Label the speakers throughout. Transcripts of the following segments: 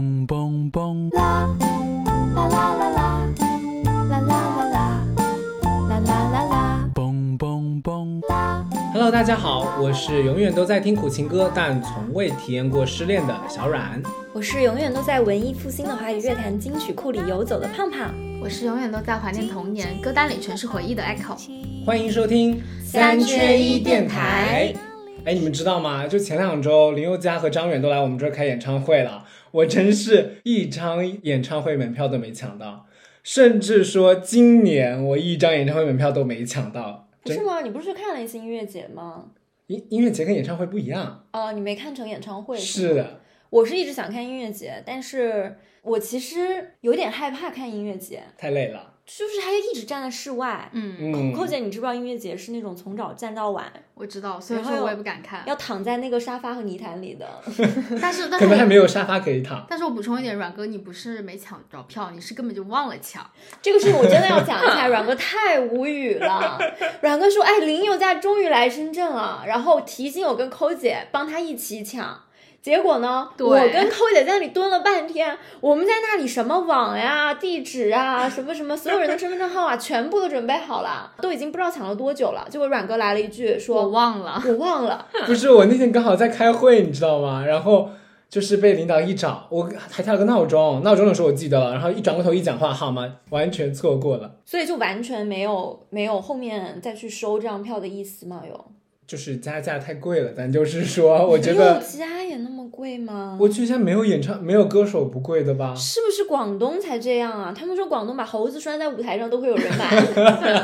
Speaker 1: 蹦。
Speaker 2: 啦啦啦啦，啦啦啦啦，啦啦啦啦，
Speaker 1: 蹦蹦蹦，
Speaker 3: Hello，大家好，我是永远都在听苦情歌，但从未体验过失恋的小阮。
Speaker 4: 我是永远都在文艺复兴的华语乐坛金曲库里游走的胖胖。
Speaker 5: 我是永远都在怀念童年，歌单里全是回忆的 echo。
Speaker 3: 欢迎收听
Speaker 4: 三缺一电台。
Speaker 3: 哎，你们知道吗？就前两周，林宥嘉和张远都来我们这儿开演唱会了，我真是一张演唱会门票都没抢到，甚至说今年我一张演唱会门票都没抢到。
Speaker 4: 不是
Speaker 3: 真
Speaker 4: 吗？你不是去看了一次音乐节吗？
Speaker 3: 音音乐节跟演唱会不一样，
Speaker 4: 哦，你没看成演唱会
Speaker 3: 是
Speaker 4: 吗？
Speaker 3: 的，
Speaker 4: 我是一直想看音乐节，但是我其实有点害怕看音乐节，
Speaker 3: 太累了。
Speaker 4: 就是还一直站在室外。
Speaker 5: 嗯，
Speaker 3: 嗯，
Speaker 4: 寇姐，你知不知道音乐节是那种从早站到晚，
Speaker 5: 我知道，所以
Speaker 4: 然后
Speaker 5: 说我也不敢看。
Speaker 4: 要躺在那个沙发和泥潭里的？
Speaker 5: 但是，但
Speaker 3: 可能还
Speaker 5: 是，
Speaker 3: 没有沙发可以躺。
Speaker 5: 但是我补充一点，阮哥，你不是没抢着票，你是根本就忘了抢。
Speaker 4: 这个事情我真的要讲一 下，阮哥太无语了。阮哥说：“哎，林宥嘉终于来深圳了，然后提醒我跟抠姐帮他一起抢。”结果呢，
Speaker 5: 对
Speaker 4: 我跟抠姐在那里蹲了半天，我们在那里什么网呀、地址啊、什么什么，所有人的身份证号啊，全部都准备好了，都已经不知道抢了多久了。结果阮哥来了一句
Speaker 5: 我
Speaker 4: 说
Speaker 5: 忘：“了，
Speaker 4: 我忘了。
Speaker 3: 不是我那天刚好在开会，你知道吗？然后就是被领导一找，我还跳了个闹钟，闹钟的时候我记得了，然后一转过头一讲话，好吗？完全错过了，”
Speaker 4: 所以就完全没有没有后面再去收这张票的意思嘛？有
Speaker 3: 就是加价太贵了。咱就是说，我 觉
Speaker 4: 林宥
Speaker 3: 得
Speaker 4: 嘉也那么贵吗？
Speaker 3: 我去一下没有演唱没有歌手不贵的 吧？
Speaker 4: 是不是广东才这样啊？他们说广东把猴子拴在舞台上都会有人买，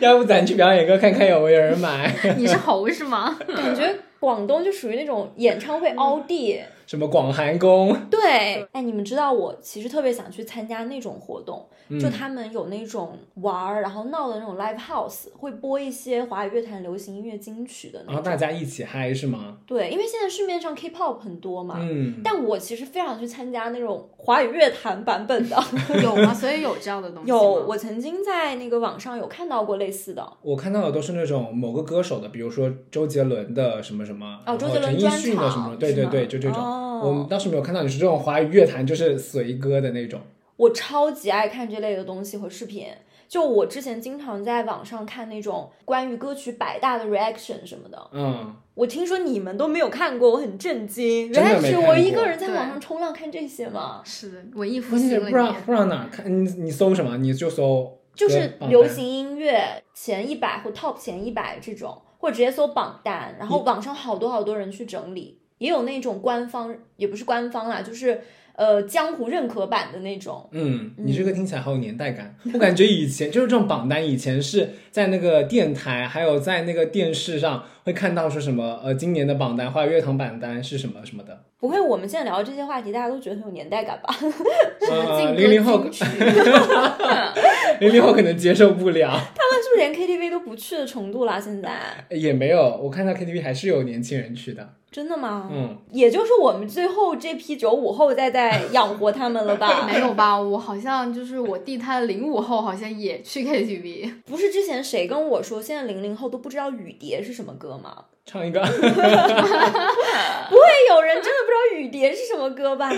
Speaker 3: 要不咱去表演歌看看有没有人买？
Speaker 5: 你是猴是吗？
Speaker 4: 感觉广东就属于那种演唱会凹地。
Speaker 3: 什么广寒宫？
Speaker 4: 对，哎，你们知道我其实特别想去参加那种活动，
Speaker 3: 嗯
Speaker 4: 就他们有那种玩儿然后闹的那种 live house，会播一些华语乐坛流行音乐金曲的
Speaker 3: 然
Speaker 4: 那
Speaker 3: 后
Speaker 4: 种。
Speaker 3: 大家一起嗨是吗？
Speaker 4: 对，因为现在市面上 K-pop 很多嘛。
Speaker 3: 嗯，
Speaker 4: 但我其实非常想去参加那种华语乐坛版本 的，
Speaker 5: 有吗？所以有这样的东西
Speaker 4: 有
Speaker 5: 吗
Speaker 4: 我曾经在那个网上有看到过类似的，
Speaker 3: 我看到的都是那种某个歌手的，比如说周杰伦的什么什么，
Speaker 4: 哦，周杰
Speaker 3: 然后
Speaker 4: 伦
Speaker 3: 陈
Speaker 4: 专
Speaker 3: 奕
Speaker 4: 场
Speaker 3: 迅的什么，对
Speaker 4: 是
Speaker 3: 对
Speaker 4: 吗
Speaker 3: 对，就这种。
Speaker 4: 哦、
Speaker 3: 我们倒是没有看到你是这种华语乐坛就是随歌的那种，
Speaker 4: 我超级爱看这类的东西和视频。就我之前经常在网上看那种关于歌曲百大的 reaction 什么的，
Speaker 3: 嗯，
Speaker 4: 我听说你们都没有看过，我很震惊。
Speaker 3: 真
Speaker 4: 原
Speaker 3: 的
Speaker 4: 来
Speaker 3: 没
Speaker 4: 只
Speaker 3: 看
Speaker 4: 有
Speaker 3: 过
Speaker 4: 我一个人在
Speaker 5: 对
Speaker 4: 网上冲浪看这些吗？
Speaker 5: 啊是的，文艺复
Speaker 3: 关键是不
Speaker 5: 兴了你。
Speaker 3: 知道不知道哪看，你你搜什么你就搜，
Speaker 4: 就是
Speaker 3: 榜单
Speaker 4: 流行音乐前一百或 top 前一百这种，或者直接搜榜单，然后网上好多好多人去整理，也有那种官方，也不是官方啦，就是呃江湖认可版的那种。
Speaker 3: 嗯，你这个听起来好有年代感，我感觉以前就是这种榜单，以前是在那个电台还有在那个电视上会看到说什么呃今年的榜单，华语乐坛榜单是什么什么的，
Speaker 4: 不会，我们现在聊这些话题，大家都觉得很有年代感吧？
Speaker 3: 呃
Speaker 5: 劲
Speaker 3: 零零后
Speaker 5: 歌金曲
Speaker 3: 零零后可能接受不了，
Speaker 4: 他们是不是连 KTV 都不去的程度啦？现
Speaker 5: 嗯
Speaker 4: 在
Speaker 3: 也没有，我看到 KTV 还是有年轻人去的，
Speaker 4: 真的吗？
Speaker 3: 嗯，
Speaker 4: 也就是我们最后这批九五后再在 养活他们了吧？
Speaker 5: 没有吧？我好像就是我弟，他零五后好像也去 KTV，
Speaker 4: 不是之前谁跟我说，现在零零后都不知道《雨蝶》是什么歌吗？
Speaker 3: 唱一个，
Speaker 4: 不会有人真的不知道《雨蝶》是什么歌吧？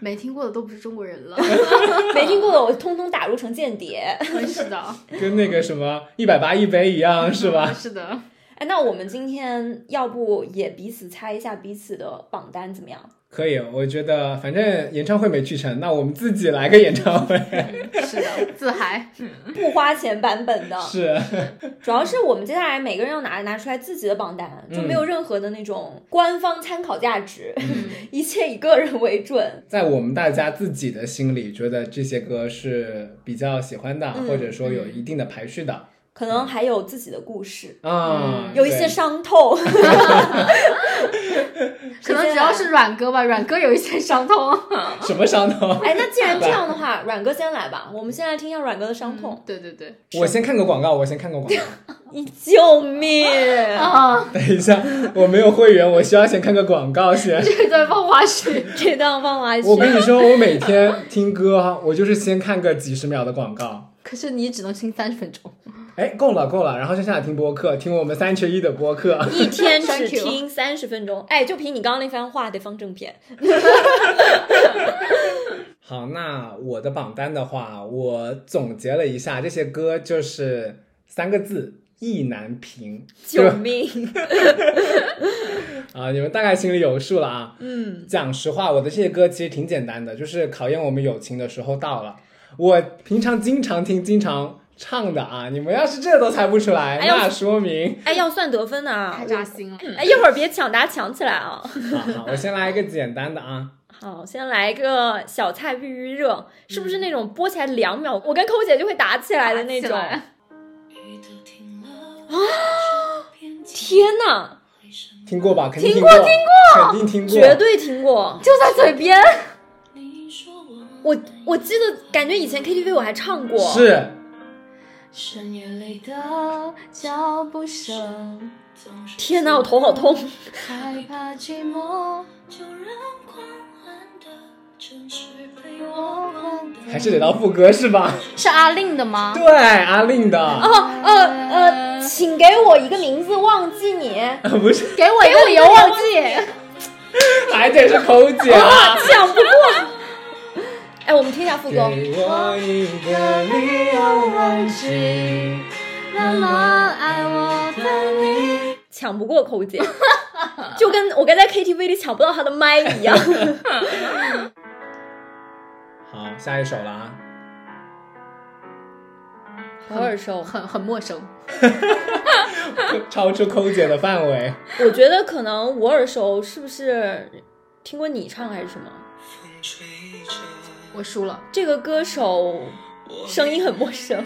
Speaker 5: 没听过的都不是中国人了。
Speaker 4: 没听过的我通通打入成间谍。
Speaker 5: 我知道，
Speaker 3: 跟那个什么一百八一杯一样是吧？
Speaker 5: 是的，
Speaker 4: 哎，那我们今天要不也彼此猜一下彼此的榜单怎么样？
Speaker 3: 可以，我觉得反正演唱会没去成，那我们自己来个演唱会。
Speaker 5: 是的，自嗨。
Speaker 4: 不花钱版本的，
Speaker 3: 是，
Speaker 4: 主要是我们接下来每个人要拿拿出来自己的榜单，就
Speaker 3: 嗯
Speaker 4: 没有任何的那种官方参考价值，
Speaker 5: 嗯
Speaker 4: 一切以个人为准。
Speaker 3: 在我们大家自己的心里，觉得这些歌是比较喜欢的，
Speaker 4: 嗯
Speaker 3: 或者说有一定的排序的
Speaker 4: 可能还有自己的故事，
Speaker 3: 啊、
Speaker 5: 嗯
Speaker 4: 有一
Speaker 3: 嗯
Speaker 4: 些
Speaker 3: 对
Speaker 4: 伤痛。
Speaker 5: 可能只要是阮哥吧，阮哥有一些伤痛。
Speaker 3: 什么伤痛？
Speaker 4: 哎，那既然这样的话，阮哥先来吧，我们先来听一下阮哥的伤痛。
Speaker 5: 对对对，
Speaker 3: 我先看个广告，我先看个广告。
Speaker 4: 你救命！
Speaker 5: 啊，
Speaker 3: 等一下，我没有会员，我需要先看个广告先。
Speaker 5: 这个在放花絮。
Speaker 4: 这段忘了去
Speaker 3: 我。跟你说，我每天听歌，我就是先看个几十秒的广告。
Speaker 5: 可是你只能听三十分钟，
Speaker 3: 哎，够了够了，然后就下来听播客，听我们三缺一的播客。
Speaker 4: 一天只
Speaker 5: Thank you
Speaker 4: 听三十分钟，哎，就凭你刚刚那番话得放正片。
Speaker 3: 好，那我的榜单的话，我总结了一下，这些歌就是三个字：意难平
Speaker 4: 救命！
Speaker 3: 啊、你们大概心里有数了啊。
Speaker 4: 嗯，
Speaker 3: 讲实话，我的这些歌其实挺简单的，就是考验我们友情的时候到了。我平常经常听，经常唱的啊。你们要是这都猜不出来，
Speaker 4: 哎呦
Speaker 3: 那说明
Speaker 4: 哎，要算得分啊
Speaker 5: 太！扎心了。
Speaker 4: 哎，一会儿别抢答抢起来啊！
Speaker 3: 好好，我先来一个简单的啊。
Speaker 4: 好，先来一个小菜必须热，是不是那种播起来两秒，我跟抠姐就会打起来的那种？
Speaker 5: 嗯打起来
Speaker 4: 天哪，
Speaker 3: 听过吧？肯定
Speaker 4: 听
Speaker 3: 过，
Speaker 4: 过
Speaker 3: 肯定听过，
Speaker 4: 绝对听 过，
Speaker 5: 就在嘴边，
Speaker 4: 我我记得，感觉以前 KTV 我还唱过。，
Speaker 3: 是
Speaker 1: 深夜里的脚步声，
Speaker 4: 天哪，我头好痛。
Speaker 1: 害怕寂寞，就让狂欢的城市陪我关灯。
Speaker 3: 还是得到副歌是吧？
Speaker 5: 是阿令的吗？
Speaker 3: 对，阿令的，
Speaker 5: 嗯
Speaker 4: 呃呃，请给我一个名字，忘记你。
Speaker 3: 不是，
Speaker 5: 给我一个理由忘记。
Speaker 3: 还得是抠姐啊。
Speaker 4: 抢不过。哎，我们听一下副
Speaker 3: 给
Speaker 4: 歌。
Speaker 3: 我一个理由忘记，
Speaker 5: 那么爱我的你，
Speaker 4: 抢不过抠姐，就跟我刚才 KTV 里抢不到她的麦一 样。
Speaker 3: 好，下一首了啊。
Speaker 4: 好耳熟，
Speaker 5: 很很陌生。
Speaker 3: 超出抠姐的范围，
Speaker 4: 我觉得可能我耳熟是不是听过你唱还是什么？
Speaker 5: 我输了，
Speaker 4: 这个歌手声音很陌生，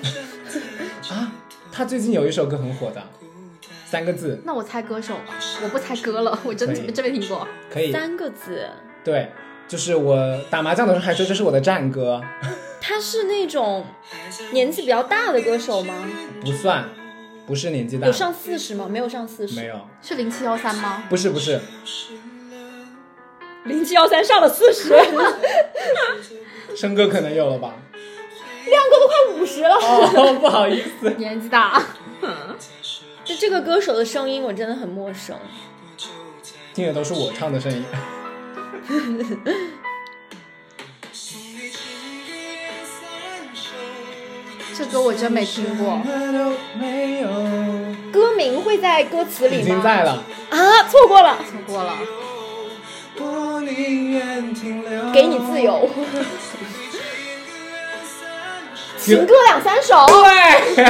Speaker 3: 她最近有一首歌很火的，三个字，
Speaker 5: 那我猜歌手吧，我不猜歌了，我真
Speaker 3: 可以
Speaker 5: 真没听过。
Speaker 3: 可以，
Speaker 4: 三个字。
Speaker 3: 对，就是我打麻将的时候还说这是我的战歌，
Speaker 4: 他是那种年纪比较大的歌手吗？
Speaker 3: 不算，不是年纪大
Speaker 4: 有，上四十吗？没有上四
Speaker 3: 没
Speaker 4: 十。
Speaker 3: 有，
Speaker 5: 是零七幺三吗？
Speaker 3: 不是不是，
Speaker 4: 零七幺三上了四 十，亮哥
Speaker 3: 生哥可能有了吧？
Speaker 4: 都快五十了。
Speaker 3: 哦，不好意思，
Speaker 5: 年纪大，
Speaker 4: 就这个歌手的声音，我真的很陌生。
Speaker 3: 听的都是我唱的声音。
Speaker 5: 这歌我真没听过。
Speaker 3: 没有，
Speaker 4: 歌名会在歌词里吗？
Speaker 3: 已经在了。
Speaker 4: 啊，错过了，
Speaker 5: 错过了，
Speaker 3: 我宁愿停留
Speaker 4: 给你自。由。
Speaker 3: 情
Speaker 4: 情歌两三首，
Speaker 3: 对，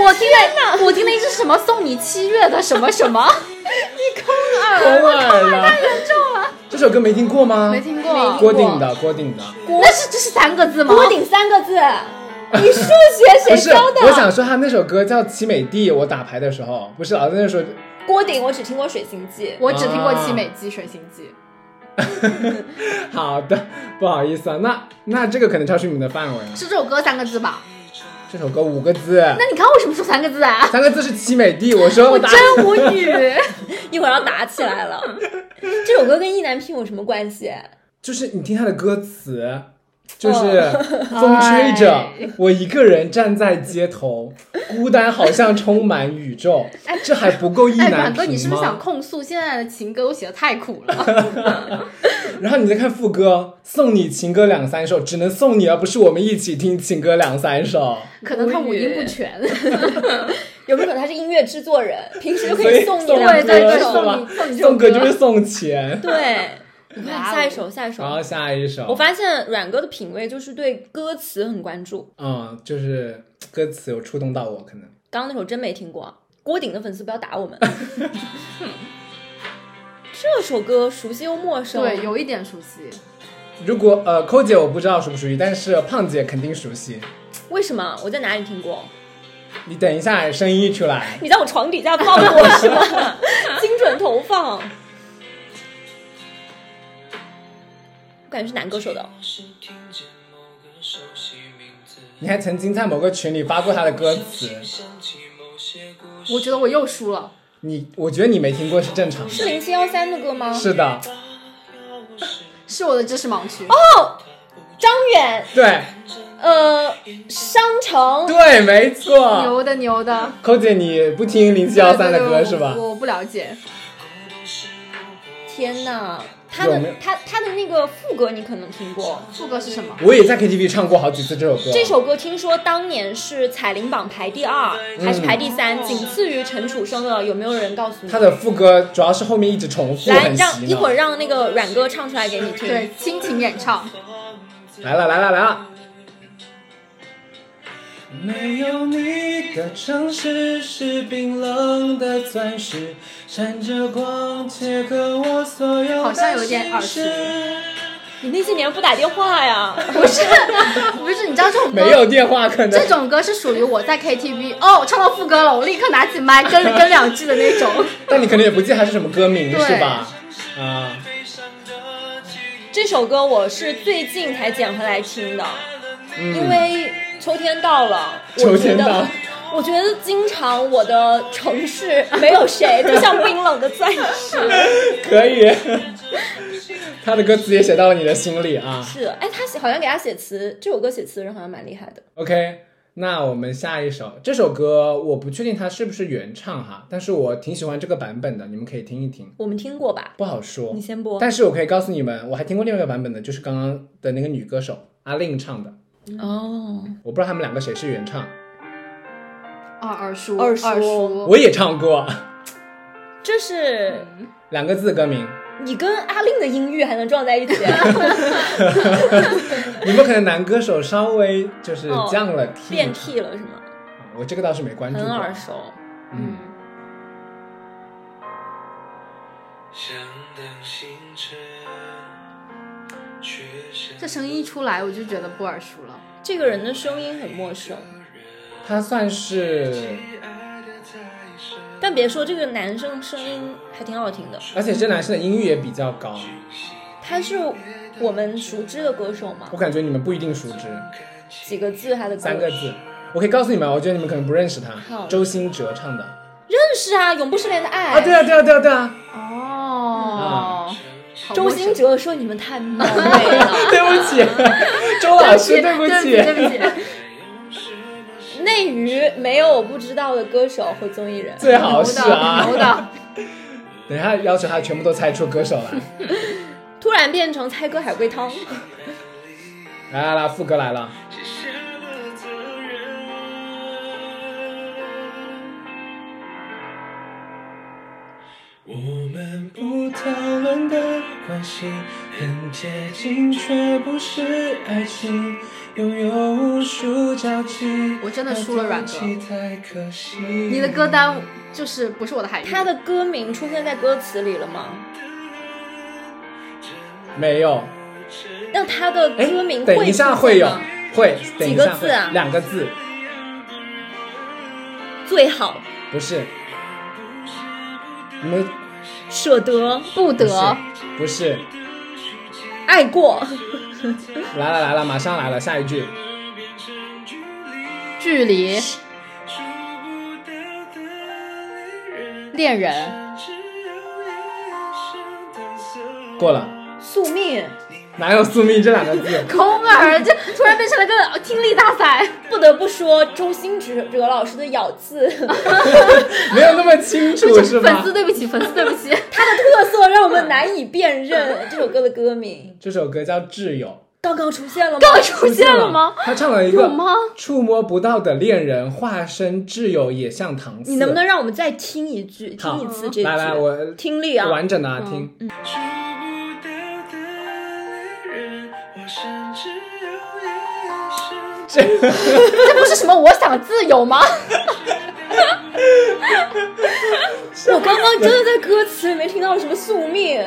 Speaker 5: 我听的我听的一是什么送你七月的什么什 么，
Speaker 3: 空耳了，太严重了。这首歌没听过吗？
Speaker 5: 没听过。
Speaker 3: 郭顶的，郭顶的，
Speaker 5: 那是这是三个字吗？
Speaker 4: 锅顶三 个字，你数学
Speaker 3: 不
Speaker 4: 谁
Speaker 3: 是
Speaker 4: 教的？，啊
Speaker 3: 我想说他那首歌叫《奇美地》，我打牌的时候，不是老在那说，
Speaker 4: 锅顶，我只听过《水星记
Speaker 5: 我只听过《七美记》《水星记
Speaker 3: 好的，不好意思啊，那那这个可能超出你们的范围了》，。
Speaker 5: 是这首歌三个字吧？
Speaker 3: 这首歌五个字，
Speaker 5: 那你看为什么说三个字啊？
Speaker 3: 三个字是《奇美地》，我说我打
Speaker 5: 真无语。
Speaker 4: 一会儿要打起来了。这首歌跟意难平有什么关系？
Speaker 3: 就是你听他的歌词， 就是
Speaker 4: 哦
Speaker 3: 风吹着
Speaker 5: 哎
Speaker 3: 我一个人站在街头，孤单好像充满宇宙。这还不够意
Speaker 5: 哎，
Speaker 3: 难
Speaker 5: 阮哥，
Speaker 3: 平
Speaker 5: 你是不是想
Speaker 3: 吗？
Speaker 5: 控诉现在的情歌都写的太苦 了？
Speaker 3: 然后你再看副歌，送你情歌两三首，只能送你，而不是我们一起听情歌两三首。
Speaker 5: 可能他五音不全。
Speaker 4: 有没有可能他是音乐制作人，平时就可
Speaker 3: 所以
Speaker 4: 送你
Speaker 3: 送
Speaker 4: 两
Speaker 3: 歌
Speaker 5: 对对
Speaker 4: 三
Speaker 5: 对，
Speaker 3: 是吧
Speaker 4: 首？
Speaker 5: 送你送你这首
Speaker 3: 送歌就是送 钱。
Speaker 4: 对，你
Speaker 5: 哇
Speaker 4: 看
Speaker 5: 哦
Speaker 4: 下一首，下一首
Speaker 3: 然。后下一
Speaker 4: 我
Speaker 3: 首，
Speaker 4: 发现阮哥的品味就是对歌词很关注。
Speaker 3: 嗯，就是歌词有触动到我，可能
Speaker 4: 刚刚那首真没听过，郭顶的粉丝不要打 我们。这首歌熟悉又陌生，
Speaker 5: 对，有一点熟悉。
Speaker 3: 如果呃抠姐我不知道熟不熟悉，但是胖姐肯定熟悉。
Speaker 4: 为什么？我在哪里听过？
Speaker 3: 你等一下，声音一出来。
Speaker 4: 你在我床底下放 过是吗？精准投放，我感觉是男歌手的。
Speaker 3: 你还曾经在某个群里发过他的歌词，
Speaker 5: 我觉得我又输了。
Speaker 3: 你我觉得你没听过是正常
Speaker 4: 是
Speaker 3: 的。
Speaker 4: 零七幺三的歌吗？
Speaker 3: 是的，
Speaker 5: 是我的知识盲区。
Speaker 4: 张远，
Speaker 3: 对
Speaker 4: 呃，商城，
Speaker 3: 对，没错。
Speaker 5: 牛的 牛的，
Speaker 3: 寇姐，你不听零七幺三的歌
Speaker 5: 对对对
Speaker 3: 是吧
Speaker 5: 我？我不了解，
Speaker 4: 天哪，他
Speaker 3: 有没有
Speaker 4: 的他他的那个副歌你可能听过，
Speaker 5: 副歌是什么？
Speaker 3: 我也在 KTV 唱过好几次这首歌。
Speaker 4: 这首歌听说当年是彩铃榜排第二
Speaker 3: 嗯
Speaker 4: 还是排第三，仅次于陈楚生的，有没有人告诉你？
Speaker 3: 它的副歌主要是后面一直重复，
Speaker 4: 来
Speaker 3: 很
Speaker 4: 让
Speaker 3: 洗
Speaker 4: 一会
Speaker 3: 脑
Speaker 4: 儿。让那个阮哥唱出来给你听。
Speaker 5: 对，亲情演唱。
Speaker 3: 来了来了来了。
Speaker 4: 哦
Speaker 3: 没有你的城市是冰冷的钻石，闪着光切割我所有
Speaker 5: 好像有点耳熟
Speaker 4: 你那些年不打电话呀？
Speaker 5: 不是， 不是，你知道这种歌
Speaker 3: 没有电话可能。
Speaker 5: 这种歌是属于我在 KTV 哦，唱到副歌了，我立刻拿起麦跟跟两句的那 种。
Speaker 3: 但你可能也不记得它是什么歌名
Speaker 5: 对
Speaker 3: 是吧？啊，
Speaker 4: 这首歌我是最近才捡回来听的，因为秋天到了，我
Speaker 3: 嗯秋天
Speaker 4: 觉得
Speaker 3: 到
Speaker 4: 我觉得经常我的城市没有谁，就像冰冷的钻石。
Speaker 3: 可以。他的歌词也写到了你的心里啊。
Speaker 4: 是，哎，他写好像给他写词，这首歌写词的人好像蛮厉害的。
Speaker 3: OK，那我们下一首这首歌，我不确定它是不是原唱哈，但是我挺喜欢这个版本的，你们可以听一听。
Speaker 4: 我们听过吧？
Speaker 3: 不好说，
Speaker 4: 你先播
Speaker 3: 但是我可以告诉你们，我还听过另外一个版本的，就是刚刚的那个女歌手阿令唱的，
Speaker 4: 哦，
Speaker 3: 我不知道他们两个谁是原唱，
Speaker 5: 啊，耳熟，
Speaker 4: 耳熟
Speaker 5: 耳熟。
Speaker 3: 我也唱过，
Speaker 4: 这是
Speaker 3: 两个字歌名，
Speaker 4: 你跟阿令的音域还能撞在一起，啊
Speaker 3: 你们可能男歌手稍微就是降了 key，、
Speaker 4: 哦变 T 了是吗？
Speaker 3: 我这个倒是没关注
Speaker 4: 很
Speaker 3: 过，
Speaker 4: 耳熟。
Speaker 3: 嗯，
Speaker 6: 想当星辰，却像
Speaker 5: 这声音一出来，我就觉得不耳熟了。
Speaker 4: 这个人的声音很陌生，
Speaker 3: 他算是，
Speaker 6: 爱的太深。
Speaker 4: 但别说这个男生声音还挺好听的。
Speaker 3: 而且这男生的音域也比较高，
Speaker 4: 他是我们熟知的歌手吗
Speaker 3: 我？感觉你们不一定熟知，
Speaker 4: 几个字他的歌？
Speaker 3: 三个字，我可以告诉你们，我觉得你们可能不认识他，
Speaker 4: 好
Speaker 3: 周兴哲唱的
Speaker 4: 认识啊，《永不失联的
Speaker 5: 哎
Speaker 4: 爱》
Speaker 3: 啊，对啊，对啊，对啊，对啊，
Speaker 5: 哦，好
Speaker 4: 周
Speaker 5: 陌生
Speaker 4: 兴哲说你们太冒昧了。
Speaker 3: 对不起，周老师，
Speaker 5: 对
Speaker 3: 对不
Speaker 5: 起，
Speaker 3: 起，
Speaker 5: 对不起，
Speaker 4: 内娱没有我不知道的歌手和综艺人。
Speaker 3: 最好是啊，
Speaker 5: 牛的，
Speaker 3: 等一下要求他全部都猜出歌手来。
Speaker 4: 突然变成猜歌海龟汤，
Speaker 3: 来来来，副歌来了，
Speaker 6: 卸下了责任。我们不讨论的关系，很接近却不是爱情，拥有无数交集。
Speaker 5: 我真的输了阮哥
Speaker 6: 放弃太可惜。
Speaker 5: 你的歌单就是不是我的海域。
Speaker 4: 他的歌名出现在歌词里了吗？
Speaker 3: 没有？
Speaker 4: 那他的
Speaker 3: 哎
Speaker 4: 歌名，
Speaker 3: 等一下
Speaker 4: 出现
Speaker 3: 会有
Speaker 4: 吗，
Speaker 3: 会，等一下
Speaker 4: 几个
Speaker 3: 会
Speaker 4: 字啊
Speaker 3: 两个字，
Speaker 4: 最好
Speaker 3: 不是。你们
Speaker 4: 舍得
Speaker 5: 不
Speaker 3: 不
Speaker 5: 得
Speaker 3: 是，不是？
Speaker 4: 爱过
Speaker 3: 来了来了，马上来了，下一句。
Speaker 5: 距离
Speaker 6: 触不到的恋人，
Speaker 5: 恋人
Speaker 6: 只有眼神搪塞。
Speaker 3: 过了，
Speaker 4: 宿命，
Speaker 3: 哪有宿命这两个字？
Speaker 5: 空耳，这突然变成了个呃听力大赛。
Speaker 4: 不得不说周兴哲哲老师的咬字，
Speaker 3: 没有那么清楚是
Speaker 5: 粉
Speaker 3: 吧
Speaker 5: 丝？对不起，粉丝对不起。
Speaker 4: 他的特色让我们难以辨认这首歌的歌名。
Speaker 3: 这首歌叫《挚友》，
Speaker 4: 刚刚出现了吗？
Speaker 5: 刚出现了吗？
Speaker 3: 他唱了一
Speaker 5: 有
Speaker 3: 个
Speaker 5: 吗
Speaker 3: 触摸不到的恋人，化身挚友也像搪塞。
Speaker 4: 你能不能让我们再听一句，
Speaker 3: 好
Speaker 4: 听一次这句？
Speaker 3: 来来我
Speaker 4: 听力啊，
Speaker 3: 完整的、啊、听？
Speaker 6: 触不到的恋人，我甚至有眼神。
Speaker 5: 这不是什么我想自由吗？
Speaker 4: 我刚刚真的在歌词里面听到了什么 宿命，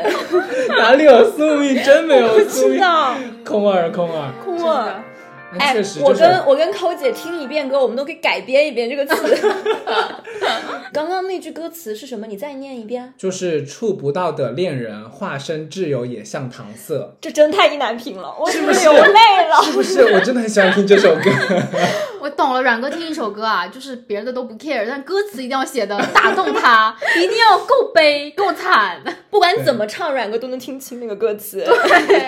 Speaker 3: 哪里有宿命？真没有宿
Speaker 4: 嗯知
Speaker 3: 命。
Speaker 4: 道？
Speaker 3: 空二空二，
Speaker 4: 哭啊！
Speaker 3: 那
Speaker 4: 哎
Speaker 3: 确实，
Speaker 4: 我
Speaker 3: 就是
Speaker 4: 跟我跟抠姐听一遍歌，我们都可以改编一遍这个词。 刚刚那句歌词是什么？你再念一遍。啊
Speaker 3: 就是触不到的恋人，化身挚友也像搪塞，
Speaker 4: 这真太意难平了，我
Speaker 3: 是
Speaker 4: 是
Speaker 3: 不是
Speaker 4: 流泪 了。
Speaker 3: 是不是？我真的很喜欢听这 首歌，
Speaker 5: 我懂了，阮哥听一首歌啊，就是别人的都不 care，但歌词一定要写的打动 他，一定要够悲够惨。
Speaker 4: 不管怎么唱，阮哥都能听清那个歌词。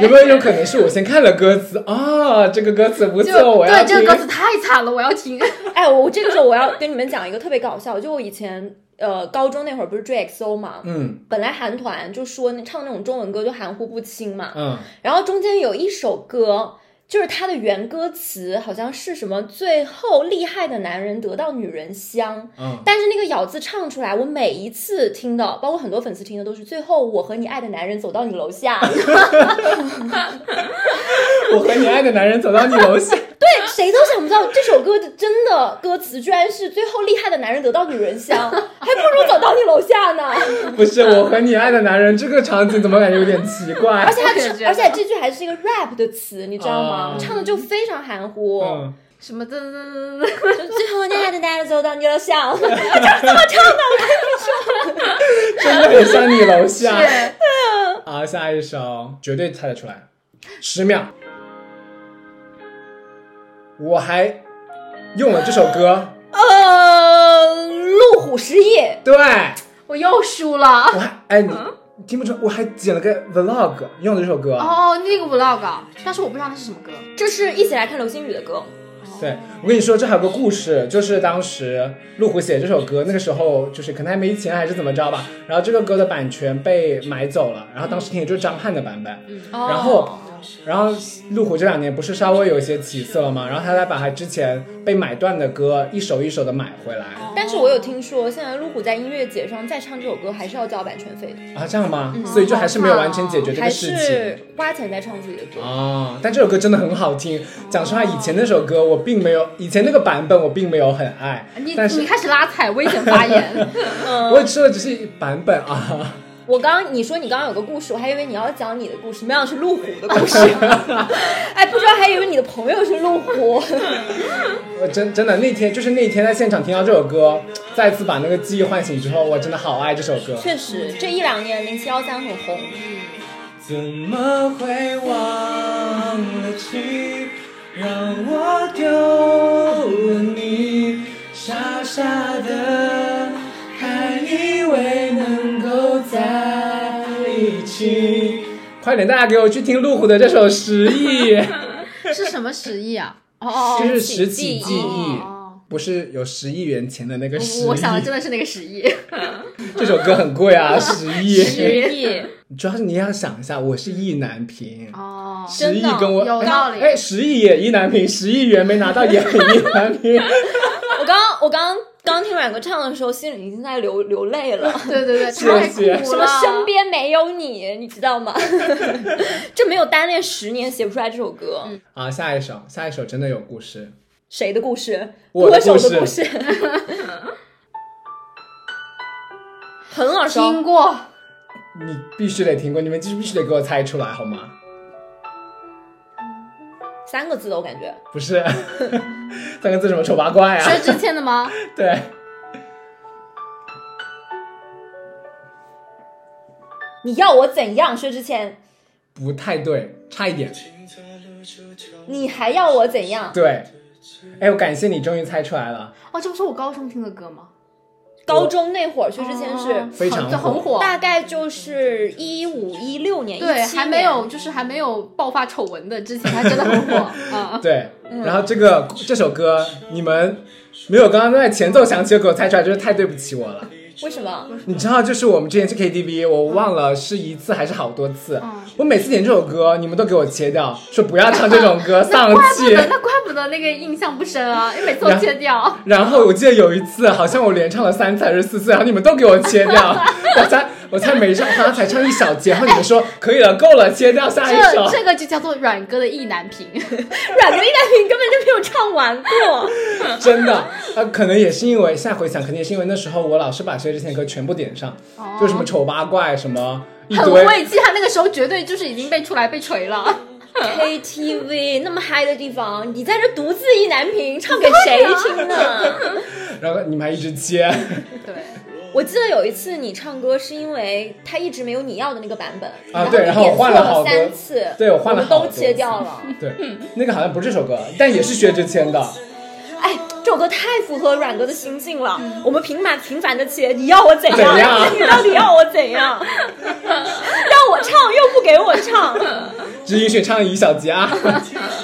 Speaker 3: 有没有一种可能是我先看了歌词啊？这个歌词不
Speaker 5: 就
Speaker 3: 错，我要
Speaker 5: 对这
Speaker 3: 听
Speaker 5: 个歌。词太惨了，我要听。
Speaker 4: 哎，我这个时候我要跟你们讲一个特别搞笑，就我以前呃高中那会儿不是追 XO 嘛，
Speaker 3: 嗯
Speaker 4: 本来韩团就说那唱那种中文歌就含糊不清嘛，
Speaker 3: 嗯，
Speaker 4: 然后中间有一首歌，就是它的原歌词好像是什么“最后厉害的男人得到女人香”，
Speaker 3: 嗯
Speaker 4: 但是那个咬字唱出来，我每一次听到，包括很多粉丝听的都是“最后我和你爱的男人走到你楼下”，
Speaker 3: 我和你爱的男人走到你楼下，
Speaker 4: 对，谁都想不到这首歌真的歌词居然是“最后厉害的男人得到女人香”， 还不如走到你楼下呢。
Speaker 3: 不是我和你爱的男人，这个场景怎么感觉有点奇怪
Speaker 4: 而？且它
Speaker 5: 我也觉
Speaker 4: 是，
Speaker 5: 得
Speaker 4: 而且这句还是一个 rap 的词，你知道吗？
Speaker 3: 啊
Speaker 4: 唱的就非常含糊。
Speaker 3: 嗯，
Speaker 5: 什么的，
Speaker 4: 就最后那样的男人走到你楼下，
Speaker 3: 真的很像你楼下。
Speaker 5: 是
Speaker 3: 好，下一首绝对猜得出来，十秒。我还用了这首歌，
Speaker 4: 呃，路虎十亿，
Speaker 3: 对
Speaker 5: 我又输了。
Speaker 3: 我还哎你听不出，我还剪了个 vlog 用的这首歌。
Speaker 5: 哦，那个 vlog，啊但是我不知道它是什么 歌。
Speaker 4: 这是一起来看流星雨的歌。
Speaker 3: 对，我跟你说，这还有个故事，就是当时路虎写这首歌，那个时候就是可能还没钱还是怎么着吧，然后这个歌的版权被买走了，然后当时听的就是张翰的版本，然后。然后路虎这两年不是稍微有一些起色了吗？然后他才把他之前被买断的歌一首一首的买回来
Speaker 4: 但是我有听说，现在路虎在音乐节上再唱这首歌，还是要交版权费的，
Speaker 3: 啊，这样吗？所以就还是没有完全解决这
Speaker 4: 还
Speaker 3: 个事情。
Speaker 4: 是花钱在唱自己的歌。
Speaker 3: 哦，但这首歌真的很好听。讲实话，以前那首歌我并没有，以前那个版本我并没有很爱，
Speaker 5: 你
Speaker 3: 但是
Speaker 5: 你开始拉踩，危险发言。
Speaker 3: 我吃的只是版本啊。
Speaker 4: 我刚刚你说你刚刚有个故事，我还以为你要讲你的故事，没想到是路虎的 故事。哎，不知道还以为你的朋友是路虎。
Speaker 3: 我呃真真的那天就是那天在现场听到这首歌，再次把那个记忆唤醒之后，我真的好爱这首歌。
Speaker 4: 确实，这一两年零七幺三很红。
Speaker 6: 怎么会忘了情，让我丢了你？傻傻的，还以为能够在一起。
Speaker 3: 快点，大家给我去听路虎的这首《十 忆》，
Speaker 5: 是什么十亿啊？哦
Speaker 3: 就
Speaker 5: 哦
Speaker 3: 是拾起记忆，
Speaker 5: 哦，
Speaker 3: 不是有十亿元钱的那个十
Speaker 5: 我我想的真
Speaker 3: 亿。
Speaker 5: 的是那个十亿。
Speaker 3: 这首歌很贵啊，十 亿。
Speaker 4: 亿，
Speaker 3: 主要是你要想一下，我是意难平。
Speaker 5: 哦，
Speaker 3: 十亿
Speaker 4: 真的
Speaker 3: 跟我
Speaker 5: 有
Speaker 3: 哎
Speaker 5: 道理
Speaker 3: 哎，十亿也意难平，十亿元没拿到也很意难平。
Speaker 4: 我刚我刚刚听阮哥唱的时候，心里已经在流流泪了。
Speaker 5: 对对对，
Speaker 3: 谢
Speaker 5: 太酷
Speaker 3: 谢
Speaker 5: 了。
Speaker 4: 什么身边没有你，你知道 吗？这没有单恋十年写不出来这首歌。
Speaker 3: 好，啊下一首，下一首真的有故事。
Speaker 4: 谁的故事？
Speaker 3: 我的
Speaker 4: 歌手
Speaker 3: 故事
Speaker 4: 的故事。 很耳
Speaker 5: 听
Speaker 4: 熟，
Speaker 5: 过？
Speaker 3: 你必须得听过，你们必须得给我猜出来好吗？
Speaker 4: 三个字的我感觉。
Speaker 3: 不是， 三个字什么丑八怪
Speaker 5: 薛
Speaker 3: 啊？
Speaker 5: 之谦的吗？
Speaker 3: 对，
Speaker 4: 你要我怎样？薛之谦，
Speaker 3: 不太对，差一点。
Speaker 4: 你还要我怎样？
Speaker 3: 对，哎，我感谢你终于猜出来了，
Speaker 5: 哦，这不是我高中听的歌吗？
Speaker 4: 高中那会儿，薛之谦
Speaker 5: 哦
Speaker 4: 是
Speaker 3: 非常
Speaker 5: 很很
Speaker 3: 火
Speaker 5: 火，
Speaker 4: 大概就是一五一六年，
Speaker 5: 对，
Speaker 4: 17
Speaker 5: 还没有
Speaker 4: 年
Speaker 5: 就是还没有爆发丑闻的之前，它真的很火 啊。
Speaker 3: 对。然后这个这首歌，你们没有刚刚在前奏响起就给我猜出来，真是太对不起我了。
Speaker 4: 为什么？
Speaker 3: 你知道，就是我们之前去 KTV，我忘了是一次还是好多次。
Speaker 5: 嗯
Speaker 3: 我每次点这首歌，你们都给我切掉，说不要唱这种歌，
Speaker 5: 那
Speaker 3: 丧
Speaker 5: 怪不
Speaker 3: 气。
Speaker 5: 得， 那怪不得那个印象不深啊，因为每次都
Speaker 3: 然
Speaker 5: 切掉。
Speaker 3: 然后我记得有一次，好像我连唱了三次还是四次，然后你们都给我切掉， 我才我才没唱，他才唱一小节，然后你们说可以了，够了，切掉下一首
Speaker 5: 这。这个就叫做阮哥的意难平，
Speaker 4: 阮玲一男平根本就没有唱完过。
Speaker 3: 真的，呃，可能也是因为现在回想，肯定也是因为那时候我老是把薛之谦的歌全部点上，就什么丑八怪什么一
Speaker 5: 哦很
Speaker 3: 堆，
Speaker 5: 晦气。他那个时候绝对就是已经被出来被锤 了。
Speaker 4: KTV 那么嗨的地方，你在这独自意难平，唱给谁听呢？
Speaker 3: 然后你们还一直切，
Speaker 5: 对，
Speaker 4: 我记得有一次你唱歌是因为他一直没有你要的那个版本
Speaker 3: 啊
Speaker 4: 你
Speaker 3: 对然后我
Speaker 4: 点错
Speaker 3: 换了好多
Speaker 4: 三次，
Speaker 3: 对我换了
Speaker 4: 们
Speaker 3: 好
Speaker 4: 都
Speaker 3: 多
Speaker 4: 切
Speaker 3: 次
Speaker 4: 掉了。
Speaker 3: 对，那个好像不是这首歌，但也是薛之谦的。
Speaker 4: 哎，这首歌太符合阮哥的心境了。我们频繁频繁的切，你要我怎
Speaker 3: 嗯
Speaker 4: 样？
Speaker 3: 怎样啊
Speaker 4: 你到底要我怎样？ 要我唱又不给我唱。
Speaker 3: 只允许唱一小节啊。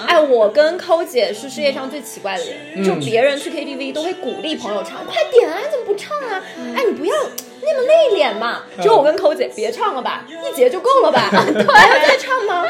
Speaker 4: 哎，我跟抠姐是世界上最奇怪的
Speaker 3: 嗯
Speaker 4: 人，就别人去 KTV 都会鼓励朋友唱，快点啊，怎么不唱啊？哎，你不要那么内敛嘛。
Speaker 3: 嗯
Speaker 4: 只有我跟抠姐，别唱了吧，一节就够 了吧？对，还要再唱吗？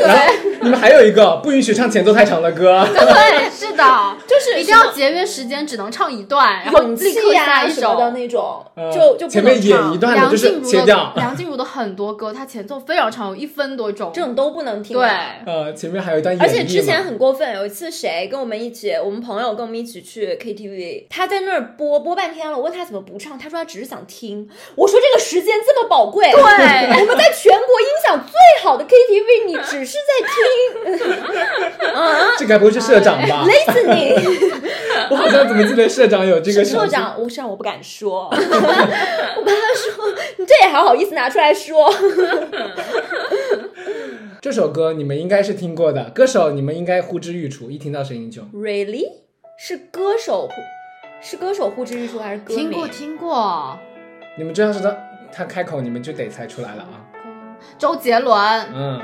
Speaker 3: 然后你们还有一个不允许唱前奏太长的歌，
Speaker 5: 对，是的，
Speaker 4: 就是
Speaker 5: 一定要节约时间，只能唱一段，然后
Speaker 4: 勇
Speaker 5: 立
Speaker 4: 气
Speaker 5: 刻下
Speaker 4: 呀
Speaker 5: 一
Speaker 4: 啊什么
Speaker 5: 首。
Speaker 4: 的那种
Speaker 3: 嗯，
Speaker 4: 就就不
Speaker 3: 前面
Speaker 4: 能
Speaker 3: 演一
Speaker 4: 唱，
Speaker 3: 段的
Speaker 5: 梁
Speaker 3: 就
Speaker 5: 静
Speaker 3: 是
Speaker 5: 茹
Speaker 3: 切
Speaker 5: 的
Speaker 3: 掉，
Speaker 5: 梁静茹的很多歌，她前奏非常长，有一分多钟。
Speaker 4: 这种都不能听啊的。
Speaker 5: 对，
Speaker 3: 呃，前面还有一段演绎
Speaker 4: 而且之前
Speaker 3: 嘛
Speaker 4: 很过分，有一次谁跟我们一起，我们朋友跟我们一起去 KTV，他在那儿播播半天了，我问他怎么不唱，他说他只是想听。我说这个时间这么宝贵，对， 我们在全国音响最好的 KTV，你只是在 听
Speaker 3: 这该不会是社长 吧？
Speaker 4: listening。
Speaker 3: 我好像怎么记得社长有这个
Speaker 4: 社
Speaker 3: 小
Speaker 4: 长，我社长我不敢说，我 怕他说你这也还好意思拿出来说。
Speaker 3: 这首歌你们应该是听过的，歌手你们应该呼之欲出，一听到声音就
Speaker 4: Really 是歌手呼是歌手呼之欲出还是歌名？
Speaker 5: 听过听过，
Speaker 3: 你们知道是他他开口，你们就得猜出来了啊。
Speaker 5: 周杰伦，
Speaker 3: 嗯，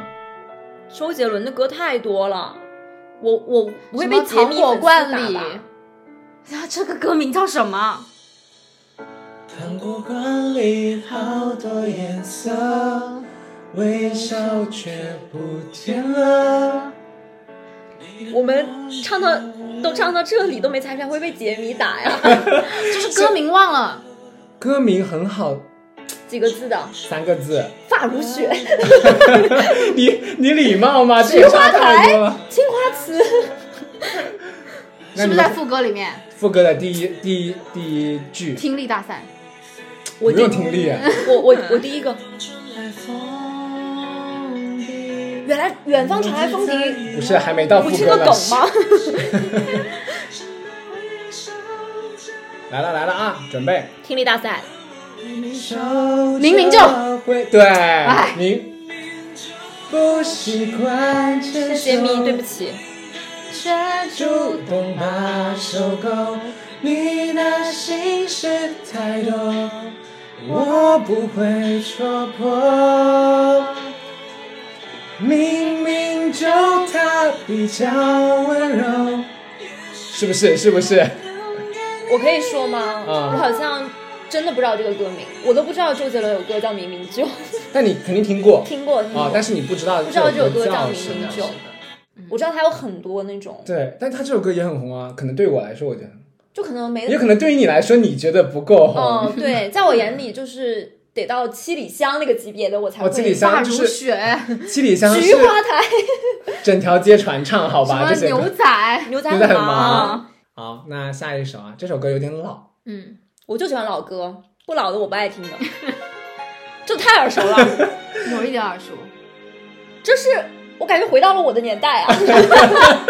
Speaker 4: 周杰伦的歌太多了，我我不会
Speaker 5: 什
Speaker 4: 被
Speaker 5: 么
Speaker 4: 杰
Speaker 5: 糖
Speaker 4: 迷
Speaker 5: 果
Speaker 4: 粉丝打
Speaker 5: 罐里
Speaker 4: 吧？
Speaker 5: 啊，这个歌名叫什么？
Speaker 6: 糖果罐里好多颜色，微笑却不甜了。
Speaker 4: 我们唱到都唱到这里都没猜出来，会被杰迷打呀？
Speaker 5: 就是歌名忘了。
Speaker 3: 歌名很好，
Speaker 4: 几个字的
Speaker 3: 三个字。
Speaker 4: 发如雪、
Speaker 3: 你你礼貌吗？这也差太多了。
Speaker 4: 青 花瓷，
Speaker 3: 那你
Speaker 5: 是不是
Speaker 3: 们
Speaker 5: 在副歌里面？
Speaker 3: 副歌的第一第一第一句，
Speaker 5: 听力大赛，
Speaker 3: 不
Speaker 4: 我第
Speaker 3: 用听力，啊
Speaker 4: 我我我第一个，
Speaker 6: 来风笛，
Speaker 4: 原来远方传来风笛，
Speaker 3: 不是还没到
Speaker 4: 不
Speaker 3: 副
Speaker 4: 是
Speaker 3: 歌
Speaker 4: 个
Speaker 3: 呢
Speaker 4: 梗。吗？
Speaker 3: 来了来了啊，准备。
Speaker 4: 听力大赛，
Speaker 5: 明明就
Speaker 3: 会
Speaker 4: 哎
Speaker 3: 对，明
Speaker 6: 不习惯牵
Speaker 4: 是
Speaker 6: 手
Speaker 4: 杰，迷，对不起，
Speaker 6: 主动把手勾，你的心事太多，我不会戳破。明明就他比较温柔，
Speaker 3: 是不是是不是？
Speaker 4: 我可以说吗？
Speaker 3: 嗯
Speaker 4: 我好像真的不知道这个歌名，我都不知道周杰伦有歌叫《明明就》，
Speaker 3: 那你肯定听过
Speaker 4: 听过听过、
Speaker 3: 啊，但是你不知道
Speaker 4: 不知道这首歌叫
Speaker 3: 叫
Speaker 4: 《
Speaker 3: 什
Speaker 4: 明
Speaker 3: 么
Speaker 4: 明就》，我知道他有很多那种，
Speaker 3: 对，但他这首歌也很红啊，可能对我来说我觉得很红，
Speaker 4: 就可能没
Speaker 3: 也可能对于你来说你觉得不够红。
Speaker 4: 哦， 对，在我眼里就是得到七里香那个级别的我才会。
Speaker 3: 哦，七里
Speaker 5: 大
Speaker 3: 香就
Speaker 5: 如
Speaker 3: 是
Speaker 5: 雪，
Speaker 3: 七里香
Speaker 4: 菊
Speaker 3: 是
Speaker 4: 花 台，
Speaker 3: 整条街传唱，好
Speaker 5: 什
Speaker 3: 吧？
Speaker 5: 么
Speaker 3: 这些
Speaker 5: 牛
Speaker 3: 歌。
Speaker 5: 仔，
Speaker 4: 牛仔
Speaker 3: 牛仔 很
Speaker 4: 忙
Speaker 5: 啊
Speaker 3: 忙，好，那下一首啊，这首歌有点老，
Speaker 5: 嗯，
Speaker 4: 我就喜欢老歌，不老的我不爱听的， 这太耳熟了，
Speaker 5: 有一点耳熟。
Speaker 4: 这是我感觉回到了我的年代啊！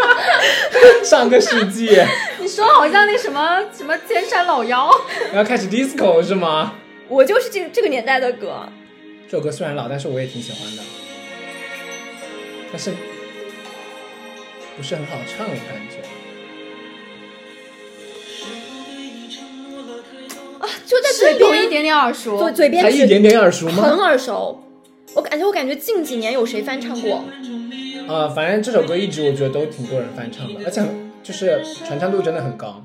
Speaker 3: 上个世纪，
Speaker 5: 你说好像那什么什么千山老妖，
Speaker 3: 然后开始 disco 是吗？
Speaker 4: 我就是这这个年代的歌，
Speaker 3: 这首歌虽然老，但是我也挺喜欢的，但是不是很好唱，我感觉。
Speaker 4: 就在嘴
Speaker 5: 是有一
Speaker 4: 边，
Speaker 5: 点点耳熟。
Speaker 4: 嘴嘴边
Speaker 3: 才一点点耳熟
Speaker 4: 很
Speaker 3: 吗？
Speaker 4: 耳熟。我感觉我感觉近几年有谁翻唱过？
Speaker 3: 呃，反正这首歌一直我觉得都挺多人翻唱的，而且就是传唱度真的很高。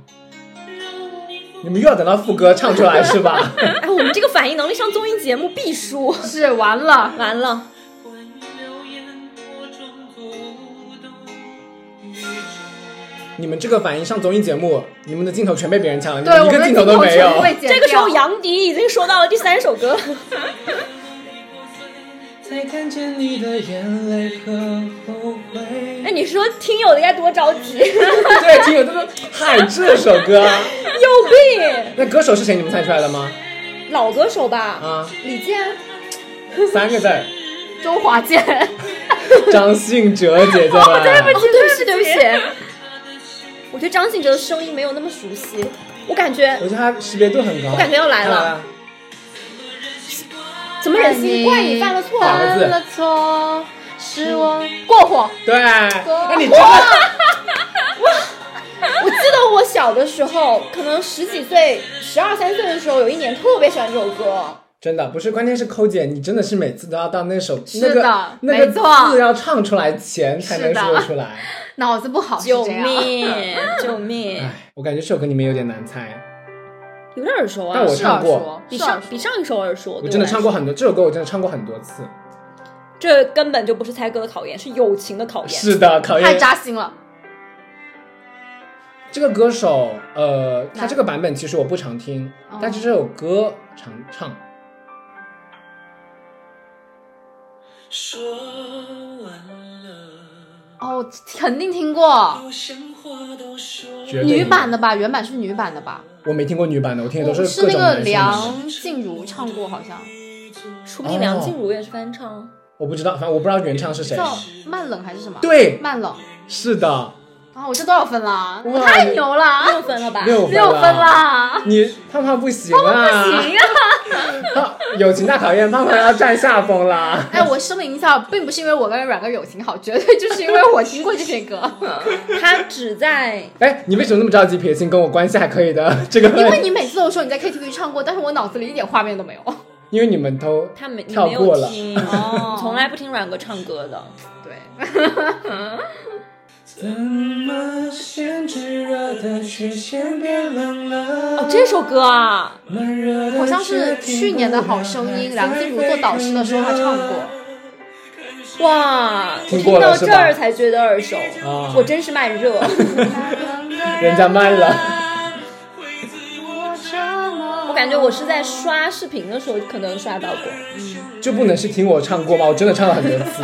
Speaker 3: 你们又要等到副歌唱出来是吧？
Speaker 4: 哎，我们这个反应能力上综艺节目必输。
Speaker 5: 是完了，
Speaker 4: 完了，
Speaker 3: 你们这个反应上综艺节目，你们的镜头全被别人抢了，你
Speaker 5: 对
Speaker 3: 们
Speaker 5: 我
Speaker 3: 一个
Speaker 5: 们的
Speaker 3: 镜
Speaker 5: 头
Speaker 3: 头都没
Speaker 5: 全
Speaker 3: 有
Speaker 5: 部。被剪掉。
Speaker 4: 这个时候杨迪已经说到了第三首歌了。
Speaker 6: 才看见你的眼泪和后 悔。
Speaker 4: 哎那你说听友的该多着急， 有
Speaker 3: 对，听友都说嗨这首歌啊，
Speaker 4: 病！
Speaker 3: 那歌手是谁？你们猜出来了吗？
Speaker 4: 老歌手吧，
Speaker 3: 啊，
Speaker 4: 李健，
Speaker 3: 三个字儿，
Speaker 5: 周华健，
Speaker 3: 张信哲姐姐们。
Speaker 4: 哦，对不起，对不起。我对张信哲的声音没有那么熟悉，我感觉
Speaker 3: 我觉得他识别度很高。我
Speaker 4: 感觉要来了怎么忍心怪你犯了错？
Speaker 3: 两个字
Speaker 5: 犯了错，是我过火。
Speaker 3: 对，那你真的
Speaker 4: 哇！我记得我小的时候，可能十几岁、十二三岁的时候，有一年特别喜欢这首歌，
Speaker 3: 真的不是，关键是抠姐，你真的是每次都要到那首
Speaker 5: 是
Speaker 3: 那
Speaker 5: 的
Speaker 3: 个那个
Speaker 5: 没错
Speaker 3: 字要唱出来前才能
Speaker 5: 是的
Speaker 3: 说得出来。
Speaker 5: 脑子不 好是
Speaker 4: 救
Speaker 5: 这样。
Speaker 4: 命！救命！
Speaker 3: 哎，我感觉这首歌你们有点难猜，
Speaker 7: 有点耳熟啊
Speaker 3: 但，我
Speaker 5: 是耳
Speaker 3: 唱过
Speaker 5: 熟，
Speaker 7: 比
Speaker 5: 是耳
Speaker 7: 上
Speaker 5: 熟
Speaker 7: 比上一首耳熟。对
Speaker 3: 我真的
Speaker 7: 来
Speaker 3: 唱过
Speaker 7: 说，
Speaker 3: 很多这首歌，我真的唱过很多次。
Speaker 7: 这根本就不是猜歌的考验，是友情的考验。
Speaker 3: 是的，考
Speaker 5: 太
Speaker 3: 验
Speaker 5: 扎心了。
Speaker 3: 这个歌手，呃，他
Speaker 5: 哪
Speaker 3: 这个版本其实我不常听
Speaker 5: 哦，
Speaker 3: 但是这首歌常唱。
Speaker 6: 说完了，
Speaker 5: 哦，我肯定听过
Speaker 6: 好像话都说
Speaker 3: 绝对
Speaker 5: 女版的吧？原版是女版的吧？
Speaker 3: 我没听过女版的，我听的都
Speaker 5: 哦
Speaker 3: 各种
Speaker 5: 那个
Speaker 3: 男生版。
Speaker 5: 梁静茹唱过，好像
Speaker 7: 说不定梁静茹也是翻唱。
Speaker 3: 我不知道，反正我不知道原唱是谁。
Speaker 5: 叫慢冷还是什么？，
Speaker 3: 对，
Speaker 5: 慢冷。
Speaker 3: 是的，
Speaker 5: 啊，我这多少分啦？
Speaker 3: 哇
Speaker 5: 我太牛了，
Speaker 7: 六分了吧？
Speaker 3: 六分
Speaker 5: 六分
Speaker 3: 啦！
Speaker 5: 啦！
Speaker 3: 你胖胖不行啊！不 行啊！友情大考验，胖胖要占下风 啦！
Speaker 5: 哎，我声明一下，并不是因为我跟阮哥友情好，绝对就是因为我听过这些歌。
Speaker 4: 他只在
Speaker 3: 哎，你为什么那么着急撇清跟我关系还可以的这个？
Speaker 5: 因为你每次都说你在 KTV 唱过，但是我脑子里一点画面都没有。
Speaker 3: 因为你们都
Speaker 4: 他没你
Speaker 3: 跳
Speaker 4: 没
Speaker 3: 过
Speaker 4: 有
Speaker 3: 了，
Speaker 4: 听，
Speaker 5: 哦
Speaker 4: 从来不听阮哥唱歌的。
Speaker 5: 对，
Speaker 6: 怎么先炙热的却先变冷了？
Speaker 7: 哦，这首歌啊，
Speaker 5: 好像是去年的好声音梁静茹做导师的时候她唱过。
Speaker 4: 哇，
Speaker 3: 听
Speaker 4: 听
Speaker 3: 过了
Speaker 4: 到
Speaker 3: 是
Speaker 4: 这
Speaker 3: 吧
Speaker 4: 儿才觉得耳熟，
Speaker 3: 啊
Speaker 4: 我真是慢热。
Speaker 3: 人家慢了。
Speaker 4: 我感觉我是在刷视频的时候可能刷到过。
Speaker 3: 就不能是听我唱过吗？我真的唱了很多次。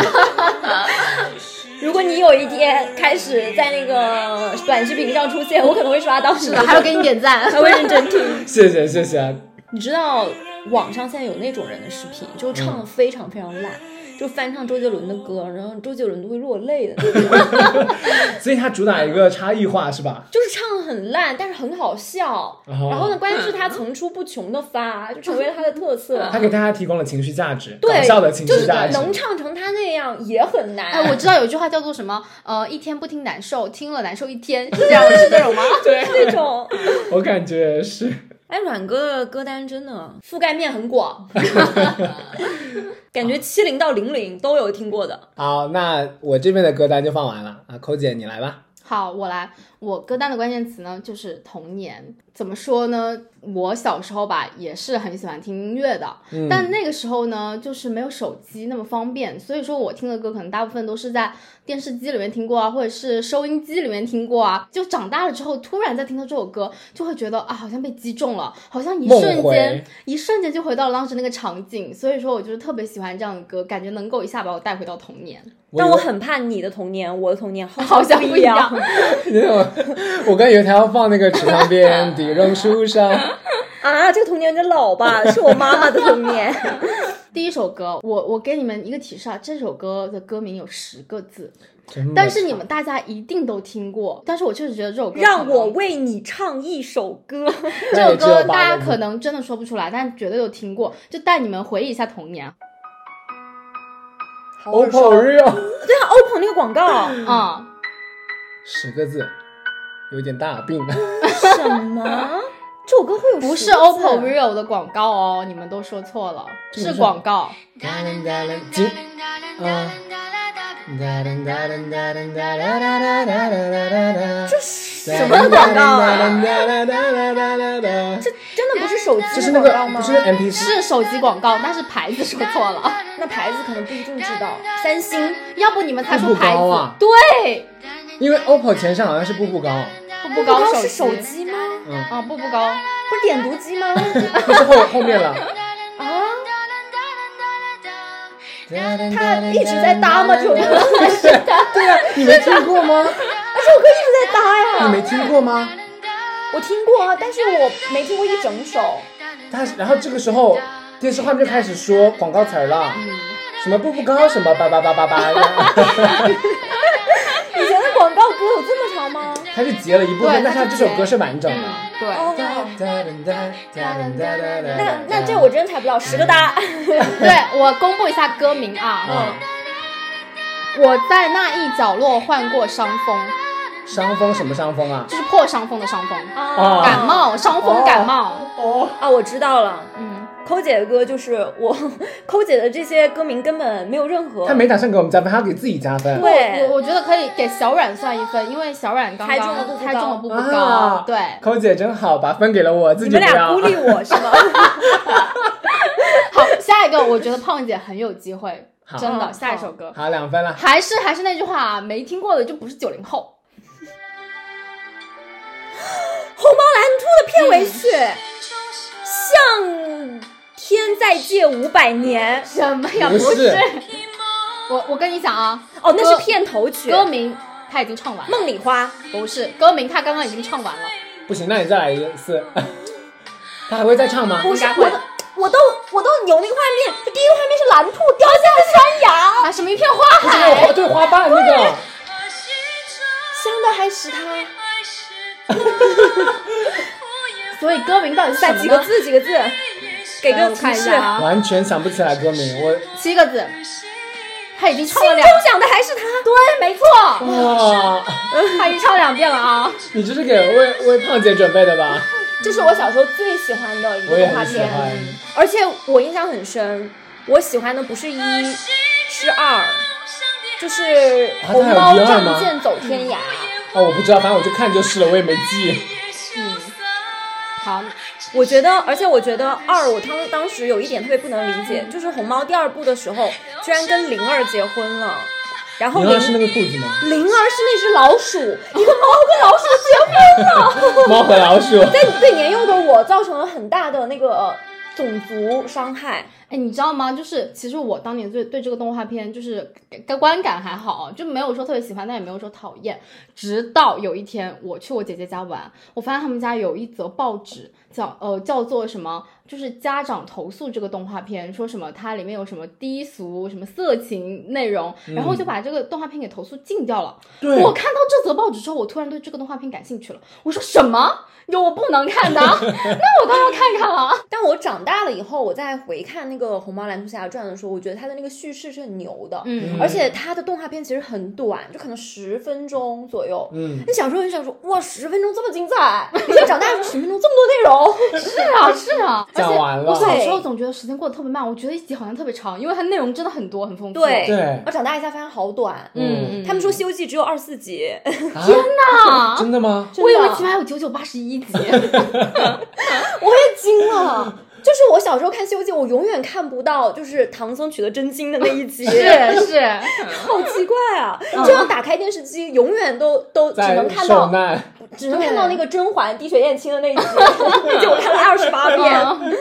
Speaker 4: 如果你有一天开始在那个短视频上出现，我可能会刷到你。
Speaker 5: 是的，还要给你 点赞。
Speaker 4: 还会认真听。
Speaker 3: 谢谢谢谢，
Speaker 4: 你知道网上现在有那种人的视频，就唱的非常非常烂，就翻唱周杰伦的歌，然后周杰伦都会落 泪的那种，
Speaker 3: 所以它主打一个差异化是吧？
Speaker 4: 就是唱的很烂，但是很好笑。
Speaker 3: 哦
Speaker 4: 然后呢，关键是他层出不穷的发，就成为了他的特 色
Speaker 3: 它。给大家提供了情绪价值，搞
Speaker 4: 对
Speaker 3: 笑的情
Speaker 4: 就
Speaker 3: 绪
Speaker 4: 是
Speaker 3: 价值。
Speaker 4: 能唱成他那样也很难。
Speaker 5: 哎，我知道有一句话叫做什么，呃，一天不听难受，听了难受一天，是这样是这种吗？
Speaker 4: 对那种，
Speaker 3: 我感觉是
Speaker 4: 哎，阮哥的歌单真的覆盖面很广，感觉七零到零零都有听过的。
Speaker 3: 好。那我这边的歌单就放完了啊，抠姐你来吧。
Speaker 5: 好，我来。我歌单的关键词呢，就是童年。怎么说呢？我小时候吧，也是很喜欢听音乐的，
Speaker 3: 嗯，
Speaker 5: 但那个时候呢，就是没有手机那么方便，所以说我听的歌可能大部分都是在电视机里面听过啊，或者是收音机里面听过啊。就长大了之后，突然再听到这首歌，就会觉得啊，好像被击中了，好像一
Speaker 3: 梦
Speaker 5: 瞬
Speaker 3: 回
Speaker 5: 间，一瞬间就回到了当时那个场景。所以说我就是特别喜欢这样的歌，感觉能够一下把我带回到童年。
Speaker 3: 我
Speaker 4: 但
Speaker 3: 以
Speaker 4: 我
Speaker 3: 为
Speaker 4: 很怕你的童年，我的童年好
Speaker 5: 好像不
Speaker 4: 不
Speaker 5: 一
Speaker 4: 一
Speaker 5: 样。
Speaker 3: 你那种，我刚以为他要放那个池塘边的榕树上，
Speaker 4: 啊，这个童年有点老吧，是我妈妈的童年。
Speaker 5: 第一首歌，我我给你们一个提示啊，这首歌的歌名有十个字，
Speaker 3: 真的
Speaker 5: 但是你们大家一定都听过。但是我确实觉得这首歌
Speaker 4: 让我
Speaker 5: 为
Speaker 4: 为你唱一首歌，
Speaker 5: 这
Speaker 3: 那
Speaker 5: 首
Speaker 3: 也只有
Speaker 5: 歌
Speaker 3: 八
Speaker 5: 大
Speaker 3: 个
Speaker 5: 家
Speaker 3: 字
Speaker 5: 可能真的说不出来，但绝对有听过，就带你们回忆一下童年
Speaker 4: 好耳熟
Speaker 3: OPPO Real
Speaker 4: 对啊，OPPO 那个广告，嗯
Speaker 5: 啊、
Speaker 3: 十个字，有点大病。
Speaker 4: 什么？这首歌会有
Speaker 5: 不是
Speaker 4: 十个字
Speaker 5: OPPO Real 的广告哦，你们都说错了，
Speaker 3: 这个
Speaker 5: 是
Speaker 3: 是
Speaker 5: 广告。
Speaker 3: 今啊。这什
Speaker 4: 么广告
Speaker 3: 啊？
Speaker 4: 这真的不是手
Speaker 3: 就
Speaker 4: 机
Speaker 3: 是
Speaker 4: 的
Speaker 3: 那
Speaker 4: 广告
Speaker 3: 个
Speaker 4: 吗？
Speaker 3: 不是 M P
Speaker 5: 是手机广告，但是牌子说错了，
Speaker 4: 那牌子可能不一定知道，
Speaker 5: 三星，要不你们猜出牌
Speaker 3: 步步
Speaker 5: 子，
Speaker 3: 高啊
Speaker 5: 对，
Speaker 3: 因为 OPPO 前身好像是步步高，
Speaker 5: 步步
Speaker 4: 高
Speaker 5: 高
Speaker 4: 是
Speaker 5: 手
Speaker 4: 手机吗？
Speaker 3: 嗯，
Speaker 5: 啊，步步高，
Speaker 4: 不是点读机 吗？
Speaker 3: 不是后后面 了。
Speaker 4: 啊，
Speaker 3: 他
Speaker 4: 一直在搭吗？这 首歌，这首歌
Speaker 3: 对啊，你没听过吗？
Speaker 4: 一直在搭
Speaker 3: 你
Speaker 4: 呀。
Speaker 3: 没听过吗？
Speaker 4: 我听过啊，但是我没听过一整首。
Speaker 3: 他然后这个时候电视画面就开始说广告词儿了，
Speaker 4: 嗯
Speaker 3: 什么步步高什么叭叭叭叭叭，
Speaker 4: 以前的广告歌有这么长吗？
Speaker 3: 他是截了一部分，
Speaker 5: 对
Speaker 3: 但是他这首歌是完整的。
Speaker 5: 嗯对。
Speaker 4: 哦，那那这我真的猜
Speaker 3: 嗯
Speaker 4: 不到，十个搭。
Speaker 5: 对我公布一下歌名啊，
Speaker 4: 嗯
Speaker 3: 啊，
Speaker 5: 我在那一角落患过伤风，
Speaker 3: 伤风什么伤风啊？
Speaker 5: 就 是破伤风的伤风，
Speaker 4: 哦
Speaker 3: 啊
Speaker 5: 感冒伤风感冒，
Speaker 3: 哦，
Speaker 4: 啊，我知道了，
Speaker 5: 嗯，
Speaker 4: 抠姐的歌就是我， 抠姐的这些歌名根本没有任何
Speaker 3: 他没打算给我们加分，他要给自己加分。
Speaker 4: 对
Speaker 5: 我我觉得可以给小阮算一分，因为小阮刚
Speaker 4: 猜
Speaker 5: 刚
Speaker 4: 中了步步
Speaker 5: 猜中了步步高，
Speaker 3: 啊
Speaker 5: 对，
Speaker 3: 抠姐真好，把分给了我，自
Speaker 4: 你
Speaker 3: 己
Speaker 4: 们
Speaker 3: 不
Speaker 4: 俩
Speaker 3: 要
Speaker 4: 孤。立我是 吗？
Speaker 5: 好，下一个我觉得胖姐很有机会，
Speaker 3: 好
Speaker 5: 真的，下一首歌
Speaker 3: 好，两分了。
Speaker 5: 还是还是那句话，没听过的就不是九零后。
Speaker 4: 红毛蓝兔的片尾曲，向天再借五百年。
Speaker 5: 什么呀？
Speaker 3: 不
Speaker 5: 不
Speaker 3: 是
Speaker 5: 我我跟你讲啊，
Speaker 4: 哦，那
Speaker 5: 歌
Speaker 4: 是片头曲，
Speaker 5: 歌
Speaker 4: 《
Speaker 5: 名他已经唱完了，
Speaker 4: 梦里花》。
Speaker 5: 不是歌名他刚刚已经唱完了，
Speaker 3: 不行，那你再来一次。 他还会再唱吗？
Speaker 4: 不是
Speaker 5: 应该会
Speaker 4: 我都，我都，我都有那个画面，就第一个画面是蓝兔掉下了山崖，
Speaker 5: 啊，什么一片花
Speaker 3: 还有花
Speaker 5: 海，
Speaker 3: 哎对花瓣那个，
Speaker 4: 香的还是他。
Speaker 5: 所以歌名到底是什
Speaker 4: 在
Speaker 5: 么
Speaker 4: 几个
Speaker 5: 呢？
Speaker 4: 字？几个字？给
Speaker 5: 来
Speaker 4: 个
Speaker 5: 我
Speaker 4: 提
Speaker 5: 看一
Speaker 4: 示。
Speaker 5: 下啊，
Speaker 3: 完全想不起来歌名。我
Speaker 5: 七个字，他已经唱
Speaker 4: 心
Speaker 5: 了
Speaker 4: 中
Speaker 5: 两，
Speaker 4: 想的还是他。
Speaker 5: 对，没错，
Speaker 3: 哇，
Speaker 5: 他已经唱两遍了啊。
Speaker 3: 你这是给为为胖姐准备的吧？
Speaker 4: 这是我小时候最喜欢的一个
Speaker 3: 我也
Speaker 4: 动画
Speaker 3: 很喜
Speaker 4: 片，
Speaker 3: 欢。
Speaker 4: 而且我印象很深。我喜欢的不是一，是二，就是
Speaker 3: 啊
Speaker 4: 红
Speaker 3: 它还有
Speaker 4: 猫
Speaker 3: 一二
Speaker 4: 仗
Speaker 3: 吗
Speaker 4: 剑走天涯。
Speaker 3: 哦，我不知道，反正我就看就是了，我也没记。
Speaker 5: 好，
Speaker 4: 我觉得，而且我觉得二，我当当时有一点特别不能理解，就是红猫第二部的时候，居然跟灵儿结婚了，然后
Speaker 3: 你
Speaker 4: 灵
Speaker 3: 要是那个兔子吗？
Speaker 4: 灵儿是那只老鼠，一个猫跟老鼠结婚了。
Speaker 3: 猫和老鼠。
Speaker 4: 对对年幼的我造成了很大的那个呃种族伤害。
Speaker 5: 哎，你知道吗？就是其实我当年对对这个动画片就是感观感还好，就没有说特别喜欢，但也没有说讨厌。直到有一天我去我姐姐家玩，我发现他们家有一则报纸叫呃叫做什么，就是家长投诉这个动画片，说什么它里面有什么低俗、什么色情内容，
Speaker 4: 嗯
Speaker 5: 然后就把这个动画片给投诉禁掉了。
Speaker 3: 对
Speaker 5: 我看到这则报纸之后，我突然对这个动画片感兴趣了。我说什么？有我不能看的？ 那我当然要看看了。
Speaker 4: 但我长大了以后，我再回看那个《红毛蓝兔侠传》的时候，我觉得它的那个叙事是很牛的，
Speaker 5: 嗯
Speaker 4: 而且它的动画片其实很短，就可能十分钟左右。
Speaker 3: 嗯，
Speaker 4: 你小时候就想说，哇，十分钟这么精彩，你现在长大了说十分钟这么多内容，
Speaker 5: 是啊，是啊，而
Speaker 3: 讲
Speaker 5: 且
Speaker 3: 完了
Speaker 5: 我小时候总觉得时间过得特别慢，我觉得一集好像特别长，因为它内容真的很多，很丰富。
Speaker 4: 对
Speaker 3: 对
Speaker 4: 我，长大一下发现好短。
Speaker 5: 嗯，
Speaker 4: 他们说《西游记》只有二十四集，
Speaker 3: 天嗯
Speaker 5: 啊，
Speaker 3: 真的吗？
Speaker 5: 我以
Speaker 4: 真
Speaker 5: 为
Speaker 4: 的
Speaker 5: 起码有九九八十 一集。
Speaker 4: 我也惊了。就是我小时候看《西游记》，我永远看不到就是唐僧取得真经的那一集，
Speaker 5: 是嗯是，
Speaker 4: 好奇怪啊！这样打开电视机，永远都都只
Speaker 3: 在
Speaker 4: 能看
Speaker 3: 受
Speaker 4: 到
Speaker 3: 难，
Speaker 4: 只能看到那个甄嬛滴血验亲的那一集， 那集我看了二十
Speaker 5: 嗯
Speaker 4: 八
Speaker 3: 嗯
Speaker 4: 遍。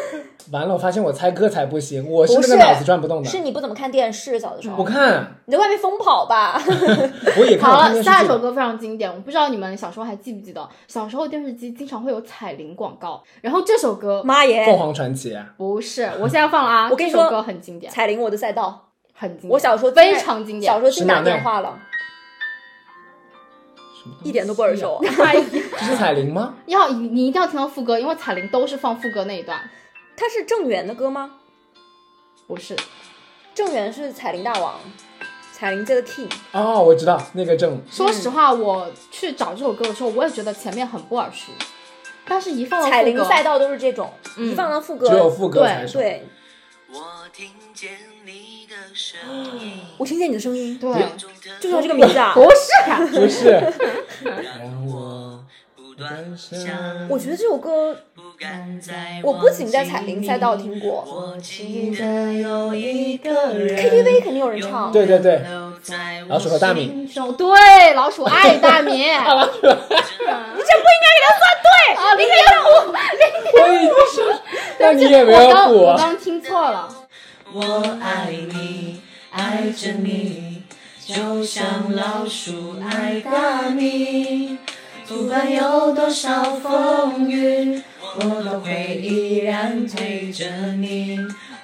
Speaker 3: 完了，我发现我猜歌才不行，我是
Speaker 4: 不
Speaker 3: 那
Speaker 4: 是
Speaker 3: 个脑子转不动的
Speaker 4: 是。你不怎么看电视，小的时
Speaker 3: 我
Speaker 4: 候，
Speaker 3: 看，
Speaker 4: 你在外面疯跑 吧？
Speaker 3: 我也看。我
Speaker 5: 好
Speaker 3: 看
Speaker 5: 了，
Speaker 3: 电视
Speaker 5: 下一
Speaker 3: 剧
Speaker 5: 首歌非常经典，我不知道你们小时候还记不记得，小时候电视机经常会有彩铃广告，然后这首歌
Speaker 3: 《
Speaker 4: 妈
Speaker 3: 凤
Speaker 4: 耶！
Speaker 3: 凰传奇》啊
Speaker 5: 不是，我现在放了啊，
Speaker 4: 我跟你
Speaker 5: 这首
Speaker 4: 说
Speaker 5: 歌很经典，
Speaker 4: 彩铃我的赛道，
Speaker 5: 很经典。
Speaker 4: 我小时候真
Speaker 5: 非
Speaker 4: 的
Speaker 5: 常经典，
Speaker 4: 小时候真打
Speaker 3: 十秒内
Speaker 4: 电话了，一点都不耳熟。
Speaker 5: 哎呀
Speaker 3: 这是彩铃吗？
Speaker 5: 要你一定要听到副歌，因为彩铃都是放副歌那一段，
Speaker 4: 它是郑源的歌吗？
Speaker 5: 不是。
Speaker 4: 郑源是彩铃大王，彩铃界的 king。
Speaker 3: 哦，我知道那个正
Speaker 5: 说
Speaker 4: 嗯
Speaker 5: 实话，我去找这首歌的时候，我也觉得前面很不耳熟，但是一放到
Speaker 4: 彩
Speaker 5: 副
Speaker 4: 铃
Speaker 5: 歌
Speaker 4: 赛道都是这种，
Speaker 5: 嗯
Speaker 4: 一放到副歌，
Speaker 3: 只有副歌才是。
Speaker 4: 对，
Speaker 8: 我听见你的声音，
Speaker 4: 我听见你的声音，
Speaker 5: 对，
Speaker 4: 就是它这个名字啊。
Speaker 5: 不 是，
Speaker 3: 不是，
Speaker 8: 让我不断想，
Speaker 4: 我觉得这首歌，
Speaker 8: 不敢再
Speaker 4: 我不仅在彩
Speaker 8: 忘记
Speaker 4: 铃
Speaker 8: 你
Speaker 4: 赛道听过
Speaker 8: 我记得有一个人
Speaker 4: ，KTV 肯定有人唱。
Speaker 3: 对对对，
Speaker 8: 留在我
Speaker 3: 老鼠和大米，
Speaker 5: 哦对，老鼠爱 大米，哦啊，你应该
Speaker 3: 我已经 是，那你也没
Speaker 5: 我
Speaker 3: 有
Speaker 5: 刚
Speaker 3: 谱
Speaker 5: 我
Speaker 3: 啊。
Speaker 5: 刚听错了，
Speaker 8: 我爱你，爱着你，就像老鼠爱大米。不管有多少风雨，我都会依然陪着你。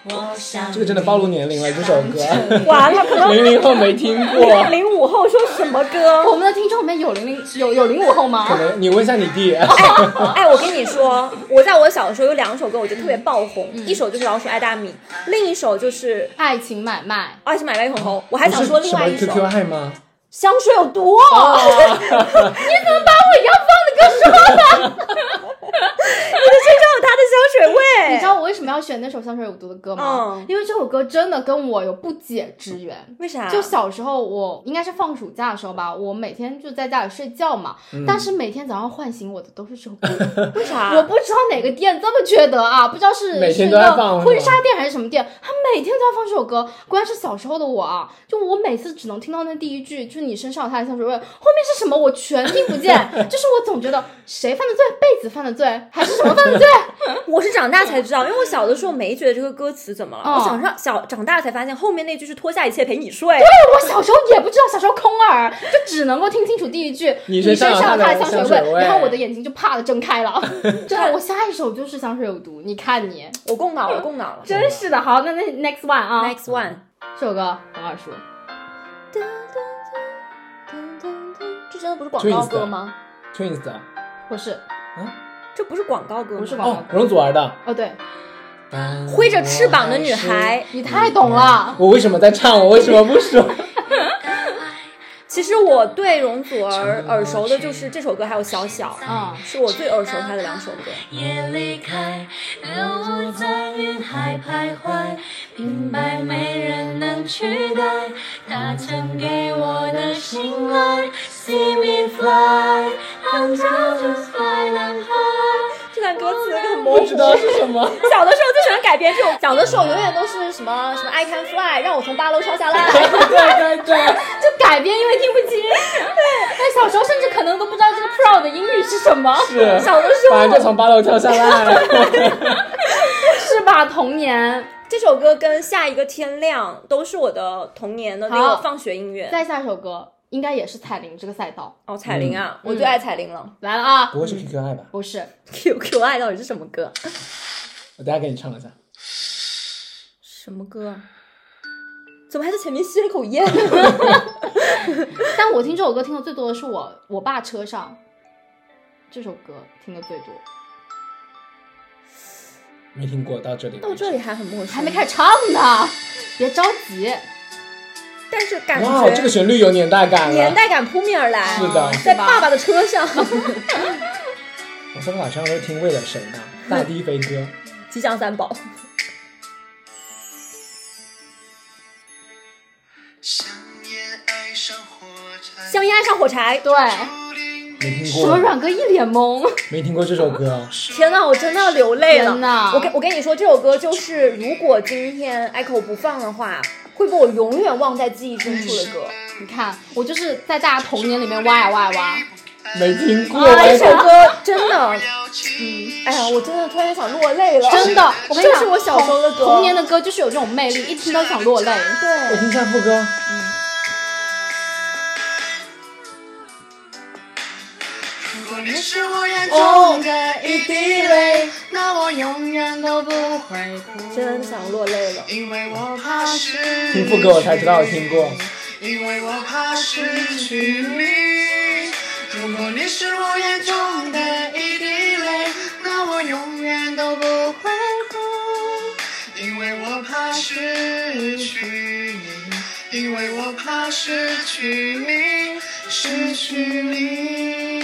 Speaker 8: 我想
Speaker 3: 这个真的暴露年龄了，这首 歌
Speaker 4: 完了，可能
Speaker 3: 零零后没听 过，
Speaker 4: 零五后说什么歌？
Speaker 5: 我们的听众里面有零零有有零五后吗
Speaker 3: 可？能你问一下你弟。
Speaker 4: 哎，我跟你说，我在我小时候有两首歌，我觉得特别爆红，一首就是《老鼠爱大米》，另一首就是《
Speaker 5: 爱情买卖，
Speaker 4: 爱情买卖一桶头》。我还想说另外一
Speaker 3: 不是
Speaker 4: 首
Speaker 3: 什么 QQ 爱吗？
Speaker 4: 香水有毒》。哦
Speaker 5: 哦 把我要放的歌说 了，
Speaker 4: 你的身上有它的香水味。
Speaker 5: 你知道我为什么要选那首《香水有毒》的歌吗？
Speaker 4: 嗯
Speaker 5: 因为这首歌真的跟我有不解之缘。
Speaker 4: 为啥？
Speaker 5: 就小时候，我应该是放暑假的时候吧，我每天就在家里睡觉嘛，
Speaker 3: 嗯
Speaker 5: 但是每天早上唤醒我的都 是这首歌，
Speaker 4: 为啥？
Speaker 5: 我不知道哪个店这么缺德啊，不知道是
Speaker 3: 每天
Speaker 5: 是一
Speaker 3: 都在
Speaker 5: 个
Speaker 3: 放
Speaker 5: 婚
Speaker 3: 是吧
Speaker 5: 纱店还是什么店，他每天都要放这首歌。关键是小时候的我啊，就我每次只能听到那第一句，就是你身上有他的香水味，后面是什么我全听不见， 就是我总觉得谁犯的罪，被子犯的罪，还是什么犯的罪？
Speaker 4: 我是长大才知道，因为我小的时候没觉得这个歌词怎么了，
Speaker 5: 哦
Speaker 4: 我想上小长大才发现后面那句是脱下一切陪你睡。
Speaker 5: 我小时候也不知道，小时候空耳，就只能够听清楚第一句“
Speaker 3: 你身
Speaker 5: 身
Speaker 3: 上有
Speaker 5: 上有
Speaker 3: 他
Speaker 5: 他
Speaker 3: 的
Speaker 5: 的香
Speaker 3: 香水
Speaker 5: 味”，
Speaker 3: 味
Speaker 5: 然后我的眼睛就啪的睁 开了。真的，我下一首就是香水有毒，你看你，
Speaker 4: 我供脑了，供脑了。
Speaker 5: 真是的。嗯好，那那 next one 啊
Speaker 4: Next one，
Speaker 5: 这首歌很耳熟。
Speaker 4: 这真的不是广告歌吗？
Speaker 3: Twins 的
Speaker 5: 不是，
Speaker 4: 这不是广告歌吗，
Speaker 5: 不是广告
Speaker 3: 哦，容祖儿的。
Speaker 5: 哦，对
Speaker 4: 挥着翅膀的女孩。
Speaker 3: 嗯
Speaker 5: 你太懂了。
Speaker 3: 我为什么在唱？我为什么不 说？
Speaker 4: 其实我对容祖儿耳熟的就是这首歌，还有小小，
Speaker 5: 嗯，
Speaker 4: 是我最耳熟她的两首歌。
Speaker 8: 也离开，留我在云海徘徊，明白没人能取代他曾给我的信赖。See me fly, I'm just fly, I'm high。
Speaker 4: 这段歌词很模
Speaker 3: 不
Speaker 4: 糊。
Speaker 3: 知道是什么。
Speaker 4: 哦小的时候就喜欢改编这种，小的时候永远都是什么什么 I can fly，让我从八楼跳下来。
Speaker 3: 对对对，
Speaker 5: 就改编，因为听不清。对，但小时候甚至可能都不知道这个 pro 的英语是什么，
Speaker 3: 是
Speaker 4: 小的时
Speaker 3: 反正就
Speaker 4: 候，
Speaker 3: 从八楼跳下来。
Speaker 5: 是吧？童年。
Speaker 4: 这首歌跟下一个天亮都是我的童年的那个
Speaker 5: 好
Speaker 4: 放学音乐。
Speaker 5: 再下一首歌应该也是彩铃这个赛道
Speaker 4: 哦，彩铃啊，我最爱彩铃了。
Speaker 5: 来了啊，
Speaker 3: 不会是 QQ 爱吧？
Speaker 5: 不是，
Speaker 4: QQ 爱到底是什么歌？
Speaker 3: 我等下给你唱一下。
Speaker 4: 什么歌啊？怎么还在前面吸了口 烟？
Speaker 5: 但我听这首歌听的最多的是我我爸车上，这首歌听的最多，
Speaker 3: 没听过，到这里为止。
Speaker 4: 到这里还很陌生，
Speaker 5: 还没开始唱呢，别着急，
Speaker 4: 但是感
Speaker 3: 哇，
Speaker 4: 觉
Speaker 3: 这个旋律有年代感了。
Speaker 4: 年代感扑面而来。
Speaker 3: 是的
Speaker 4: 在爸爸的车上，
Speaker 3: 我上课晚上都听《为了谁》呢，大地飞歌。
Speaker 4: 吉祥三宝。香烟爱上火柴，
Speaker 5: 对，
Speaker 3: 没听
Speaker 5: 什么
Speaker 3: 过，
Speaker 5: 阮哥一脸懵，
Speaker 3: 没听过这首 歌。
Speaker 4: 天呐，我真的要流泪了！
Speaker 5: 天呐
Speaker 4: 我跟我跟你说，这首歌就是，如果今天 Echo 不放的话，会被我永远忘在记忆深处的歌。
Speaker 5: 你看我就是在大家童年里面挖呀挖呀挖，
Speaker 3: 没听过，
Speaker 4: 这
Speaker 3: 哎
Speaker 4: 首歌真的，嗯，哎呀，我真的突然想落泪了。
Speaker 5: 真的，我跟你
Speaker 4: 这
Speaker 5: 讲，
Speaker 4: 是我小时候的歌，嗯
Speaker 5: 童年的歌就是有这种魅力，一听到就想落泪。
Speaker 3: 我
Speaker 4: 对，
Speaker 3: 听一下副歌。
Speaker 8: 你是我眼
Speaker 5: 哦
Speaker 8: 中的
Speaker 4: 哦
Speaker 8: 一滴泪，那我永远都不会哭，
Speaker 4: 真想落泪了。
Speaker 8: 因为我怕失去。
Speaker 3: 听副歌我才知道我听过。
Speaker 8: 因为我怕失去你。如果你是我眼中的一滴泪，那我永远都不会哭，因为我怕失去你，因为我怕失去你，失去你。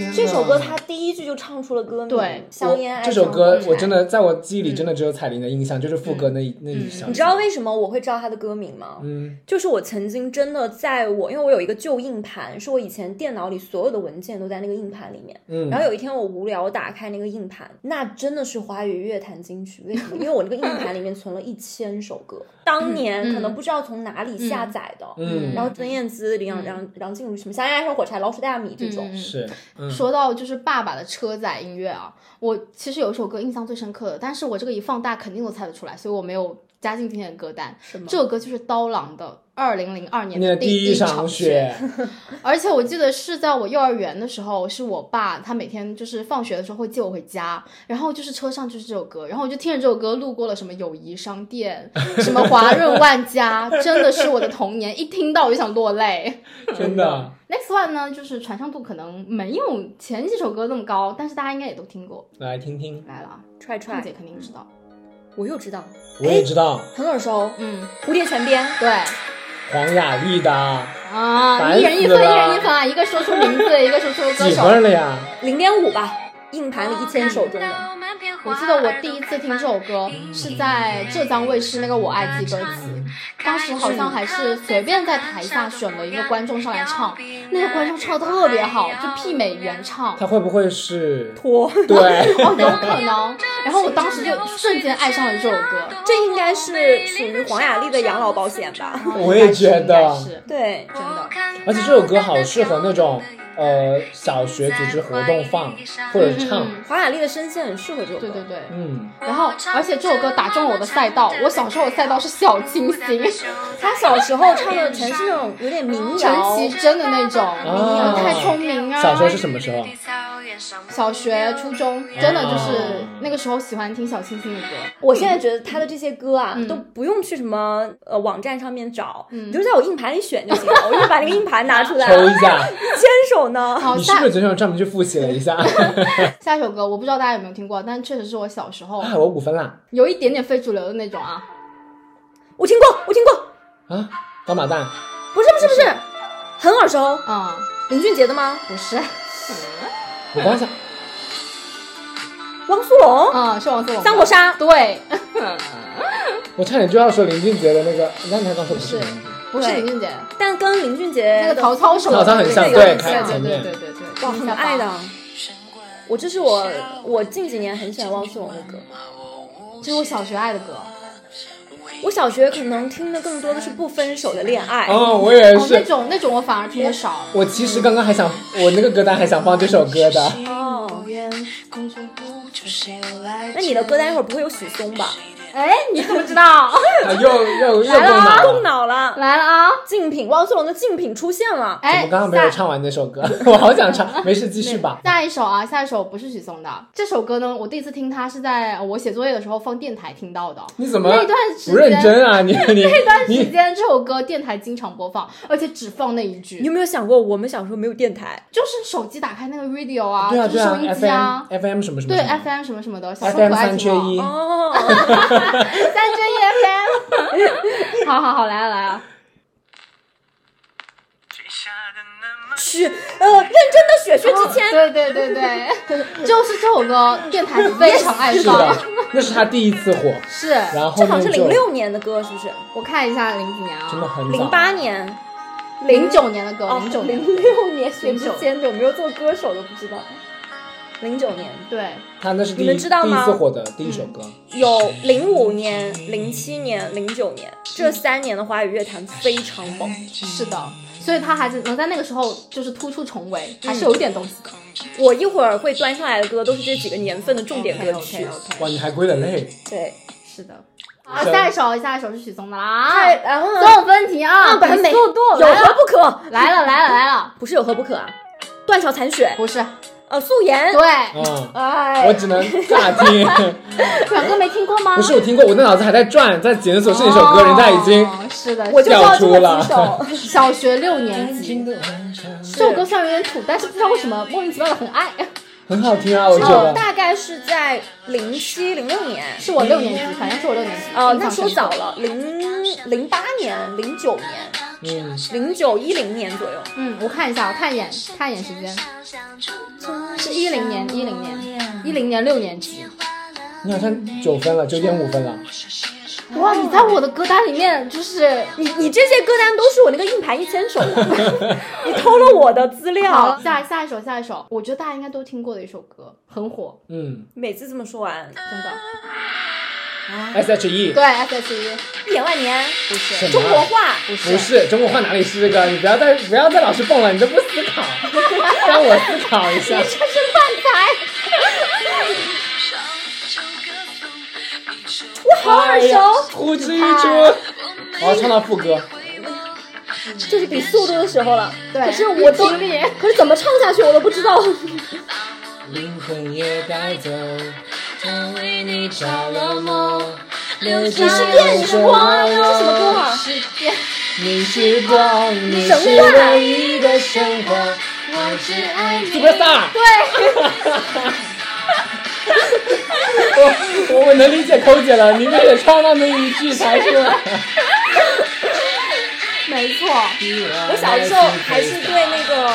Speaker 3: 天哪
Speaker 4: 这首歌他第一句就唱出了歌名，
Speaker 5: 嗯对
Speaker 4: 香烟爱上
Speaker 3: 这首歌
Speaker 4: 火柴
Speaker 3: 我真。的在我记忆里真的只有彩铃的印象，就是副歌那一那一小。
Speaker 4: 嗯你知道？为什么我会知道他的歌名吗？
Speaker 3: 嗯，
Speaker 4: 就是我曾经真的在我，因为我有一个旧硬盘，是我以前电脑里所有的文件都在那个硬盘里面。
Speaker 3: 嗯
Speaker 4: 然后有一天我无聊打开那个硬盘，那真的是华语乐坛金曲。为什么？因为我那个硬盘里面存了一千首歌，当年可能不知道从哪里下载的。
Speaker 3: 嗯
Speaker 4: 然后孙燕姿、梁梁梁静茹什么《香烟爱上火柴》《老鼠大米》这种，
Speaker 3: 是，嗯，
Speaker 5: 说到就是爸爸的车载音乐啊，我其实有一首歌印象最深刻的，但是我这个一放大肯定都猜得出来，所以我没有加进今天的歌单。这首歌就是刀郎的二零零二年
Speaker 3: 你的
Speaker 5: 的
Speaker 3: 第一
Speaker 5: 一
Speaker 3: 场
Speaker 5: 场
Speaker 3: 雪，
Speaker 5: 而且我记得是在我幼儿园的时候，是我爸他每天就是放学的时候会接我回家，然后就是车上就是这首歌，然后我就听着这首歌路过了什么友谊商店， 什么华润万家，真的是我的童年，一听到我就想落泪。
Speaker 3: 真的。
Speaker 5: Next one 呢，就是传唱度可能没有前几首歌那么高，但是大家应该也都听过。
Speaker 3: 来听听，
Speaker 5: 来了啊，
Speaker 4: 踹
Speaker 5: 凤
Speaker 4: 踹
Speaker 3: 嗯
Speaker 5: 姐，肯定知道。
Speaker 4: 我又知道，
Speaker 3: 我也知道
Speaker 4: 很耳熟，
Speaker 5: 嗯，
Speaker 4: 《蝴蝶泉边》。
Speaker 5: 对
Speaker 3: 黄雅莉的
Speaker 5: 啊，
Speaker 3: 烦
Speaker 5: 一人一
Speaker 3: 死
Speaker 5: 分，一
Speaker 3: 了
Speaker 5: 人一分啊，一个说出名字，一个说出歌
Speaker 3: 几
Speaker 5: 手。
Speaker 3: 分了呀？嗯
Speaker 4: 零点五吧，硬盘里一千首中的。
Speaker 1: 到满片
Speaker 5: 我记得我第一次听这首歌是在浙江卫视那个《我爱鸡歌词》，当时好像还是随便在台下选了一个观众上来唱，那个观众唱得特别好，就媲美原唱。哦
Speaker 3: 他会不会是
Speaker 4: 拖，
Speaker 3: 对，
Speaker 5: 哦，有可能。然后我当时就瞬间爱上了这首歌，
Speaker 4: 这应该是属于黄雅莉的养老保险吧？
Speaker 3: 我也觉
Speaker 5: 应该
Speaker 3: 得。
Speaker 5: 是。
Speaker 4: 对，真的。
Speaker 3: 而且这首歌好适合那种呃小学组织活动放或者唱，
Speaker 5: 嗯
Speaker 4: 黄雅莉的声线很适合这首歌。
Speaker 5: 对对对。
Speaker 3: 嗯，
Speaker 5: 然
Speaker 4: 哦
Speaker 5: 后，而且这首歌打中了我的赛道。我小时候的赛道是小清新，
Speaker 4: 她小时候唱的全是那种有点民
Speaker 5: 陈
Speaker 4: 谣，
Speaker 5: 绮贞的那种，
Speaker 3: 啊
Speaker 5: 太聪明啊！
Speaker 3: 小时候是什么时候？
Speaker 5: 小学、初中，真的就是
Speaker 3: 啊
Speaker 5: 那个时候喜欢听小清新的歌。
Speaker 4: 我现在觉得他的这些歌啊，
Speaker 5: 嗯
Speaker 4: 都不用去什么呃网站上面找，
Speaker 5: 嗯
Speaker 4: 你就在我硬盘里选就行了。我就把那个硬盘拿出来，
Speaker 3: 抽一
Speaker 4: 牵
Speaker 3: 下，
Speaker 4: 手呢。
Speaker 5: 好，
Speaker 3: 你是
Speaker 5: 下
Speaker 3: 不是昨天有专门去复习了一 下？
Speaker 5: 下一首歌，我不知道大家有没有听过，但确实是我小时候
Speaker 3: 啊，我五分啦！
Speaker 5: 有一点点非主流的那种啊。
Speaker 4: 我听过，我听过，
Speaker 3: 啊，高马蛋，
Speaker 4: 不是不是不是，很耳熟，
Speaker 5: 嗯，
Speaker 4: 林俊杰的吗？
Speaker 5: 不是，
Speaker 3: 我刚想，
Speaker 4: 汪苏泷，
Speaker 5: 嗯，是王思龙的。
Speaker 4: 三国杀，
Speaker 5: 对，
Speaker 3: 我差点就要说林俊杰的那个，你看他刚说不是
Speaker 5: 不
Speaker 3: 林
Speaker 5: 是
Speaker 3: 俊杰，
Speaker 4: 对
Speaker 5: 不是林俊杰，
Speaker 4: 但跟林俊杰
Speaker 5: 那个曹操手
Speaker 3: 曹操很像，
Speaker 5: 对
Speaker 3: 对，
Speaker 5: 对
Speaker 3: 看
Speaker 5: 对
Speaker 3: 前
Speaker 5: 对
Speaker 3: 面
Speaker 5: 对，对对，
Speaker 4: 哇，
Speaker 5: 印
Speaker 4: 很
Speaker 5: 象
Speaker 4: 爱的
Speaker 5: 吧。。
Speaker 4: 我这是我我近几年很喜欢汪苏泷的歌，
Speaker 5: 这是我小学爱的歌。
Speaker 4: 我小学可能听的更多的是不分手的恋爱。
Speaker 3: 哦，我也
Speaker 5: 哦，那
Speaker 3: 是。
Speaker 5: 种那种我反而听得少。
Speaker 3: 我其实刚刚还想，我那个歌单还想放这首歌 的，
Speaker 4: 哦，
Speaker 8: 那
Speaker 4: 那你的歌单一会儿不会有许嵩吧？
Speaker 5: 哎，你怎么知道？
Speaker 3: 啊，又又又动
Speaker 4: 啊，
Speaker 3: 脑了。
Speaker 4: 动脑了。
Speaker 5: 来了啊！
Speaker 4: 竞品，汪苏泷的竞品出现了。
Speaker 3: 我
Speaker 5: 哎，
Speaker 3: 们刚刚没有
Speaker 5: 下
Speaker 3: 唱完那首歌， 我好想唱，没事继续吧。
Speaker 5: 下一首啊，下一首不是许嵩的。这首歌呢，我第一次听它是在呃我写作业的时候放电台听到的。
Speaker 3: 你怎么
Speaker 5: 那段时间
Speaker 3: 不认真啊？你你
Speaker 5: 时
Speaker 3: 你
Speaker 5: 间这首歌电台经常播放，而且只放那一句
Speaker 4: 你，有没有想过，我们小时候没有电台？
Speaker 5: 就是手机打开那个 radio 啊，
Speaker 3: 对啊
Speaker 5: 就
Speaker 3: 对
Speaker 5: 是收
Speaker 3: 啊
Speaker 5: 音机啊，
Speaker 3: ，FM FM 什么什么什么
Speaker 5: 对 FM 什么什么的，小时候
Speaker 3: FM
Speaker 5: 可爱
Speaker 3: 三
Speaker 5: 听
Speaker 3: 缺
Speaker 5: 了
Speaker 3: 一，
Speaker 4: 哦，
Speaker 5: 三缺一 FM。好 好好，来啊来啊！
Speaker 4: 雪，呃，认真的雪雪之前，
Speaker 5: 对对对对，就是这首歌，电台非常爱
Speaker 3: 是
Speaker 5: 放
Speaker 3: 的。，那 是他第一次火，
Speaker 5: 是，
Speaker 3: 然后
Speaker 4: 这好
Speaker 3: 面
Speaker 4: 像是
Speaker 3: 就
Speaker 4: 零六年的歌，是不是？
Speaker 5: 我看一下零几年
Speaker 3: 真的
Speaker 5: 啊，
Speaker 3: 很早
Speaker 4: 零八年，
Speaker 5: 零九年的歌，
Speaker 4: 哦
Speaker 5: 零九，年
Speaker 4: 零六年雪之
Speaker 5: 09
Speaker 4: 前有没有做歌手都不知道。零九年
Speaker 5: 对，
Speaker 3: 他那是第一
Speaker 4: 你们知道
Speaker 3: 第一
Speaker 4: 吗
Speaker 3: 次火的第一首歌，
Speaker 4: 有零五年、零七年、零九年这三年的华语乐坛非常猛，
Speaker 5: 是的，所以他还是能在那个时候就是突出重围，还是有一点东西的。
Speaker 4: 我一会儿会端上来的歌都是这几个年份的重点歌曲。
Speaker 3: 哇，你还归了类，
Speaker 4: 对，
Speaker 5: 是的。好，
Speaker 3: 是
Speaker 5: 下一首，下一首是许嵩的啦
Speaker 4: 太
Speaker 5: 啊！
Speaker 4: 哎然后呢
Speaker 5: 总分题啊，
Speaker 4: 嗯本
Speaker 5: 比
Speaker 4: 美
Speaker 5: 速度
Speaker 4: 有
Speaker 5: 来
Speaker 4: 何
Speaker 5: 了，
Speaker 4: 不可？
Speaker 5: 来了，来了，来了，
Speaker 4: 不是有何不可啊？断桥残雪，
Speaker 5: 不是，
Speaker 4: 呃，素颜，
Speaker 5: 对，
Speaker 3: 嗯，
Speaker 5: 呃
Speaker 4: 哎
Speaker 3: 我只能乍听，
Speaker 5: 这首歌没听过吗？
Speaker 3: 不是我听过，我的脑子还在转，在检索是一首歌，人家已经
Speaker 5: 哦是的，
Speaker 4: 我就知道
Speaker 3: 调
Speaker 4: 这
Speaker 3: 出
Speaker 4: 么
Speaker 3: 了
Speaker 4: 几首。
Speaker 5: 小学六年级，这首歌虽然有点土，但是不知道为什么莫名其妙的很爱，
Speaker 3: 很好听啊，我觉
Speaker 4: 哦，
Speaker 3: 得。
Speaker 4: 大概是在零七零六年，
Speaker 5: 是我六年级，反正是我六年级。
Speaker 4: 呃，
Speaker 5: 印
Speaker 4: 那
Speaker 5: 象
Speaker 4: 说
Speaker 5: 深刻
Speaker 4: 早，了，零零八年、零九年、
Speaker 3: 嗯，
Speaker 4: 零九一零年左右。
Speaker 5: 嗯，我看一下，我看一眼，看一眼时间，是一零年，一零年，一零年六年级。
Speaker 3: 你好像九分了，九点五分了，
Speaker 5: 哇，你在我的歌单里面就是
Speaker 4: 你你这些歌单都是我那个硬盘一牵手的，你偷了我的资
Speaker 5: 好，
Speaker 4: 料。
Speaker 5: 下下一首，下一首，我觉得大家应该都听过的一首歌，很火，
Speaker 3: 嗯
Speaker 4: 每次这么说完，真的，
Speaker 3: ，S H E，
Speaker 5: 对，S.H.E，
Speaker 4: 一眼万年，
Speaker 3: 什么啊
Speaker 4: 中国话，
Speaker 5: 不
Speaker 3: 不是中国话哪里是这个？你不要再不要再老是蹦了，你都不思考，让我思考一下。
Speaker 4: 我好耳熟。
Speaker 3: 哎
Speaker 4: 啊
Speaker 3: 呼之欲出，我要唱到副歌。
Speaker 4: 就是比速度的时候了，
Speaker 5: 对
Speaker 4: 可是我都，可是怎么唱下去我都不知道。
Speaker 3: 灵魂也带走，我为你着了魔。
Speaker 4: 你是电是光，这哎是什么歌啊？
Speaker 3: 你是光，你
Speaker 4: 神
Speaker 3: 是
Speaker 4: 话
Speaker 3: 唯一的神话，我只爱你。Superstar。对。 我我能理解抠姐了，你们也唱到那一句才出来。
Speaker 5: 没错，
Speaker 4: 哎我小时候还是对那个《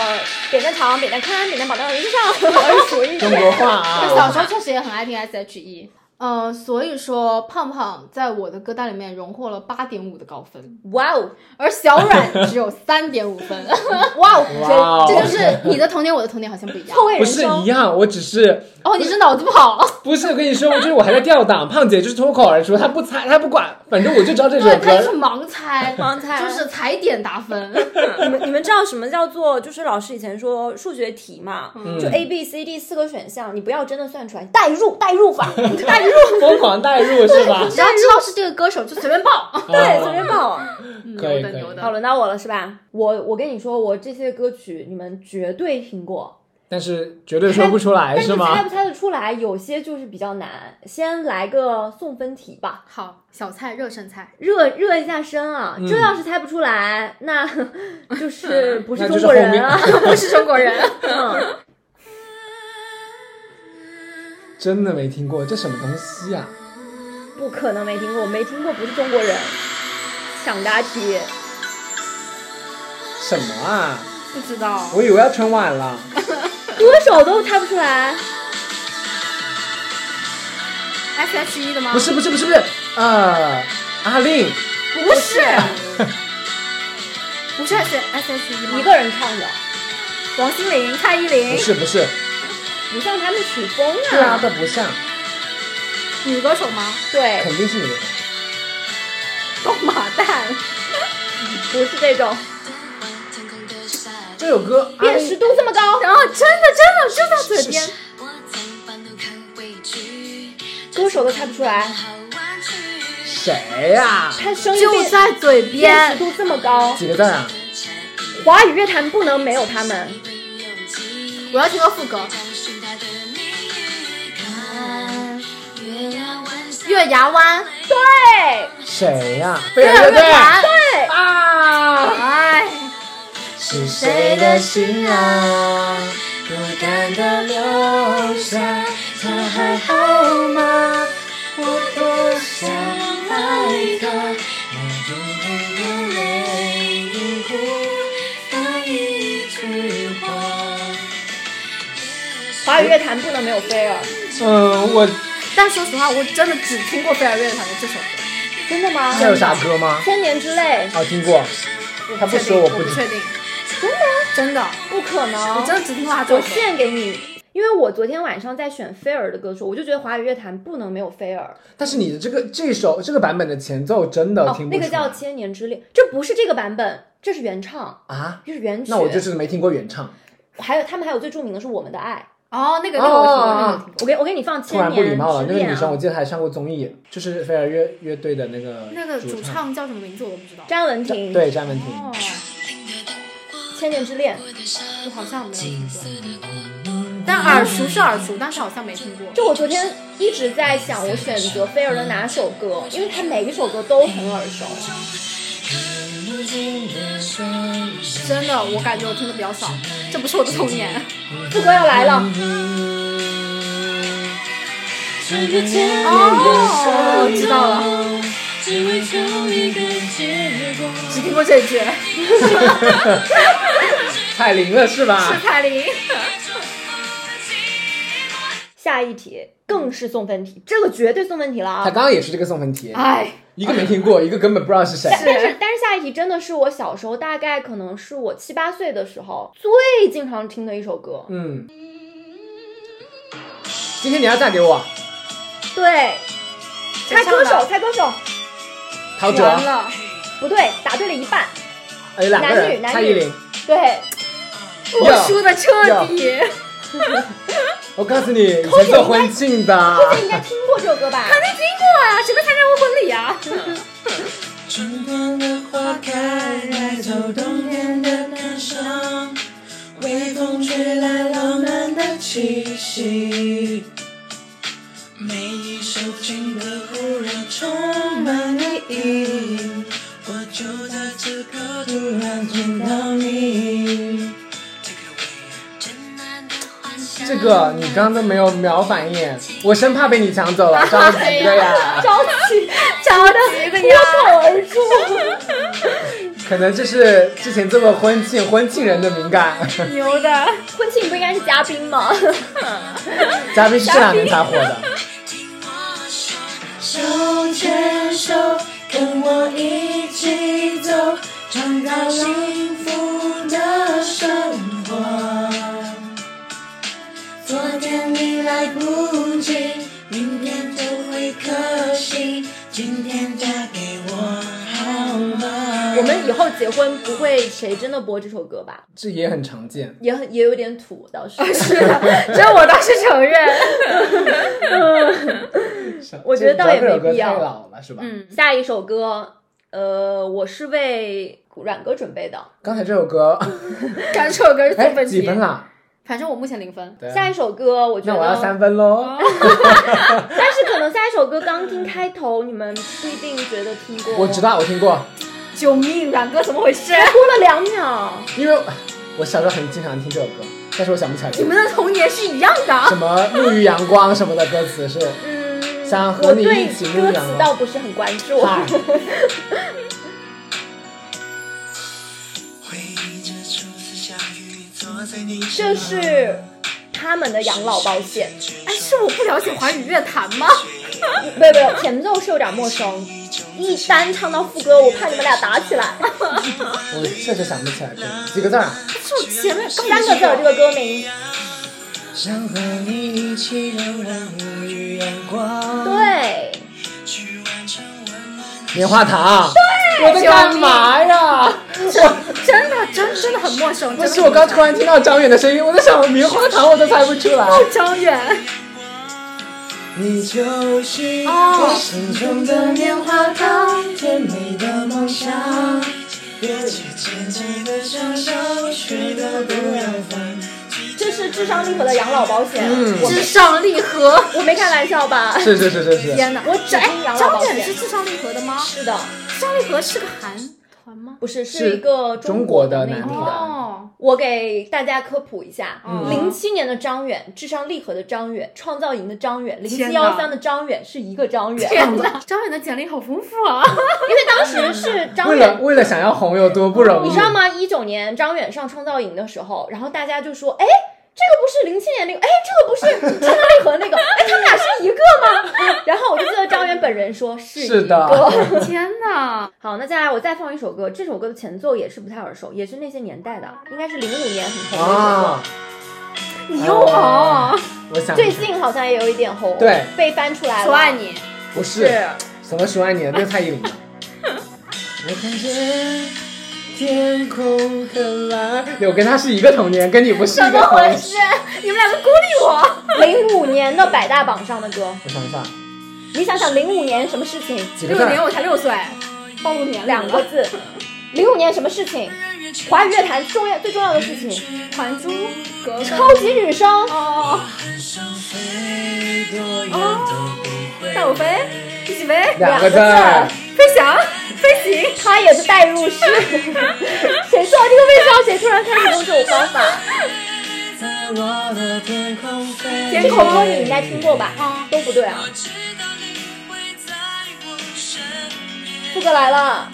Speaker 4: 点赞糖，扁担看，扁担绑到人身 上，耳熟一
Speaker 3: 中
Speaker 4: 点。
Speaker 3: 国话啊，
Speaker 5: 小时候确实也很爱听 S.H.E。呃，所以说胖胖在我的歌单里面荣获了八点五的高分，
Speaker 4: 哇哦，
Speaker 5: 而小阮只有三点五 分。
Speaker 3: 哇
Speaker 5: 哇
Speaker 3: 哦
Speaker 5: 哦，这就是你的童年，我的童年好像不 一样。
Speaker 4: 臭味
Speaker 3: 不
Speaker 4: 人
Speaker 3: 是一
Speaker 4: 生。
Speaker 3: 样，我只是
Speaker 5: 哦，你是脑子不好。
Speaker 3: 不是我跟你说，我就是我还在吊档，胖姐就是脱口而出，她不猜，她不管，反正我就知道这首
Speaker 5: 对，他就是
Speaker 3: 歌。
Speaker 5: 盲猜，
Speaker 4: 盲猜
Speaker 5: 就是踩点打 分。
Speaker 4: 你们你们知道什么叫做就是老师以前说数学题嘛？
Speaker 3: 嗯
Speaker 4: 就哎 A B C D 四个选项，你不要真的算出来，代入代入 法，代入
Speaker 3: 疯狂代入是吧？
Speaker 5: 只要知道是这个歌手，就随便报。
Speaker 3: 哦
Speaker 4: 对，随便报。啊
Speaker 3: 嗯可以
Speaker 5: 嗯牛的
Speaker 3: 可以
Speaker 5: 牛的
Speaker 4: 好，轮到我了是吧？我我跟你说，我这些歌曲你们绝对听过，
Speaker 3: 但是绝对说不出来
Speaker 4: 但
Speaker 3: 是
Speaker 4: 是猜
Speaker 3: 吗
Speaker 4: 不？猜得出来，有些就是比较难。先来个送分题吧。
Speaker 5: 好，小菜热身菜，
Speaker 4: 热热一下身啊！
Speaker 3: 嗯
Speaker 4: 这要是猜不出来，那 就是不
Speaker 3: 那
Speaker 4: 是
Speaker 3: 就是
Speaker 4: 中国人啊！
Speaker 5: 不是中国人。
Speaker 4: 嗯
Speaker 3: 真的没听过，这什么东西呀、
Speaker 4: 不可能没听过，没听过不是中国人。抢答题，
Speaker 3: 什么啊？
Speaker 5: 不知道，
Speaker 3: 我以为要春晚了。
Speaker 4: 歌手都猜不出来，
Speaker 5: S H E 的吗
Speaker 3: 不是不是不是不是，呃，阿令，
Speaker 5: 不是，不是 S S H E 吗？
Speaker 4: 一个人唱的，王心凌、蔡依
Speaker 3: 不
Speaker 4: 林，
Speaker 3: 是不是，
Speaker 4: 不像他们曲风
Speaker 3: 对啊，
Speaker 4: 啊。
Speaker 3: 这不像，
Speaker 5: 女歌手吗？
Speaker 4: 对，
Speaker 3: 肯定是你的。
Speaker 4: 动马蛋，不是这种，
Speaker 3: 这首歌阿
Speaker 4: 辨识
Speaker 3: 令
Speaker 4: 度这么高，
Speaker 5: 然后真的真的就在嘴边
Speaker 3: 是，
Speaker 4: 歌手都猜不出来，
Speaker 3: 谁呀、
Speaker 4: 看声音
Speaker 5: 就在嘴
Speaker 4: 辨识
Speaker 5: 边。
Speaker 4: 度这么高，
Speaker 3: 几个字啊？
Speaker 4: 华语乐坛不能没有他们。
Speaker 5: 我要听个副歌，月牙湾。
Speaker 4: 对，
Speaker 3: 谁呀、贝尔乐队。
Speaker 4: 对，
Speaker 3: 啊！
Speaker 5: 哎，
Speaker 6: 是谁的心啊，不甘的留下，他还好吗？我多想爱他，那不不眼泪一哭，那一句话。
Speaker 4: 华语乐坛不能没有啊菲儿，
Speaker 3: 嗯，我
Speaker 5: 但说实话，我真的只听过菲尔乐团的这首歌，
Speaker 4: 真的吗？
Speaker 3: 还有啥歌吗？
Speaker 4: 千年之泪，
Speaker 3: 啊，听过。他不说
Speaker 5: 我
Speaker 3: 我
Speaker 5: 不
Speaker 3: 不
Speaker 5: 确定，
Speaker 4: 真的啊
Speaker 5: 真的，
Speaker 4: 不可能，
Speaker 5: 我真的只听过他这
Speaker 4: 我
Speaker 5: 首歌。
Speaker 4: 献给你。因为我昨天晚上在选菲儿的歌手，我就觉得华语乐坛不能没有菲儿。
Speaker 3: 但是你的这个这首这个版本的前奏真的
Speaker 4: 哦
Speaker 3: 听，不出
Speaker 4: 那
Speaker 3: 来、
Speaker 4: 个叫《千年之恋》，这不是这个版本，这是原唱，
Speaker 3: 啊？
Speaker 4: 这是原曲。
Speaker 3: 那我就是没听过原唱。
Speaker 4: 还有他们还有最著名的是《我们的爱
Speaker 5: 哦，那个那个我听过，那个我听》。
Speaker 4: 我
Speaker 5: 过。
Speaker 4: 给我给你放《
Speaker 3: 突
Speaker 4: 千
Speaker 3: 然不
Speaker 4: 年
Speaker 3: 礼貌了，
Speaker 4: 之
Speaker 3: 那个
Speaker 4: 恋
Speaker 3: 女》生我
Speaker 4: 啊，
Speaker 3: 记得还上过综艺，就是飞儿乐乐队的那个
Speaker 5: 那个主
Speaker 3: 主
Speaker 5: 唱叫什么名字我都不知道。
Speaker 4: 詹雯婷，，
Speaker 3: 对詹雯婷。
Speaker 5: 哦，
Speaker 4: 《千年之恋》
Speaker 5: 我好像没有听过，但耳熟是耳熟，但是好像没听过。
Speaker 4: 就我昨天一直在想，我选择菲儿的哪首歌，因为她每一首歌都很耳熟。
Speaker 5: 真的，我感觉我听的比较少，这不是我的童年。
Speaker 4: 副歌要来了，
Speaker 5: 哦，我知道了，只听过这一句，是
Speaker 3: 彩铃了是吧？
Speaker 5: 凯琳。
Speaker 4: 下一题更是送分题，这个绝对送分题了
Speaker 3: 他
Speaker 4: 啊！
Speaker 3: 刚刚也是这个送分题，
Speaker 5: 哎，
Speaker 3: 一个没听过，一个根本不知道是谁。
Speaker 4: 但啊哦是但是下一题真的是我小时候，大概可能是我七八岁的时候最经常听的一首歌。
Speaker 3: 嗯，今天你要嫁给我，
Speaker 4: 对，猜歌手，猜歌手，
Speaker 3: 陶喆，
Speaker 5: 完了，
Speaker 4: 不对，答对了一半。
Speaker 3: 哎，两个
Speaker 4: 男女
Speaker 3: 人，
Speaker 4: 男女
Speaker 3: 蔡依林。
Speaker 4: 对，
Speaker 5: 我输的彻底。
Speaker 3: 我告诉你，以前做婚庆的，
Speaker 4: 这应该听过这首歌吧？
Speaker 5: 没听过啊，谁会参加过婚礼啊？
Speaker 6: 春天的花开，带走冬天的感伤，微风吹来浪漫的气息。每一首情歌忽然充满意义，我就在此刻突然见到你。
Speaker 3: 这个你刚刚都没有秒反应，我生怕被你抢走 了，着急
Speaker 4: 哎
Speaker 3: 的呀。
Speaker 4: 着急，着的脱口而出。
Speaker 3: 可能这是之前这么婚庆婚庆人的敏 感，
Speaker 4: 牛的，婚庆不应该是嘉宾吗？
Speaker 3: 嘉宾是这两年才火的。
Speaker 1: 听我说，
Speaker 6: 手牵手，跟我一起走，创造幸福的生活。昨天你来不及，明天就会可惜，今天嫁给我好 吗？
Speaker 4: 我们以后结婚不会谁真的播这首歌吧？
Speaker 3: 这也很常见。
Speaker 4: 也很也有点土，倒是。
Speaker 5: 是啊的，哎这我倒是承认。
Speaker 4: 我觉得倒也
Speaker 3: 这首
Speaker 4: 没
Speaker 3: 歌
Speaker 4: 必要
Speaker 3: 太老了，是吧？
Speaker 4: 嗯， 下一首歌，呃，我是为阮哥准备的。
Speaker 3: 刚才这首 歌，
Speaker 5: 感受跟是
Speaker 3: 哎，
Speaker 5: 分
Speaker 3: 几
Speaker 5: 题
Speaker 3: 分，啦？
Speaker 5: 反正我目前零分。
Speaker 3: 对啊
Speaker 4: 下一首歌，哦我觉
Speaker 3: 那我要
Speaker 4: 得，
Speaker 3: 三分喽。
Speaker 4: 但是可能下一首歌刚听开头，你们不一定觉得听过。
Speaker 3: 我知，道，我听过，
Speaker 5: 救命，阮哥怎么回事？
Speaker 4: 播了两秒。
Speaker 3: 因为我小时候很经常听这首歌，但是我想不起来。
Speaker 5: 你们的童年是一样的。
Speaker 3: 什么沐浴阳光什么的歌词是？
Speaker 4: 嗯，
Speaker 3: 想和
Speaker 4: 我
Speaker 3: 你
Speaker 4: 对
Speaker 3: 一起
Speaker 4: 歌
Speaker 3: 牧羊
Speaker 4: 词
Speaker 3: 了
Speaker 4: 倒不是很关注。
Speaker 3: 嗨
Speaker 6: 回忆着初次相遇，坐在你
Speaker 4: 这是他们的养老保险，
Speaker 5: 哎，是我不了解华语乐坛吗？
Speaker 4: 不不不，前奏是有点陌生。一单唱到副歌，我怕你们俩打起 来。
Speaker 3: 我确实想不起来这几个字儿啊。
Speaker 5: 是我前面根
Speaker 4: 三个字儿，这个歌名，
Speaker 6: 想和你一起浏览沐浴阳光，
Speaker 4: 对，
Speaker 6: 去完成温暖的
Speaker 3: 棉花糖。对，我在干嘛呀？
Speaker 5: 真的真真的很陌生。
Speaker 3: 不
Speaker 5: 真
Speaker 3: 是，
Speaker 5: 的
Speaker 3: 我刚突然听到张远的声音，我在想棉花糖，我都猜不出来。
Speaker 5: 张远，
Speaker 6: 你就是我心中的棉花糖，甜美的梦想。别去牵起的双手，睡得不安分。
Speaker 4: 这是智商力和的养老保险。
Speaker 3: 嗯
Speaker 4: 我
Speaker 5: 智商励合。
Speaker 4: 我没开玩笑吧？
Speaker 3: 是是是是是，
Speaker 5: 天哪，
Speaker 4: 我只听养老
Speaker 5: 张
Speaker 4: 保
Speaker 5: 远
Speaker 4: 险
Speaker 5: 是。智商励合的吗？
Speaker 4: 是的，
Speaker 5: 智商励合是个韩团吗？
Speaker 4: 不是
Speaker 3: 是
Speaker 4: 是一个
Speaker 3: 中国
Speaker 4: 国
Speaker 3: 的
Speaker 4: 内
Speaker 3: 男
Speaker 4: 地
Speaker 3: 团
Speaker 4: 的。
Speaker 5: 哦，
Speaker 4: 我给大家科普一下，
Speaker 5: 嗯
Speaker 4: 零七年的张远，智商力合的张远，创造营的张远，零
Speaker 5: 天
Speaker 4: 七
Speaker 5: 哪
Speaker 4: 幺三的张远是一个张远，
Speaker 5: 天哪，张远的简历好丰富啊！
Speaker 4: 因为当时是张
Speaker 3: 为了
Speaker 4: 远。
Speaker 5: 嗯
Speaker 3: 为了想要红有多不容易
Speaker 4: 你知。道吗？一九年张远上创造营的时候，然后大家就说：“哎，这个不是零七年那个，哎，这个不是智商力合那个，哎，他们俩是一个吗？” 然后我就记得张远本人说：“是
Speaker 3: 是
Speaker 4: 一
Speaker 3: 的
Speaker 4: 个。”
Speaker 5: 天哪，
Speaker 4: 好，那接下来我再放一首歌，这首歌的前奏也是不太耳熟，也是那些年代的，应该是零五年很红的一首歌。
Speaker 3: 啊，
Speaker 5: 你又哦，
Speaker 3: 我想
Speaker 4: 最近好像也有一点红，
Speaker 3: 对
Speaker 4: 被翻出来了。
Speaker 5: 我爱你，
Speaker 3: 不是什么十万年，那是蔡依林 的。我看见天空很蓝，我跟他是一个童年，跟你不是一个童年。
Speaker 5: 你们两个孤立我。
Speaker 4: 零五年的百大榜上的歌，
Speaker 3: 我想一下，
Speaker 4: 你想想零五年什么事 情？
Speaker 3: 几个
Speaker 5: 六
Speaker 3: 字儿？
Speaker 5: 年我才六岁，暴露哦年龄
Speaker 4: 两个
Speaker 5: 了。
Speaker 4: 字。零五年什么事情？华语乐坛重要最重要的事情，
Speaker 5: 还珠格格。
Speaker 4: 超级女声。
Speaker 5: 哦，
Speaker 6: 飞多远都不会
Speaker 5: 带我哦飞，一起飞，
Speaker 3: 哦两
Speaker 4: 个
Speaker 3: 个字儿。
Speaker 5: 飞翔，飞行。
Speaker 4: 她也是代 入式，谁知道这个为什么谁突然开始用这种方法？
Speaker 6: 在我的天空飞。
Speaker 4: 这首歌你应该听过吧？都不对啊。副歌来了，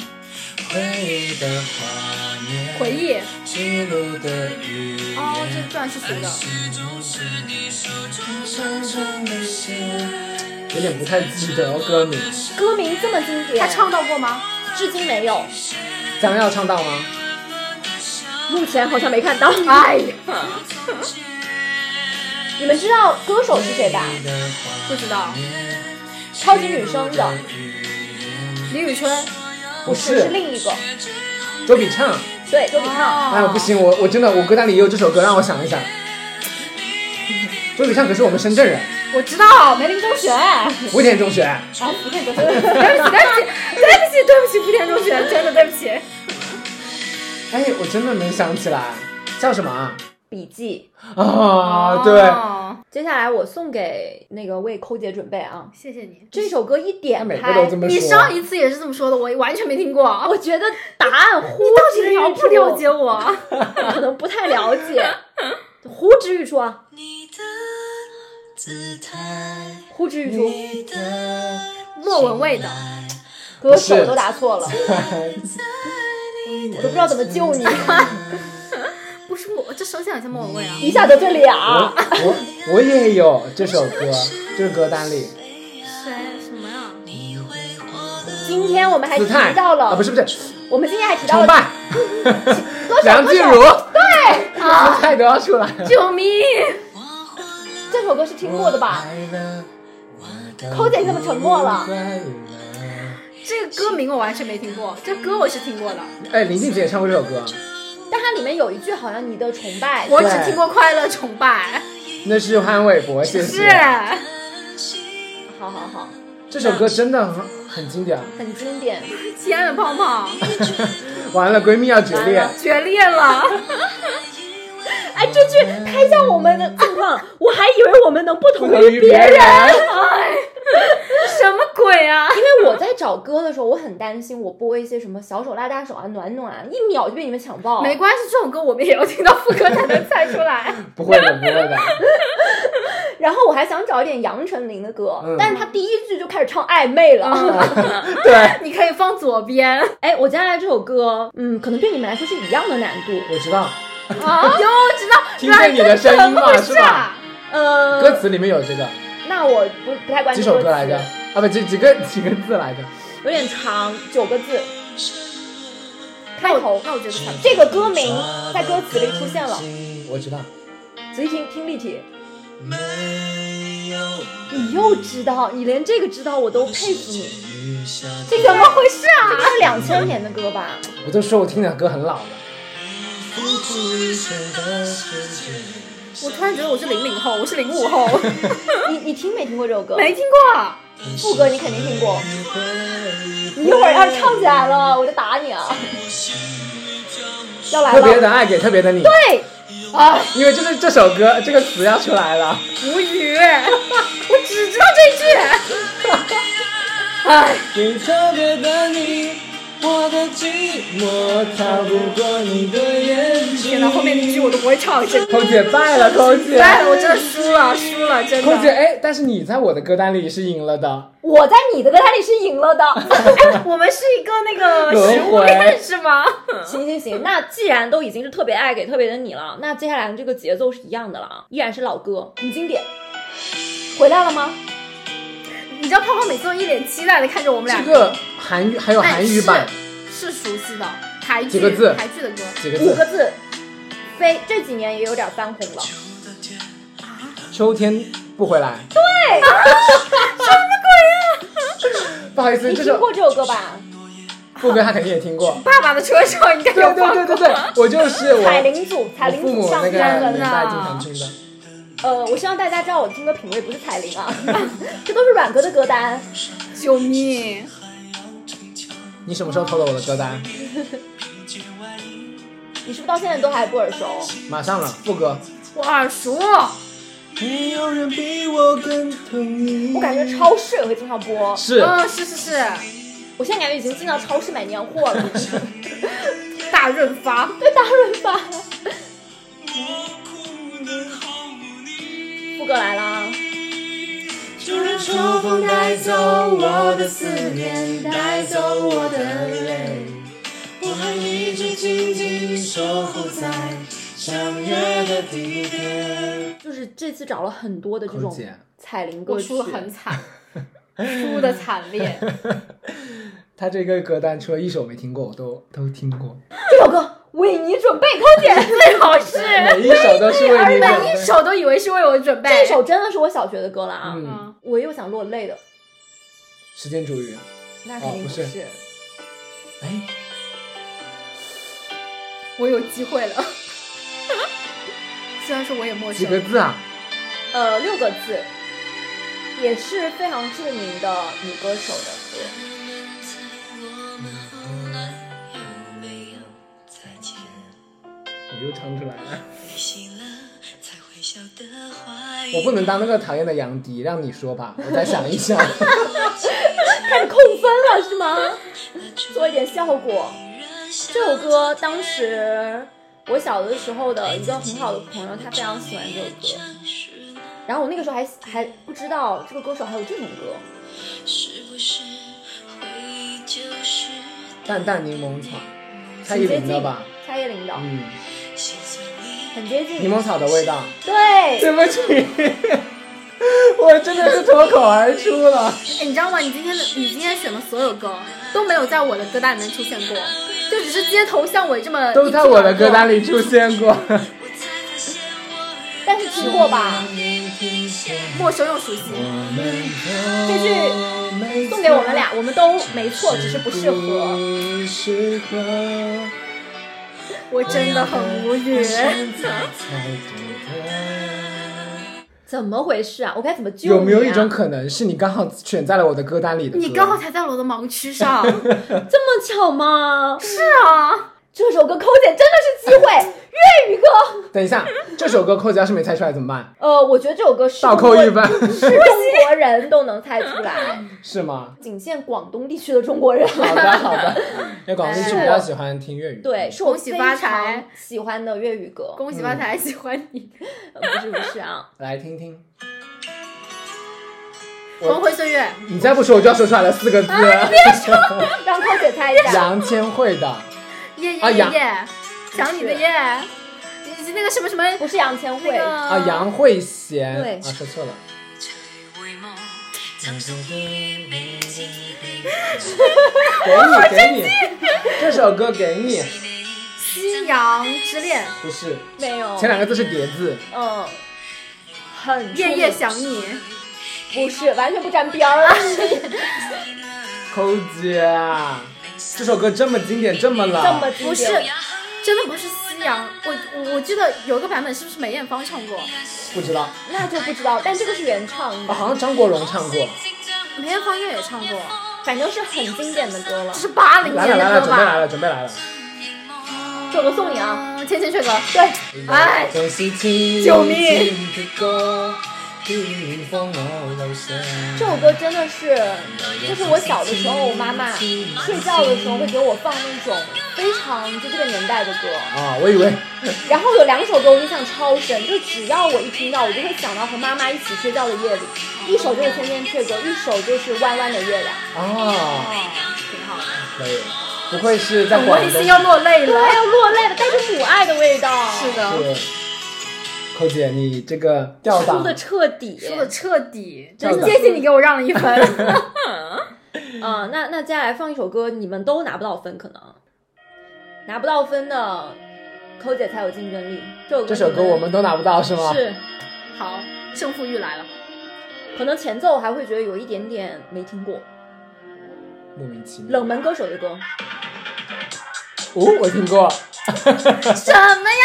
Speaker 6: 回忆的画面，
Speaker 5: 回忆。
Speaker 6: 记录的语言，
Speaker 5: 哦，这段是谁的？
Speaker 6: 始终是你手中深深的线。
Speaker 3: 有点不太记得哦歌名，
Speaker 4: 歌名这么经典，
Speaker 5: 他唱到过吗？
Speaker 4: 至今没有，
Speaker 3: 将要唱到吗？
Speaker 4: 目前好像没看到。
Speaker 5: 哎呀，
Speaker 4: 你们知道歌手是谁吧？
Speaker 5: 不知道。
Speaker 4: 超级女声的，
Speaker 5: 李宇春。
Speaker 3: 不
Speaker 4: 是
Speaker 3: 是，
Speaker 4: 另一个，
Speaker 3: 周笔畅。
Speaker 4: 对，周笔
Speaker 5: 啊
Speaker 4: 畅。
Speaker 3: 哎，我不行，我我真的，我歌单里也有这首歌，让我想一想。周笔畅可是我们深圳人，
Speaker 5: 我知道，梅林中 学。
Speaker 3: 福田中学。哎
Speaker 5: 啊，福建中学，对不起，对不起，对不起，对不起，福建中学，真的对不起。
Speaker 3: 哎，我真的没想起来叫什么啊？
Speaker 4: 笔记。
Speaker 3: 啊，
Speaker 4: 哦
Speaker 3: 对，
Speaker 5: 哦
Speaker 4: 接下来我送给那个为抠姐准备啊，
Speaker 5: 谢谢你。
Speaker 4: 这首歌一点
Speaker 3: 每
Speaker 4: 开
Speaker 3: 个，都这么
Speaker 5: 你
Speaker 3: 说。
Speaker 5: 上一次也是这么说的，我完全没听过。
Speaker 4: 我觉得答案呼
Speaker 5: 到底
Speaker 4: 之欲
Speaker 5: 了
Speaker 4: 出
Speaker 5: 不了解， 我？
Speaker 4: 可能不太了解，呼之欲出啊，
Speaker 6: 你的姿态，
Speaker 4: 呼之欲出，
Speaker 6: 你的
Speaker 5: 莫文蔚的，
Speaker 4: 歌手都答错了。
Speaker 6: 在你
Speaker 4: 我都不知道怎么救你，
Speaker 5: 不是我，这首先好像莫文蔚啊，
Speaker 4: 一下得罪俩。
Speaker 3: 我我我也有这首歌，这是歌单里。
Speaker 5: 谁什么呀？
Speaker 4: 今天我们还
Speaker 3: 子
Speaker 4: 提
Speaker 3: 泰
Speaker 4: 到了，
Speaker 3: 啊，不是不是，
Speaker 4: 我们今天还提到
Speaker 3: 崇
Speaker 4: 了
Speaker 3: 拜
Speaker 4: 多少
Speaker 3: 梁
Speaker 4: 多
Speaker 3: 静
Speaker 4: 少
Speaker 3: 茹，对，
Speaker 4: 啊
Speaker 3: 子泰都要出来了。
Speaker 5: 救命！
Speaker 4: 这首歌是听过的吧？
Speaker 6: 抠
Speaker 4: 抠姐你怎么沉默了？
Speaker 5: 这个歌名我完全没听过，这歌我是听过的，
Speaker 3: 哎，林俊杰也唱过这首歌，
Speaker 4: 但它里面有一句好像你的崇拜，
Speaker 5: 我只听过《快乐崇拜
Speaker 3: 那是潘玮柏，谢》。
Speaker 5: 是，
Speaker 3: 谢。
Speaker 4: 好好好，
Speaker 3: 这首
Speaker 6: 嗯
Speaker 3: 歌真的很很经典。
Speaker 4: 很经典。
Speaker 5: 亲爱的泡泡，
Speaker 3: 完了，闺蜜要决裂，
Speaker 5: 决裂了。
Speaker 4: 哎，这句拍向我们
Speaker 5: 嗯
Speaker 4: 的近况，我还以为我们能不
Speaker 3: 不
Speaker 4: 同
Speaker 3: 同
Speaker 4: 于
Speaker 3: 于
Speaker 4: 别
Speaker 3: 别
Speaker 4: 人，哎
Speaker 5: 什么鬼啊！
Speaker 4: 因为我在找歌的时候，我很担心我播一些什么小手拉大手啊、暖暖啊，一秒就被你们抢爆。
Speaker 5: 没关系，这种歌我们也要听到副歌才能猜出来。
Speaker 3: 不会的，不会的。
Speaker 4: 然后我还想找一点杨丞琳的歌，
Speaker 3: 嗯
Speaker 4: 但是他第一句就开始唱暧昧了。
Speaker 3: 对，
Speaker 5: 嗯你可以放左边
Speaker 4: 哎，我接下来这首歌，嗯，可能对你们来说是一样的难度。
Speaker 3: 我知道，
Speaker 5: 啊，又知道
Speaker 3: 听见你的声音嘛，是吧？？
Speaker 4: 呃，
Speaker 3: 歌词里面有这个，
Speaker 4: 那我不不太关
Speaker 3: 几
Speaker 4: 注
Speaker 3: 首
Speaker 4: 歌
Speaker 3: 歌来着？
Speaker 4: 词
Speaker 6: 嗯
Speaker 3: 啊，不，几几个几个字来着？
Speaker 4: 有点长，九个字，开头。
Speaker 5: 那我觉得差不多。
Speaker 4: 这个歌名在歌词里出现了，
Speaker 3: 我知道，
Speaker 4: 仔细听听立体。
Speaker 6: 没有
Speaker 4: 你又知道，你连这个知道我都佩服你，
Speaker 6: 雨下
Speaker 4: 这怎么回事啊？这是两千年的歌吧？
Speaker 3: 我就说我听的歌很老的。
Speaker 6: 不顾一切的世界，
Speaker 5: 我突然觉得我是零零后，我是零五后，
Speaker 4: 你你听没听过这首歌？
Speaker 5: 没听过。
Speaker 4: 副歌你肯定听过。
Speaker 6: 你会
Speaker 4: 你一会儿要是唱起来了，我就打你啊！
Speaker 6: 哎
Speaker 4: 要来
Speaker 3: 特别
Speaker 4: 了，
Speaker 3: 的爱给特别的你，
Speaker 4: 对，啊，
Speaker 3: 因为这是这首歌这个词要出来了。
Speaker 5: 无语， 我只知道这句。 哎，
Speaker 6: 给特别的你，我的寂寞逃不过你的眼睛。
Speaker 5: 天哪，后面那句我都不会唱，真的。
Speaker 3: 空姐败了，空姐，
Speaker 5: 哎，我真的输了，输了，真
Speaker 3: 空姐，
Speaker 5: 的。
Speaker 3: 哎，但是你在我的歌单里是赢了的，
Speaker 4: 我在你的歌单里是赢了的。
Speaker 5: 我们是一个那个食
Speaker 3: 轮
Speaker 5: 物链
Speaker 3: 回。
Speaker 5: 是吗？
Speaker 4: 行行行，那既然都已经是特别爱给特别的你了，那接下来的这个节奏是一样的了啊，依然是老歌，很经典。回来了吗？
Speaker 5: 你知道泡泡每次都一脸期待的看着我们俩
Speaker 3: 这，个韩语还有韩语版
Speaker 5: 哎是熟悉的台
Speaker 3: 几
Speaker 5: 剧，
Speaker 3: 个字
Speaker 5: 台剧的歌。
Speaker 3: 几个
Speaker 4: 五
Speaker 3: 字？
Speaker 4: 个字，飞这几年也有点翻红了。
Speaker 3: 秋天不回来。对，什么鬼啊？不好意思，
Speaker 4: 你
Speaker 3: 这
Speaker 4: 听
Speaker 3: 首
Speaker 4: 过这首歌吧？
Speaker 3: 副歌他肯定也听过。
Speaker 5: 爸爸的车上应该
Speaker 3: 对
Speaker 5: 有
Speaker 3: 对
Speaker 5: 放
Speaker 3: 对对对，我就是我，
Speaker 4: 彩铃组，彩
Speaker 3: 我
Speaker 4: 铃
Speaker 3: 父
Speaker 4: 组
Speaker 3: 母
Speaker 4: 上
Speaker 3: 那个
Speaker 4: 山
Speaker 3: 年
Speaker 4: 的。
Speaker 3: 代经常听的。
Speaker 4: 呃，我希望大家知道我听歌品味不是彩铃啊，这都是软哥的歌单。
Speaker 5: 救命！
Speaker 3: 你什么时候偷的我的歌单？
Speaker 4: 你是不是到现在都还不耳熟？
Speaker 3: 马上了，副歌。
Speaker 5: 我耳熟，
Speaker 6: 没有人比我更疼你。
Speaker 4: 我感觉超市也会经常播，
Speaker 3: 是，
Speaker 5: 嗯，是是是，
Speaker 4: 我现在感觉已经进到超市买年货了。
Speaker 5: 大润发，
Speaker 4: 对，大润发。副歌来啊啦！
Speaker 6: 就让秋风带走我的思念，带走我的泪。我还一直紧紧守候在相约的地点。
Speaker 4: 就是这次找了很多的这
Speaker 3: 空
Speaker 4: 种
Speaker 3: 姐
Speaker 4: 彩铃歌
Speaker 5: 我
Speaker 4: 曲
Speaker 5: 输，的 很惨，输的惨烈。
Speaker 3: 他这个歌单除了一首没听过，我都都听过，
Speaker 4: 这首歌为你准备，抠姐最好 是。
Speaker 3: 每一首都是为你准
Speaker 5: 每一
Speaker 3: 备。
Speaker 5: 首都以为是为我准备。
Speaker 4: 这首真的是我小学的歌了啊！
Speaker 3: 嗯，
Speaker 4: 我又想落泪的，
Speaker 3: 时间煮雨，
Speaker 4: 那肯
Speaker 3: 哦
Speaker 4: 定
Speaker 3: 不
Speaker 4: 是。
Speaker 3: 是哎，
Speaker 5: 我有机会了， 虽然说我也陌
Speaker 3: 几
Speaker 5: 生。
Speaker 3: 个字啊？
Speaker 4: 呃，六个字，也是非常知名的女歌手的歌。
Speaker 3: 我又唱出来了。我
Speaker 1: 我
Speaker 3: 不能当那个讨厌的杨迪，让你说吧，我再想一想。
Speaker 4: 开始扣分了是吗？ 做一点效果。这首歌当时我小的时候的一个很好的朋友，他非常喜欢这首歌。然后我那个时候还还不知道这个歌手还有这种歌，
Speaker 1: 是不是回忆就是
Speaker 3: 淡淡柠檬草，蔡依林
Speaker 4: 挺接
Speaker 3: 的
Speaker 4: 近
Speaker 3: 吧？
Speaker 4: 蔡依林的，
Speaker 3: 嗯，
Speaker 4: 很接近。
Speaker 3: 柠檬草的味道。
Speaker 4: 对，
Speaker 3: 对不起， 我真的是脱口而出了。
Speaker 5: 哎，你知道吗？你今天的你今天选的所有歌都没有在我的歌单里面出现过，就只是街头巷尾这么
Speaker 3: 都在我的歌单
Speaker 5: 里。
Speaker 3: 里出现过。
Speaker 4: 但是听过吧？
Speaker 3: 嗯
Speaker 5: 莫生又熟悉，
Speaker 4: 这句送给我们俩，我们都没错，只是不适合。
Speaker 3: 不适合。
Speaker 5: 我真的很无语。
Speaker 4: 怎么回事啊？我该怎么救你、啊？
Speaker 3: 有没有一种可能是你刚好选在了我的歌单里的歌？
Speaker 5: 你刚好踩在我的盲 区上，
Speaker 4: 这么巧吗？
Speaker 5: 是啊，
Speaker 4: 这首歌抠姐真的是机会，粤语歌。
Speaker 3: 等一下，这首歌扣子要是没猜出来怎么办？
Speaker 4: 呃，我觉得这首歌是
Speaker 3: 倒
Speaker 4: 中
Speaker 3: 扣
Speaker 4: 国
Speaker 3: 一分，
Speaker 4: 是中国人都能猜出 来，
Speaker 3: 是吗？
Speaker 4: 仅限广东地区的中国人。
Speaker 3: 好的好的，因为广东地区比较喜欢听粤语。
Speaker 4: 对，是我
Speaker 5: 恭喜发财
Speaker 4: 非常喜欢的粤语歌。
Speaker 5: 恭喜发财，喜欢你。
Speaker 4: 呃不是不是啊，
Speaker 3: 来听听。
Speaker 5: 黄昏岁月，
Speaker 3: 你再不说，我就要说出来了四个字。
Speaker 4: 让寇姐猜一下。
Speaker 3: 杨千惠的，
Speaker 5: 夜
Speaker 3: 啊
Speaker 5: 夜夜
Speaker 3: 杨
Speaker 5: 夜，想你的夜，以及那个什么什么
Speaker 4: 不是杨千
Speaker 5: 那
Speaker 4: 惠
Speaker 5: 个，
Speaker 3: 啊，杨慧娴，
Speaker 4: 对
Speaker 3: 啊，说错了，给你给你，这首歌给你，
Speaker 5: 夕阳之恋，
Speaker 3: 不是
Speaker 4: 没有，
Speaker 3: 前两个字是叠字，
Speaker 4: 嗯，很
Speaker 5: 夜夜想啊你，
Speaker 4: 不是，完全不沾边儿了，
Speaker 3: 抠姐，啊这首歌这么经典，这么老，
Speaker 4: 这么经典
Speaker 5: 不是，真的不是夕阳。我我我记得有一个版本是不是梅艳芳唱过？
Speaker 3: 不知道，啊
Speaker 4: 那就不知道，但这个是原唱的，
Speaker 3: 好像张国荣唱过，
Speaker 5: 梅艳芳应该也唱过，
Speaker 4: 反正是很经典的歌了
Speaker 5: 这。是八零
Speaker 3: 来
Speaker 5: 年
Speaker 3: 了来了，
Speaker 5: 的歌
Speaker 3: 准备来
Speaker 5: 吧？
Speaker 3: 了，准备来了，
Speaker 4: 这个送你啊，
Speaker 5: 嗯，千千阙歌，
Speaker 4: 对，
Speaker 5: 哎，
Speaker 3: 救命！
Speaker 4: 这首歌真的是，就是我小的时候，我妈妈睡觉的时候会给我放那种非常就这个年代的歌，
Speaker 3: 啊，我以为
Speaker 4: 然后有两首歌我印象超深，就只要我一听到，我就会想到和妈妈一起睡觉的夜里，一首就是《千千阙歌》，一首就是《弯弯的月亮》。
Speaker 3: 啊，可以，不愧是在
Speaker 5: 我
Speaker 3: 广
Speaker 5: 已
Speaker 3: 东
Speaker 5: 经，要落泪
Speaker 4: 对，
Speaker 5: 了。
Speaker 4: 要哎落泪了，带着母爱的味道，
Speaker 5: 是的，
Speaker 3: 是，抠姐，你这个吊
Speaker 4: 输
Speaker 3: 档
Speaker 4: 的彻底，
Speaker 5: 说的彻底，
Speaker 3: 真
Speaker 5: 真
Speaker 3: 的
Speaker 5: 谢谢你给我让了 一分。
Speaker 4: 嗯，那那接下来放一首歌，你们都拿不到分，可能拿不到分的，抠姐才有竞争力。这首歌
Speaker 3: 这首歌
Speaker 4: 你
Speaker 3: 我们都拿不到是吗？
Speaker 4: 是
Speaker 5: 好，胜负欲来了。
Speaker 4: 可能前奏还会觉得有一点点没听过，
Speaker 3: 莫名其妙。
Speaker 4: 冷门歌手的歌，
Speaker 3: 哦，我听过，
Speaker 5: 什么呀？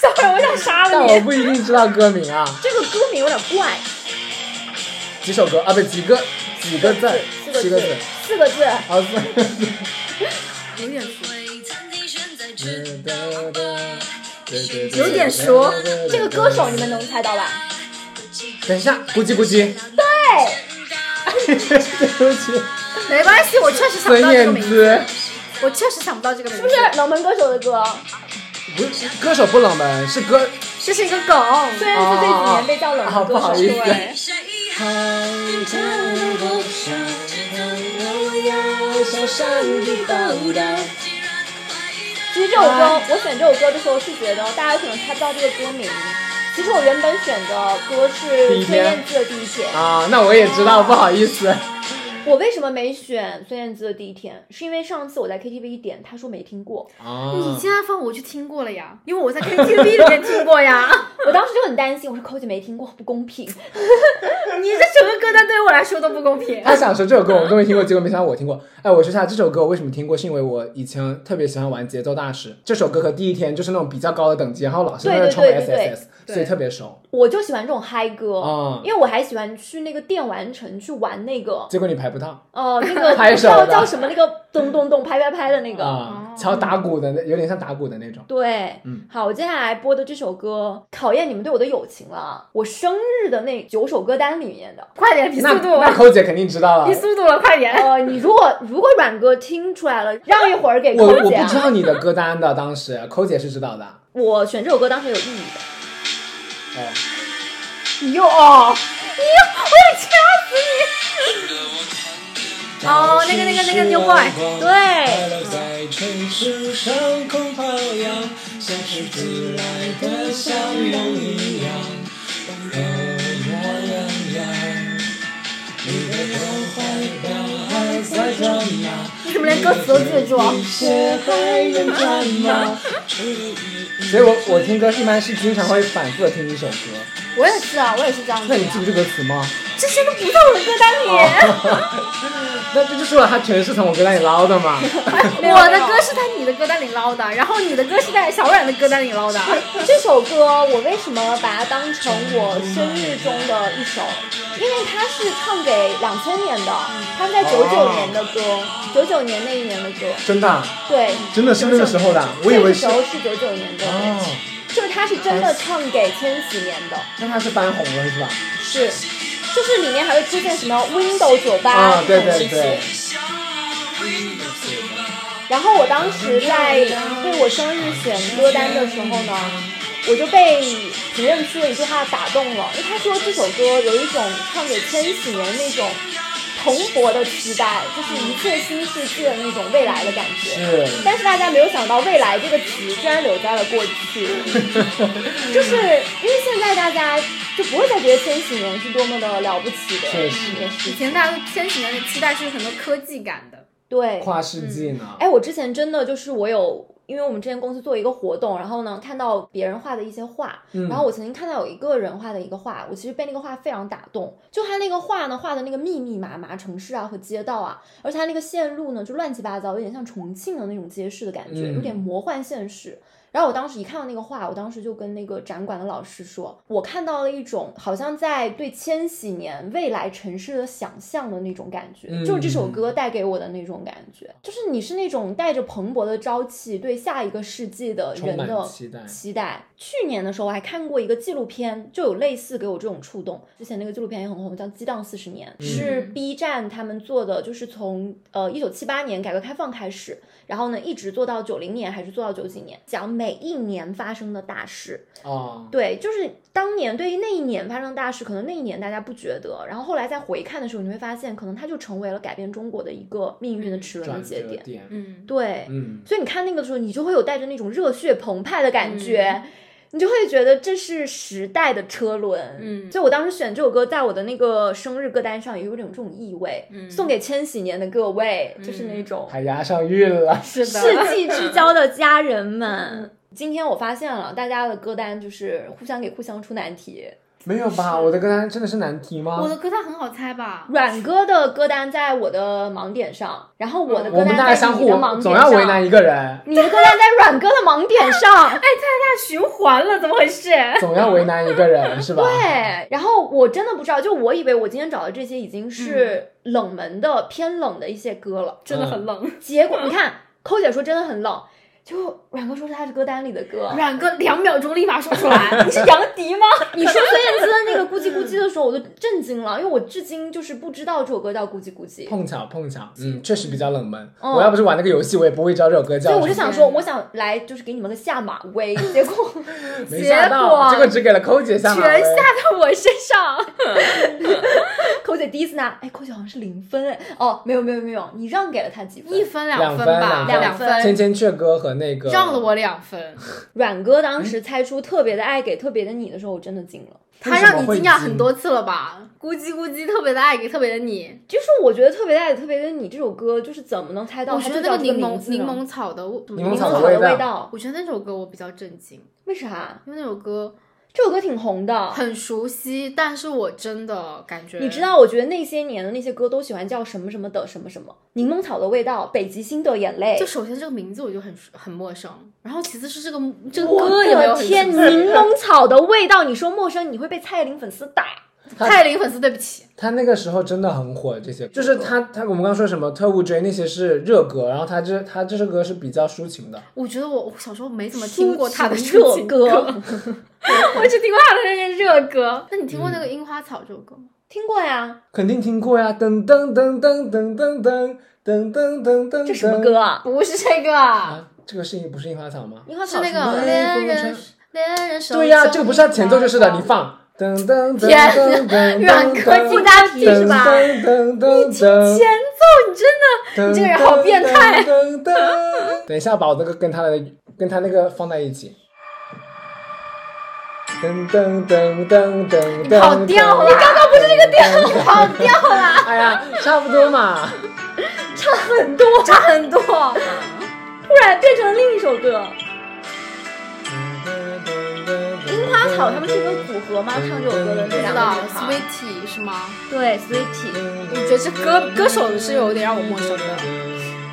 Speaker 4: 小会儿我想杀
Speaker 3: 但
Speaker 4: 了
Speaker 3: 我
Speaker 4: 你。
Speaker 3: 不一定知道歌名啊。
Speaker 4: 这个歌名有点怪，
Speaker 3: 几首歌啊？不，几个几个字？
Speaker 4: 四
Speaker 3: 七
Speaker 4: 个
Speaker 3: 个
Speaker 4: 字
Speaker 3: 字。，
Speaker 4: 四个字，
Speaker 3: 啊，四个字。
Speaker 5: 有点熟，
Speaker 3: 有
Speaker 5: 有点熟
Speaker 4: 这个歌手你们能猜到吧？
Speaker 3: 等一下，咕叽咕叽。对不起，
Speaker 5: 没关系，我确实想不
Speaker 3: 孙
Speaker 5: 到这个
Speaker 3: 燕
Speaker 5: 名字，
Speaker 3: 姿
Speaker 5: 我确实想不到这个名
Speaker 4: 是
Speaker 5: 字，
Speaker 4: 不是？冷门歌手的歌？
Speaker 3: 不是歌手不冷门，是歌。
Speaker 5: 这是一个
Speaker 3: 嗯
Speaker 5: 梗。
Speaker 4: 虽然是这几年被叫冷
Speaker 3: 啊，
Speaker 4: 门
Speaker 3: 不
Speaker 4: 歌手，
Speaker 3: 好意思，
Speaker 4: 对，其实这首歌，我选这首歌的时候是觉得大家有可能猜不到这个歌名。其实我原本选的歌
Speaker 3: 第
Speaker 4: 是
Speaker 3: 一
Speaker 4: 孙
Speaker 3: 篇
Speaker 4: 燕姿的《第一天》，
Speaker 3: 啊，那我也知道，不好意思。
Speaker 4: 我为什么没选孙燕姿的《第一天》？是因为上次我在 KTV 一点，他说没听过，
Speaker 3: 啊，
Speaker 5: 你现在放我去听过了呀，因为我在 KTV 里面听过呀。
Speaker 4: 我当时就很担心，我说扣姐没听过不公平。
Speaker 5: 你这整个歌单对于我来说都不公平。
Speaker 3: 他想说这首歌我们都没听过，结果没想到我听过。哎，我说一下这首歌我为什么听过，是因为我以前特别喜欢玩节奏大师，这首歌和第一天就是那种比较高的等级，然后老师在那
Speaker 4: 对
Speaker 3: 冲
Speaker 4: 对对对对
Speaker 3: SSS，所以特别熟
Speaker 4: 我就喜欢这种嗨歌，
Speaker 3: 啊。
Speaker 4: 因为我还喜欢去那个电玩城去玩那个
Speaker 3: 结果你排不到
Speaker 4: 呃那 个
Speaker 3: 拍手的
Speaker 4: 叫叫什么那个咚咚咚拍拍拍的那个。
Speaker 3: 啊，敲打鼓的那有点像打鼓的那种。
Speaker 4: 对，
Speaker 3: 嗯
Speaker 4: 好，我接下来播的这首歌考验你们对我的友情了。我生日的那九首歌单里面的，
Speaker 5: 快点，比
Speaker 3: 那
Speaker 5: 速度，
Speaker 4: 啊
Speaker 3: 那寇姐肯定知道了
Speaker 5: 比，速度了，快点。
Speaker 4: 呃，你如果如果阮哥听出来了，让一会儿给
Speaker 3: 我
Speaker 4: 空
Speaker 3: 我
Speaker 4: 姐
Speaker 3: 不
Speaker 4: 啊
Speaker 3: 知。道你的歌单的，当时寇姐是知道的。
Speaker 4: 我选这首歌当时有意义的，
Speaker 3: 哦，
Speaker 4: 你又哦，你又我想掐死你！
Speaker 9: 哦，
Speaker 10: 那个那个那个 New Boy，对
Speaker 9: 快乐在城市上空飘扬，像是自来的笑容一样，柔软洋洋。你的柔怀表还在转呀，
Speaker 5: 你怎么连歌词都记得住啊？
Speaker 9: 鞋还能穿吗？
Speaker 3: 所以我我听歌是一般是经常会反复的听一首歌。
Speaker 5: 我也是啊，我也是这样子
Speaker 3: 那
Speaker 5: 的
Speaker 3: 你记
Speaker 5: 呀。
Speaker 3: 不住歌词吗？
Speaker 4: 这些都不在我的歌单里。
Speaker 3: 那这就说了，它全是从我歌单里捞的嘛。
Speaker 5: 我的歌是在你的歌单里捞的，然后你的歌是在小冉的歌单里捞的。
Speaker 4: 这首歌我为什么把它当成我生日中的一首？因为它是唱给两千年的，
Speaker 3: 嗯
Speaker 4: 它是在九九年的歌，
Speaker 3: 哦
Speaker 4: 九九年那一年的歌。
Speaker 3: 真的啊，
Speaker 4: 对，
Speaker 3: 真的是那个时候的啊，我以
Speaker 4: 那
Speaker 3: 为
Speaker 4: 个
Speaker 3: 是
Speaker 4: 时。候是九九年的，
Speaker 3: 哦，
Speaker 4: 就是它是真的唱给千禧年的，
Speaker 3: 那它是翻红了是吧？
Speaker 4: 是，就是里面还会出现什么 Windows 酒吧
Speaker 3: 啊，
Speaker 4: 这
Speaker 3: 对
Speaker 4: 种
Speaker 3: 对
Speaker 4: 东西
Speaker 3: 对。
Speaker 4: 然后我当时在为我生日选歌单的时候呢，我就被评论区的一句话打动了，因为他说这首歌有一种唱给千禧年那种蓬勃的期待，就是一切新世纪的那种未来的感觉。
Speaker 3: 是。
Speaker 4: 但是大家没有想到，未来这个词居然留在了过去，就是因为现在大家就不会再觉得千禧年是多么的了不起的
Speaker 3: 确
Speaker 4: 一
Speaker 3: 实
Speaker 4: 件事
Speaker 5: 以
Speaker 4: 情。
Speaker 5: 前大家对千禧年的期待是很多科技感的，
Speaker 4: 对，
Speaker 3: 跨世纪呢？
Speaker 4: 哎，我之前真的就是我有，因为我们之前公司做一个活动，然后呢看到别人画的一些画，
Speaker 3: 嗯
Speaker 4: 然后我曾经看到有一个人画的一个画，我其实被那个画非常打动。就他那个画呢，画的那个密密麻麻城市啊和街道啊，而且他那个线路呢就乱七八糟，有点像重庆的那种街市的感觉，
Speaker 3: 嗯
Speaker 4: 有点魔幻现实。然后我当时一看到那个画，我当时就跟那个展馆的老师说，我看到了一种好像在对千禧年未来城市的想象的那种感觉，
Speaker 3: 嗯
Speaker 4: 就是这首歌带给我的那种感觉，就是你是那种带着蓬勃的朝气，对下一个世纪的人
Speaker 3: 充满
Speaker 4: 的
Speaker 3: 期待
Speaker 4: 期待。去年的时候我还看过一个纪录片，就有类似给我这种触动。之前那个纪录片也很红，叫《激荡四十年》，
Speaker 3: 嗯
Speaker 4: 是 B 站他们做的，就是从呃一九七八年改革开放开始，然后呢，一直做到九零年还是做到九几年，讲每一年发生的大事。
Speaker 3: 哦，
Speaker 4: 对，就是当年对于那一年发生的大事，可能那一年大家不觉得，然后后来再回看的时候，你会发现，可能它就成为了改变中国的一个命运的齿轮的
Speaker 3: 转
Speaker 4: 节
Speaker 3: 折
Speaker 4: 点。
Speaker 3: 点，
Speaker 5: 嗯，
Speaker 4: 对，
Speaker 3: 嗯，
Speaker 4: 所以你看那个的时候，你就会有带着那种热血澎湃的感觉，
Speaker 3: 嗯
Speaker 4: 你就会觉得这是时代的车轮。
Speaker 5: 嗯
Speaker 4: 所以我当时选这首歌，在我的那个生日歌单上也有点这种意味，
Speaker 3: 嗯
Speaker 4: 送给千禧年的各位，就是那种
Speaker 3: 还押上韵了，
Speaker 5: 是的，
Speaker 4: 世纪之交的家人
Speaker 3: 嗯
Speaker 4: 们。今天我发现了，大家的歌单就是互相给互相出难题。
Speaker 3: 没有吧？我的歌单真的是难题吗？
Speaker 5: 我的歌单很好猜吧？
Speaker 4: 阮哥的歌单在我的盲点上，然后我的
Speaker 3: 嗯我
Speaker 4: 歌
Speaker 3: 们大
Speaker 4: 单
Speaker 3: 家
Speaker 4: 在
Speaker 3: 相
Speaker 4: 你
Speaker 3: 互
Speaker 4: 的盲
Speaker 3: 总
Speaker 4: 点
Speaker 3: 要为难
Speaker 4: 上。
Speaker 3: 一个人，
Speaker 4: 你的歌单在阮哥的盲点上，
Speaker 5: 循环了，怎么回事？
Speaker 3: 总要为难一个人，是吧？
Speaker 4: 对，然后我真的不知道，就我以为我今天找的这些已经是冷门的、偏冷的一些歌了，
Speaker 5: 真的很冷。
Speaker 4: 结果你看，抠姐说真的很冷，结果阮哥说是他是歌单里的歌。
Speaker 5: 阮哥两秒钟立马说出 来，
Speaker 4: 你是杨迪吗？ 你说孙燕姿的那个咕叽咕叽的时候，我都震惊了，因为我至今就是不知道这首歌叫咕叽咕叽，
Speaker 3: 碰巧碰巧，嗯，确实比较冷门。
Speaker 5: 哦
Speaker 4: 嗯
Speaker 3: 我要不是玩那个游戏，我也不会知道这首歌叫
Speaker 4: 所
Speaker 3: 什
Speaker 4: 以
Speaker 3: 么。
Speaker 4: 我就想说，我想来就是给你们个下马威，结果
Speaker 3: 没下到，结果
Speaker 4: 结果
Speaker 3: 只给了抠姐下马威
Speaker 5: 全下到我身上。
Speaker 4: 扣姐第一次拿，哎，扣姐好像是零分哎，哦，没有没有没有，你让给了她几分？
Speaker 5: 一分
Speaker 3: 两
Speaker 5: 分
Speaker 3: 分
Speaker 5: 吧，
Speaker 3: 两
Speaker 5: 两
Speaker 4: 分
Speaker 3: 千千阙歌和那个
Speaker 5: 让了我两分。
Speaker 4: 阮哥当
Speaker 3: 嗯
Speaker 4: 时猜出《特别的爱给特别的你》的时候，我真的惊了。
Speaker 5: 他让你惊讶很多次了吧？咕叽咕叽，特别的爱给特别的你。
Speaker 4: 就是我觉得《特别的爱给特别的你》这首歌，就是怎么能猜到
Speaker 5: 我
Speaker 4: 它
Speaker 5: 觉
Speaker 4: 就
Speaker 5: 得
Speaker 4: 叫
Speaker 5: 那
Speaker 4: 这
Speaker 5: 个
Speaker 4: 个
Speaker 5: 柠
Speaker 4: 名
Speaker 5: 檬
Speaker 4: 字呢？
Speaker 5: 柠檬草的味
Speaker 3: 柠
Speaker 4: 柠
Speaker 3: 檬
Speaker 4: 檬
Speaker 3: 草的味
Speaker 4: 的
Speaker 3: 道
Speaker 4: 道，
Speaker 5: 我觉得那首歌我比较震惊，
Speaker 4: 为啥？
Speaker 5: 因为那首歌
Speaker 4: 这首歌挺红的。
Speaker 5: 很熟悉，但是我真的感觉
Speaker 4: 你知道，我觉得那些年的那些歌都喜欢叫什么什么的什么什么，柠檬草的味道，北极星的眼泪
Speaker 5: 就。首先这个名字我就很很陌生，然后其次是这个这个
Speaker 4: 我
Speaker 5: 歌也没有
Speaker 4: 的
Speaker 5: 很
Speaker 4: 天，
Speaker 5: 熟悉
Speaker 4: 柠檬草的味道，你说陌生，你会被蔡依林粉丝打。
Speaker 5: 蔡依林粉丝对不起，
Speaker 3: 他那个时候真的很火，这些就是他他我们刚刚说什么特务追那些是热歌，然后他这他这首歌是比较抒情的，
Speaker 5: 我觉得我我小时候没怎么听过他的抒
Speaker 4: 热
Speaker 5: 情
Speaker 4: 歌，
Speaker 5: 我只听过他的那些热歌。那你听过那个《樱花草》这首歌吗？
Speaker 4: 听过呀？
Speaker 3: 肯定听过呀，噔噔噔噔噔噔噔噔噔噔噔，
Speaker 4: 这什么歌啊？
Speaker 5: 不是这个啊，
Speaker 3: 啊？这个是不是樱花草吗？
Speaker 4: 樱花
Speaker 5: 是
Speaker 4: 草
Speaker 5: 那
Speaker 4: 什么
Speaker 5: 个
Speaker 3: 微
Speaker 5: 恋
Speaker 3: 风
Speaker 5: 人
Speaker 3: 吹
Speaker 5: 恋人手中
Speaker 3: 对呀，这个不是他前
Speaker 4: 啊
Speaker 3: 奏就是的，
Speaker 5: 花
Speaker 3: 你放。噔噔噔
Speaker 5: 天
Speaker 3: 噔 噔，
Speaker 5: 软科技大题是吧
Speaker 3: 噔噔噔噔噔，
Speaker 4: 前奏，你真的你这个人好变态。
Speaker 3: 噔噔噔等一下，把我这个跟他的跟他那个放在一起。噔噔噔噔噔噔，
Speaker 4: 跑调了
Speaker 3: 你刚刚不是这个调，
Speaker 4: 跑调了，
Speaker 3: 哎呀，差不多嘛。
Speaker 4: 差很多，差很多，啊突然变成了另一首歌。樱花草他们是一个组合吗？唱这首歌的那
Speaker 5: 知
Speaker 4: 两
Speaker 5: 道
Speaker 4: 个女孩，
Speaker 5: Sweetie 是吗？
Speaker 4: 对，Sweetie，
Speaker 5: 我觉得这歌歌手是有点让我陌生的。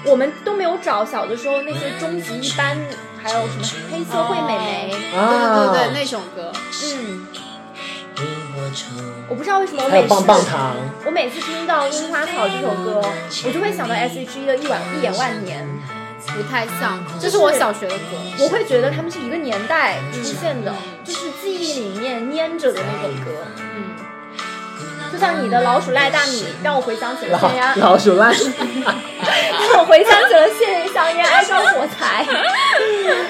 Speaker 4: 我们都没有找小的时候那些终极一班，还有什么黑社会美眉，
Speaker 3: 啊，
Speaker 5: 对对对，那种歌，
Speaker 4: 嗯，我不知道为什么我
Speaker 3: 还
Speaker 4: 每
Speaker 3: 有
Speaker 4: 次
Speaker 3: 棒棒糖，
Speaker 4: 我每次听到《樱花草》这首歌，我就会想到 S.H.E 的一晚一眼万年，
Speaker 5: 不太像，这是我小学的歌。
Speaker 4: 我会觉得他们是一个年代出现的，就是记忆里面粘着的那种歌。嗯，就像你的老鼠赖大米，让我回想起了
Speaker 3: 老
Speaker 4: 谢安，
Speaker 3: 老鼠烂。
Speaker 4: 让我回想起了谢香烟爱上火柴。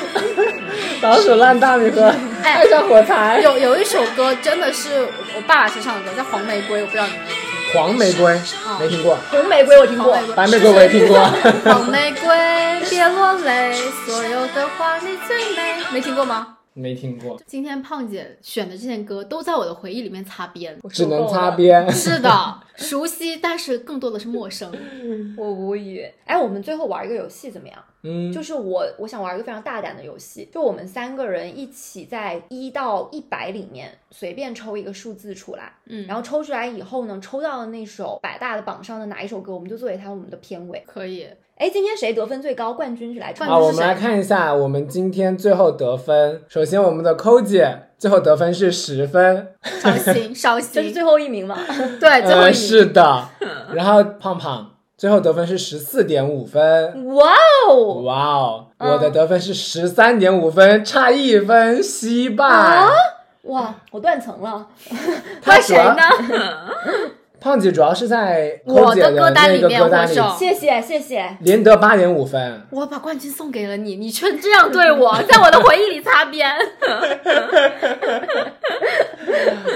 Speaker 3: 老鼠烂大米和 爱上火柴，
Speaker 5: 哎有有一首歌真的是我爸爸身上的歌，叫《黄玫瑰》，我不知道你 们
Speaker 3: 黄玫瑰没听过，
Speaker 4: 红玫瑰我听
Speaker 5: 黄
Speaker 4: 过，
Speaker 5: 玫瑰。
Speaker 3: 白玫瑰我也听过。
Speaker 5: 黄玫瑰，别落泪，所有的花你最美。没听过吗？
Speaker 3: 没听过，
Speaker 5: 今天胖姐选的这些歌都在我的回忆里面擦边。
Speaker 3: 只能擦边。
Speaker 5: 是 的，熟悉，但是更多的是陌生。嗯
Speaker 4: 我无语。哎，我们最后玩一个游戏怎么样？
Speaker 3: 嗯，
Speaker 4: 就是我我想玩一个非常大胆的游戏，就我们三个人一起在一到一百里面随便抽一个数字出来，
Speaker 5: 嗯
Speaker 4: 然后抽出来以后呢，抽到的那首百大的榜上的哪一首歌，我们就作为它我们的片尾。
Speaker 5: 可以，
Speaker 4: 哎，今天谁得分最高？冠军是来抽
Speaker 5: 冠
Speaker 3: 啊，
Speaker 5: 军
Speaker 3: 我
Speaker 5: 是
Speaker 3: 们
Speaker 5: 谁
Speaker 3: 来看一下我们今天最后得分。首先，我们的抠姐最后得分是十分，
Speaker 5: 烧 心，烧
Speaker 4: 这是
Speaker 5: 心。
Speaker 4: 最后一名嘛？
Speaker 5: 对，哎最后
Speaker 3: 呃，
Speaker 5: 一名。
Speaker 3: 是的。然后胖胖最后得分是十四点五分。
Speaker 4: 哇哦！
Speaker 3: 哇哦，
Speaker 5: 嗯
Speaker 3: 我的得分是十三点五分，差一分惜败。
Speaker 5: 啊
Speaker 4: 哇，我断层了。
Speaker 3: 他
Speaker 5: 怪
Speaker 3: 主
Speaker 5: 谁
Speaker 3: 要
Speaker 5: 呢？
Speaker 3: 胖姐主要是在抠
Speaker 5: 我
Speaker 3: 姐
Speaker 5: 的歌
Speaker 3: 那
Speaker 5: 单里
Speaker 3: 个
Speaker 5: 面
Speaker 3: 歌单
Speaker 5: 获
Speaker 3: 里
Speaker 5: 胜，
Speaker 4: 谢谢谢谢，
Speaker 3: 连得八点五分。
Speaker 5: 我把冠军送给了你，你却这样对 我，在我的回忆里 擦边。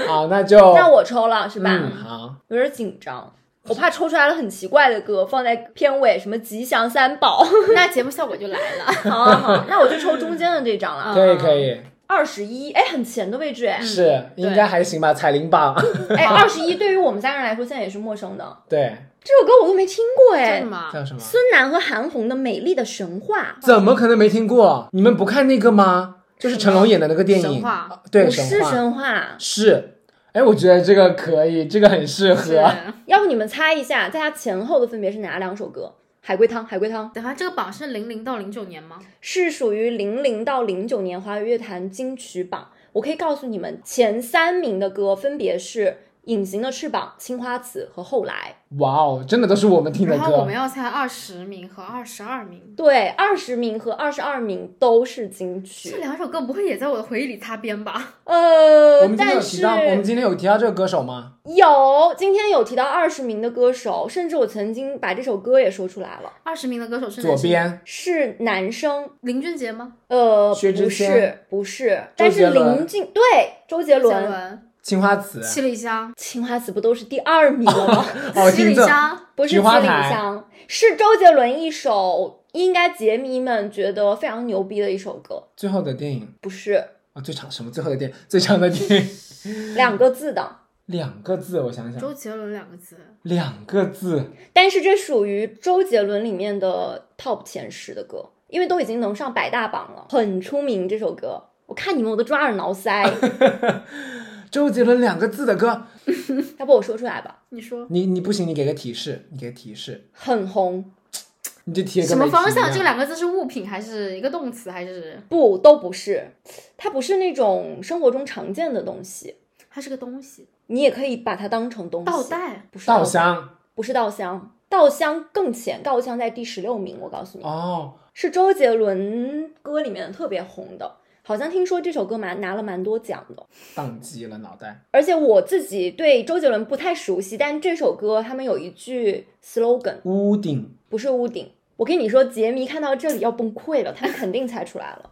Speaker 3: 好，那就
Speaker 4: 让我抽了是吧？
Speaker 3: 嗯好。
Speaker 4: 有点紧张，我怕抽出来了很奇怪的歌放在片尾，什么吉祥三 宝。
Speaker 5: 那节目效果就来了。
Speaker 4: 好好好，那我就抽中间的这张了，
Speaker 3: 可以可以，
Speaker 4: 二十一，哎，很前的位置哎。
Speaker 5: 嗯
Speaker 3: 是应该还行吧？彩铃榜，
Speaker 4: 哎，二十一对于我们三个人来说，现在也是陌生的。
Speaker 3: 对，
Speaker 4: 这首歌我都没听过
Speaker 5: 叫
Speaker 4: 哎
Speaker 5: 什。么？
Speaker 3: 叫什么？
Speaker 4: 孙楠和韩红的《美丽的神话
Speaker 3: 怎么可能没听过？你们不看那个吗？就是成龙演的那个电影，啊
Speaker 5: 神话
Speaker 3: 对，》
Speaker 4: 不是
Speaker 3: 神话
Speaker 4: 神话，
Speaker 3: 是。哎，我觉得这个可以，这个很适合。
Speaker 4: 要不你们猜一下，在它前后的分别是哪两首歌？海龟汤，海龟汤
Speaker 5: 等下这个榜是零零到零九年吗？
Speaker 4: 是属于零零到零九年华语乐坛金曲榜。我可以告诉你们，前三名的歌分别是《隐形的翅膀》《青花瓷》和《后来
Speaker 3: 哇哦，真的都是我们听的
Speaker 5: 然后我
Speaker 3: 歌
Speaker 5: 们。要猜二十名和二十二名》。，
Speaker 4: 对，二十名和二十二名都是金
Speaker 5: 这
Speaker 4: 曲。
Speaker 5: 两首歌不会也在我的回忆里擦边吧？
Speaker 4: 呃
Speaker 3: 我们，今天有
Speaker 4: 但
Speaker 3: 提
Speaker 4: 是
Speaker 3: 到，我们今天有提到这个歌手吗？
Speaker 4: 有，今天有提到二十名的歌手，甚至我曾经把这首歌也说出来了，
Speaker 5: 二十名的歌手是
Speaker 3: 左
Speaker 5: 哪些
Speaker 3: 边
Speaker 4: 是男生，
Speaker 5: 林俊杰吗？
Speaker 4: 呃，
Speaker 3: 薛之
Speaker 4: 不
Speaker 3: 谦
Speaker 4: 是，不是，
Speaker 3: 周
Speaker 4: 但
Speaker 3: 杰
Speaker 4: 是
Speaker 3: 伦
Speaker 4: 林俊对周杰
Speaker 5: 杰
Speaker 4: 伦，
Speaker 5: 伦、
Speaker 3: 青花瓷，
Speaker 5: 七里香、
Speaker 4: 青花瓷不都是第二名了吗？
Speaker 3: 哦，
Speaker 5: 七
Speaker 3: 听
Speaker 5: 里
Speaker 3: 着，
Speaker 5: 香，
Speaker 4: 不是
Speaker 3: 菊
Speaker 4: 七
Speaker 3: 花
Speaker 4: 里
Speaker 3: 台
Speaker 4: 香，是周杰伦一首应该杰迷们觉得非常牛逼的一首歌，
Speaker 3: 最后的电影
Speaker 4: 不是
Speaker 3: 啊，最长什么？最后的电影， 最长的电影，
Speaker 4: 两个字的，
Speaker 3: 两个字，我想想，
Speaker 5: 周杰伦两个字。
Speaker 3: 两个字，
Speaker 4: 但是这属于周杰伦里面的 top 前十的歌，因为都已经能上百大榜了，很出名这首歌。我看你们我都抓耳挠腮，
Speaker 3: 周杰伦两个字的歌，
Speaker 4: 要不我说出来吧，
Speaker 5: 你说
Speaker 3: 你你不行，你给个提示，你给个提示，
Speaker 4: 很红，
Speaker 3: 你这提的
Speaker 5: 什
Speaker 3: 跟
Speaker 5: 么
Speaker 3: 没提
Speaker 5: 方
Speaker 3: 一样
Speaker 5: 向？这两个字是物品还是一个动词还是
Speaker 4: 不都不是，它不是那种生活中常见的东西，
Speaker 5: 它是个东西？
Speaker 4: 你也可以把它当成东西。
Speaker 5: 倒带。
Speaker 4: 不是
Speaker 3: 稻
Speaker 4: 稻，
Speaker 3: 香
Speaker 4: 不是稻香，稻香更前，稻香在第十六名，我告诉你，
Speaker 3: 哦，
Speaker 4: 是周杰伦歌里面特别红的，好像听说这首歌蛮拿了蛮多奖的。
Speaker 3: 宕机了脑袋，
Speaker 4: 而且我自己对周杰伦不太熟悉，但这首歌他们有一句 slogan，
Speaker 3: 屋顶
Speaker 4: 不是屋顶。我跟你说，杰迷看到这里要崩溃了，他们肯定猜出来了，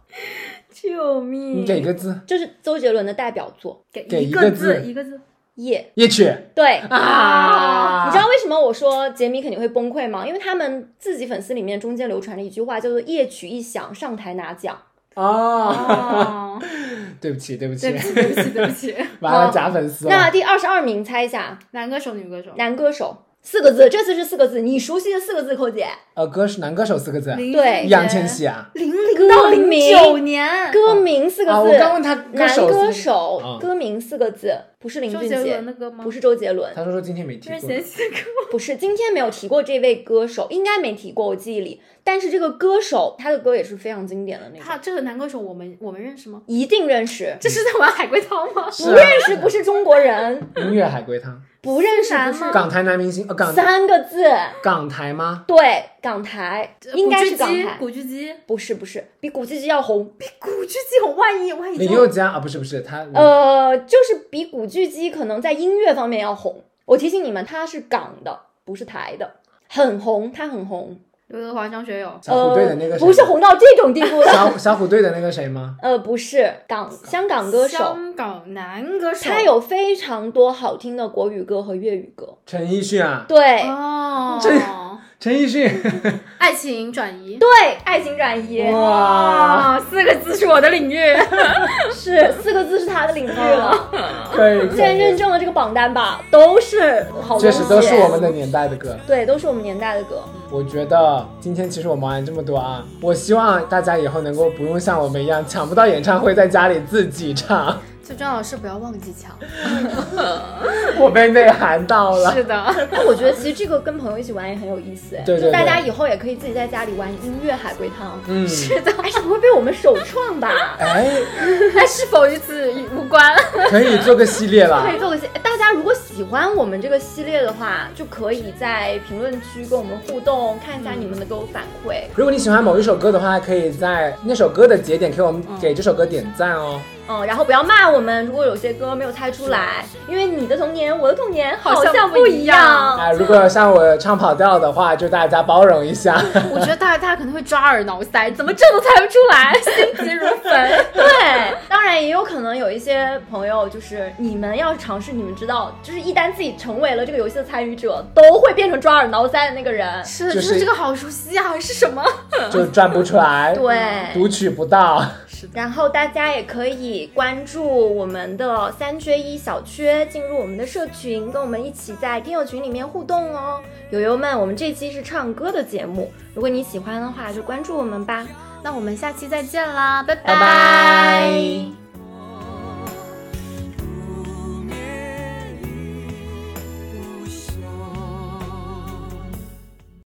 Speaker 5: 救命
Speaker 4: 嗯
Speaker 3: 你给一个字，
Speaker 4: 这是周杰伦的代表作。
Speaker 5: 给
Speaker 3: 给一
Speaker 5: 一
Speaker 3: 个
Speaker 5: 个
Speaker 3: 字
Speaker 5: 一个字。
Speaker 4: 夜。
Speaker 3: 夜曲
Speaker 4: 对
Speaker 3: 啊
Speaker 4: 你知道为什么我说杰米肯定会崩溃吗？因为他们自己粉丝里面中间流传了一句话，叫做“夜曲一响，上台拿奖
Speaker 3: 哦，
Speaker 5: 哦，
Speaker 3: 对不起，对不起
Speaker 5: 对不，起，对不起，对不起。
Speaker 3: 完了假粉”。丝
Speaker 4: 那
Speaker 3: 了。
Speaker 4: 第二十二名，猜一下，
Speaker 5: 男歌手、女歌手，
Speaker 4: 男歌手四个字，这次是四个字，你熟悉的四个字，寇姐。
Speaker 3: 呃，歌手男歌手四个字，
Speaker 4: 对
Speaker 3: 易烊千玺啊
Speaker 5: 零零
Speaker 4: 歌
Speaker 5: 到零
Speaker 4: 名
Speaker 5: 九年，
Speaker 4: 歌名四个
Speaker 3: 啊！
Speaker 4: 字，
Speaker 3: 我刚问他歌
Speaker 4: 男
Speaker 3: 手，
Speaker 4: 歌手
Speaker 3: 嗯，
Speaker 4: 歌名四个字，不是林
Speaker 5: 周
Speaker 4: 俊
Speaker 5: 杰
Speaker 4: 杰
Speaker 5: 伦，的歌吗？
Speaker 4: 不，是周杰伦，
Speaker 3: 他说说今天没提
Speaker 5: 这是
Speaker 3: 过，
Speaker 5: 贤妻的歌。
Speaker 4: 不是，今天没有提过这位歌手，应该没提过，我记忆里。但是这个歌手，他的歌也是非常经典的那
Speaker 5: 他
Speaker 4: 种，
Speaker 5: 这个男歌手，我们我们认识吗？
Speaker 4: 一定认识。
Speaker 5: 这是在玩海龟汤吗？
Speaker 3: 是
Speaker 4: 不
Speaker 3: 啊
Speaker 4: 认识不是中国人，
Speaker 3: 音乐海龟汤，
Speaker 4: 不认识不
Speaker 5: 是
Speaker 4: 是
Speaker 3: 港台男明星，呃，港
Speaker 4: 三个字，
Speaker 3: 港台吗？
Speaker 4: 对，港台应该是港台，
Speaker 5: 古巨基，
Speaker 4: 不是不是，比古巨基要红，
Speaker 5: 古巨基，我万一万一
Speaker 3: 林宥嘉啊，不是不是他，
Speaker 4: 呃，就是比古巨基可能在音乐方面要红。我提醒你们，他是港的，不是台的，很红，他很红，
Speaker 5: 刘德华、张学友，
Speaker 3: 小啊虎队的那个
Speaker 4: 呃，
Speaker 3: 谁
Speaker 4: 不是红到这种地步的，
Speaker 3: 小小虎队的那个谁吗？
Speaker 4: 呃，不是港香港歌手，
Speaker 5: 香港男歌手，
Speaker 4: 他有非常多好听的国语歌和粤语歌。
Speaker 3: 陈奕迅啊，
Speaker 4: 对、
Speaker 5: 哦，
Speaker 3: 这陈奕迅，
Speaker 5: 爱情转移，
Speaker 4: 对，爱情转移
Speaker 3: 哇，
Speaker 5: 啊，四个字是我的领域，
Speaker 4: 是四个字是他的领域 了。
Speaker 3: 嗯可以，
Speaker 4: 既然认证了这个榜单吧，都是好
Speaker 3: 确
Speaker 4: 东西，
Speaker 3: 实都是我们的年代的歌。
Speaker 4: 对，都是我们年代的歌。
Speaker 3: 我觉得今天其实我们玩这么多啊，我希望大家以后能够不用像我们一样抢不到演唱会，在家里自己唱。
Speaker 5: 最重要的是不要忘记抢。
Speaker 3: 我被内涵到了，
Speaker 5: 是的，
Speaker 4: 那哎我觉得其实这个跟朋友一起玩也很有意思，哎
Speaker 3: 对对
Speaker 4: 就大
Speaker 3: 对
Speaker 4: 家以后也可以自己在家里玩音乐海龟汤。
Speaker 3: 嗯，？
Speaker 4: 哎，这不会被我们首创吧
Speaker 3: 哎，
Speaker 5: 但 是否与此无关？
Speaker 3: 可以做个系列了
Speaker 4: 可。以做个系，大家如果喜欢我们这个系列的话，就可以在评论区跟我们互动，看一下你们的给我反馈。
Speaker 3: 如果你喜欢某一首歌的话，可以在那首歌的节点给我们给这首歌点赞哦。
Speaker 4: 嗯，然后不要骂我们，如果有些歌没有猜出来，因为你的童年，我的童年好
Speaker 5: 好像
Speaker 4: 像
Speaker 5: 不一
Speaker 4: 一哦样。
Speaker 3: 啊，如果像我唱跑调的话，就大家包容一下。
Speaker 5: 我觉得大家大家可能会抓耳挠腮，怎么这都猜不出来， 心急如 焚。
Speaker 4: 对，当然也有可能有一些朋友，就是你们要是尝试，你们知道，就是一旦自己成为了这个游戏的参与者，都会变成抓耳挠腮的那个人。
Speaker 5: 是，
Speaker 3: 就
Speaker 5: 就是是这个好熟悉啊，是什么？
Speaker 3: 就转不出来，
Speaker 4: 对
Speaker 3: 读取不到。
Speaker 4: 然后大家也可以关注我们的三缺一小缺，进入我们的社群，跟我们一起在听友群里面互动哦。友友们，我们这期是唱歌的节目，如果你喜欢的话，就关注我们吧。
Speaker 5: 那我们下期再见啦，拜
Speaker 4: 拜拜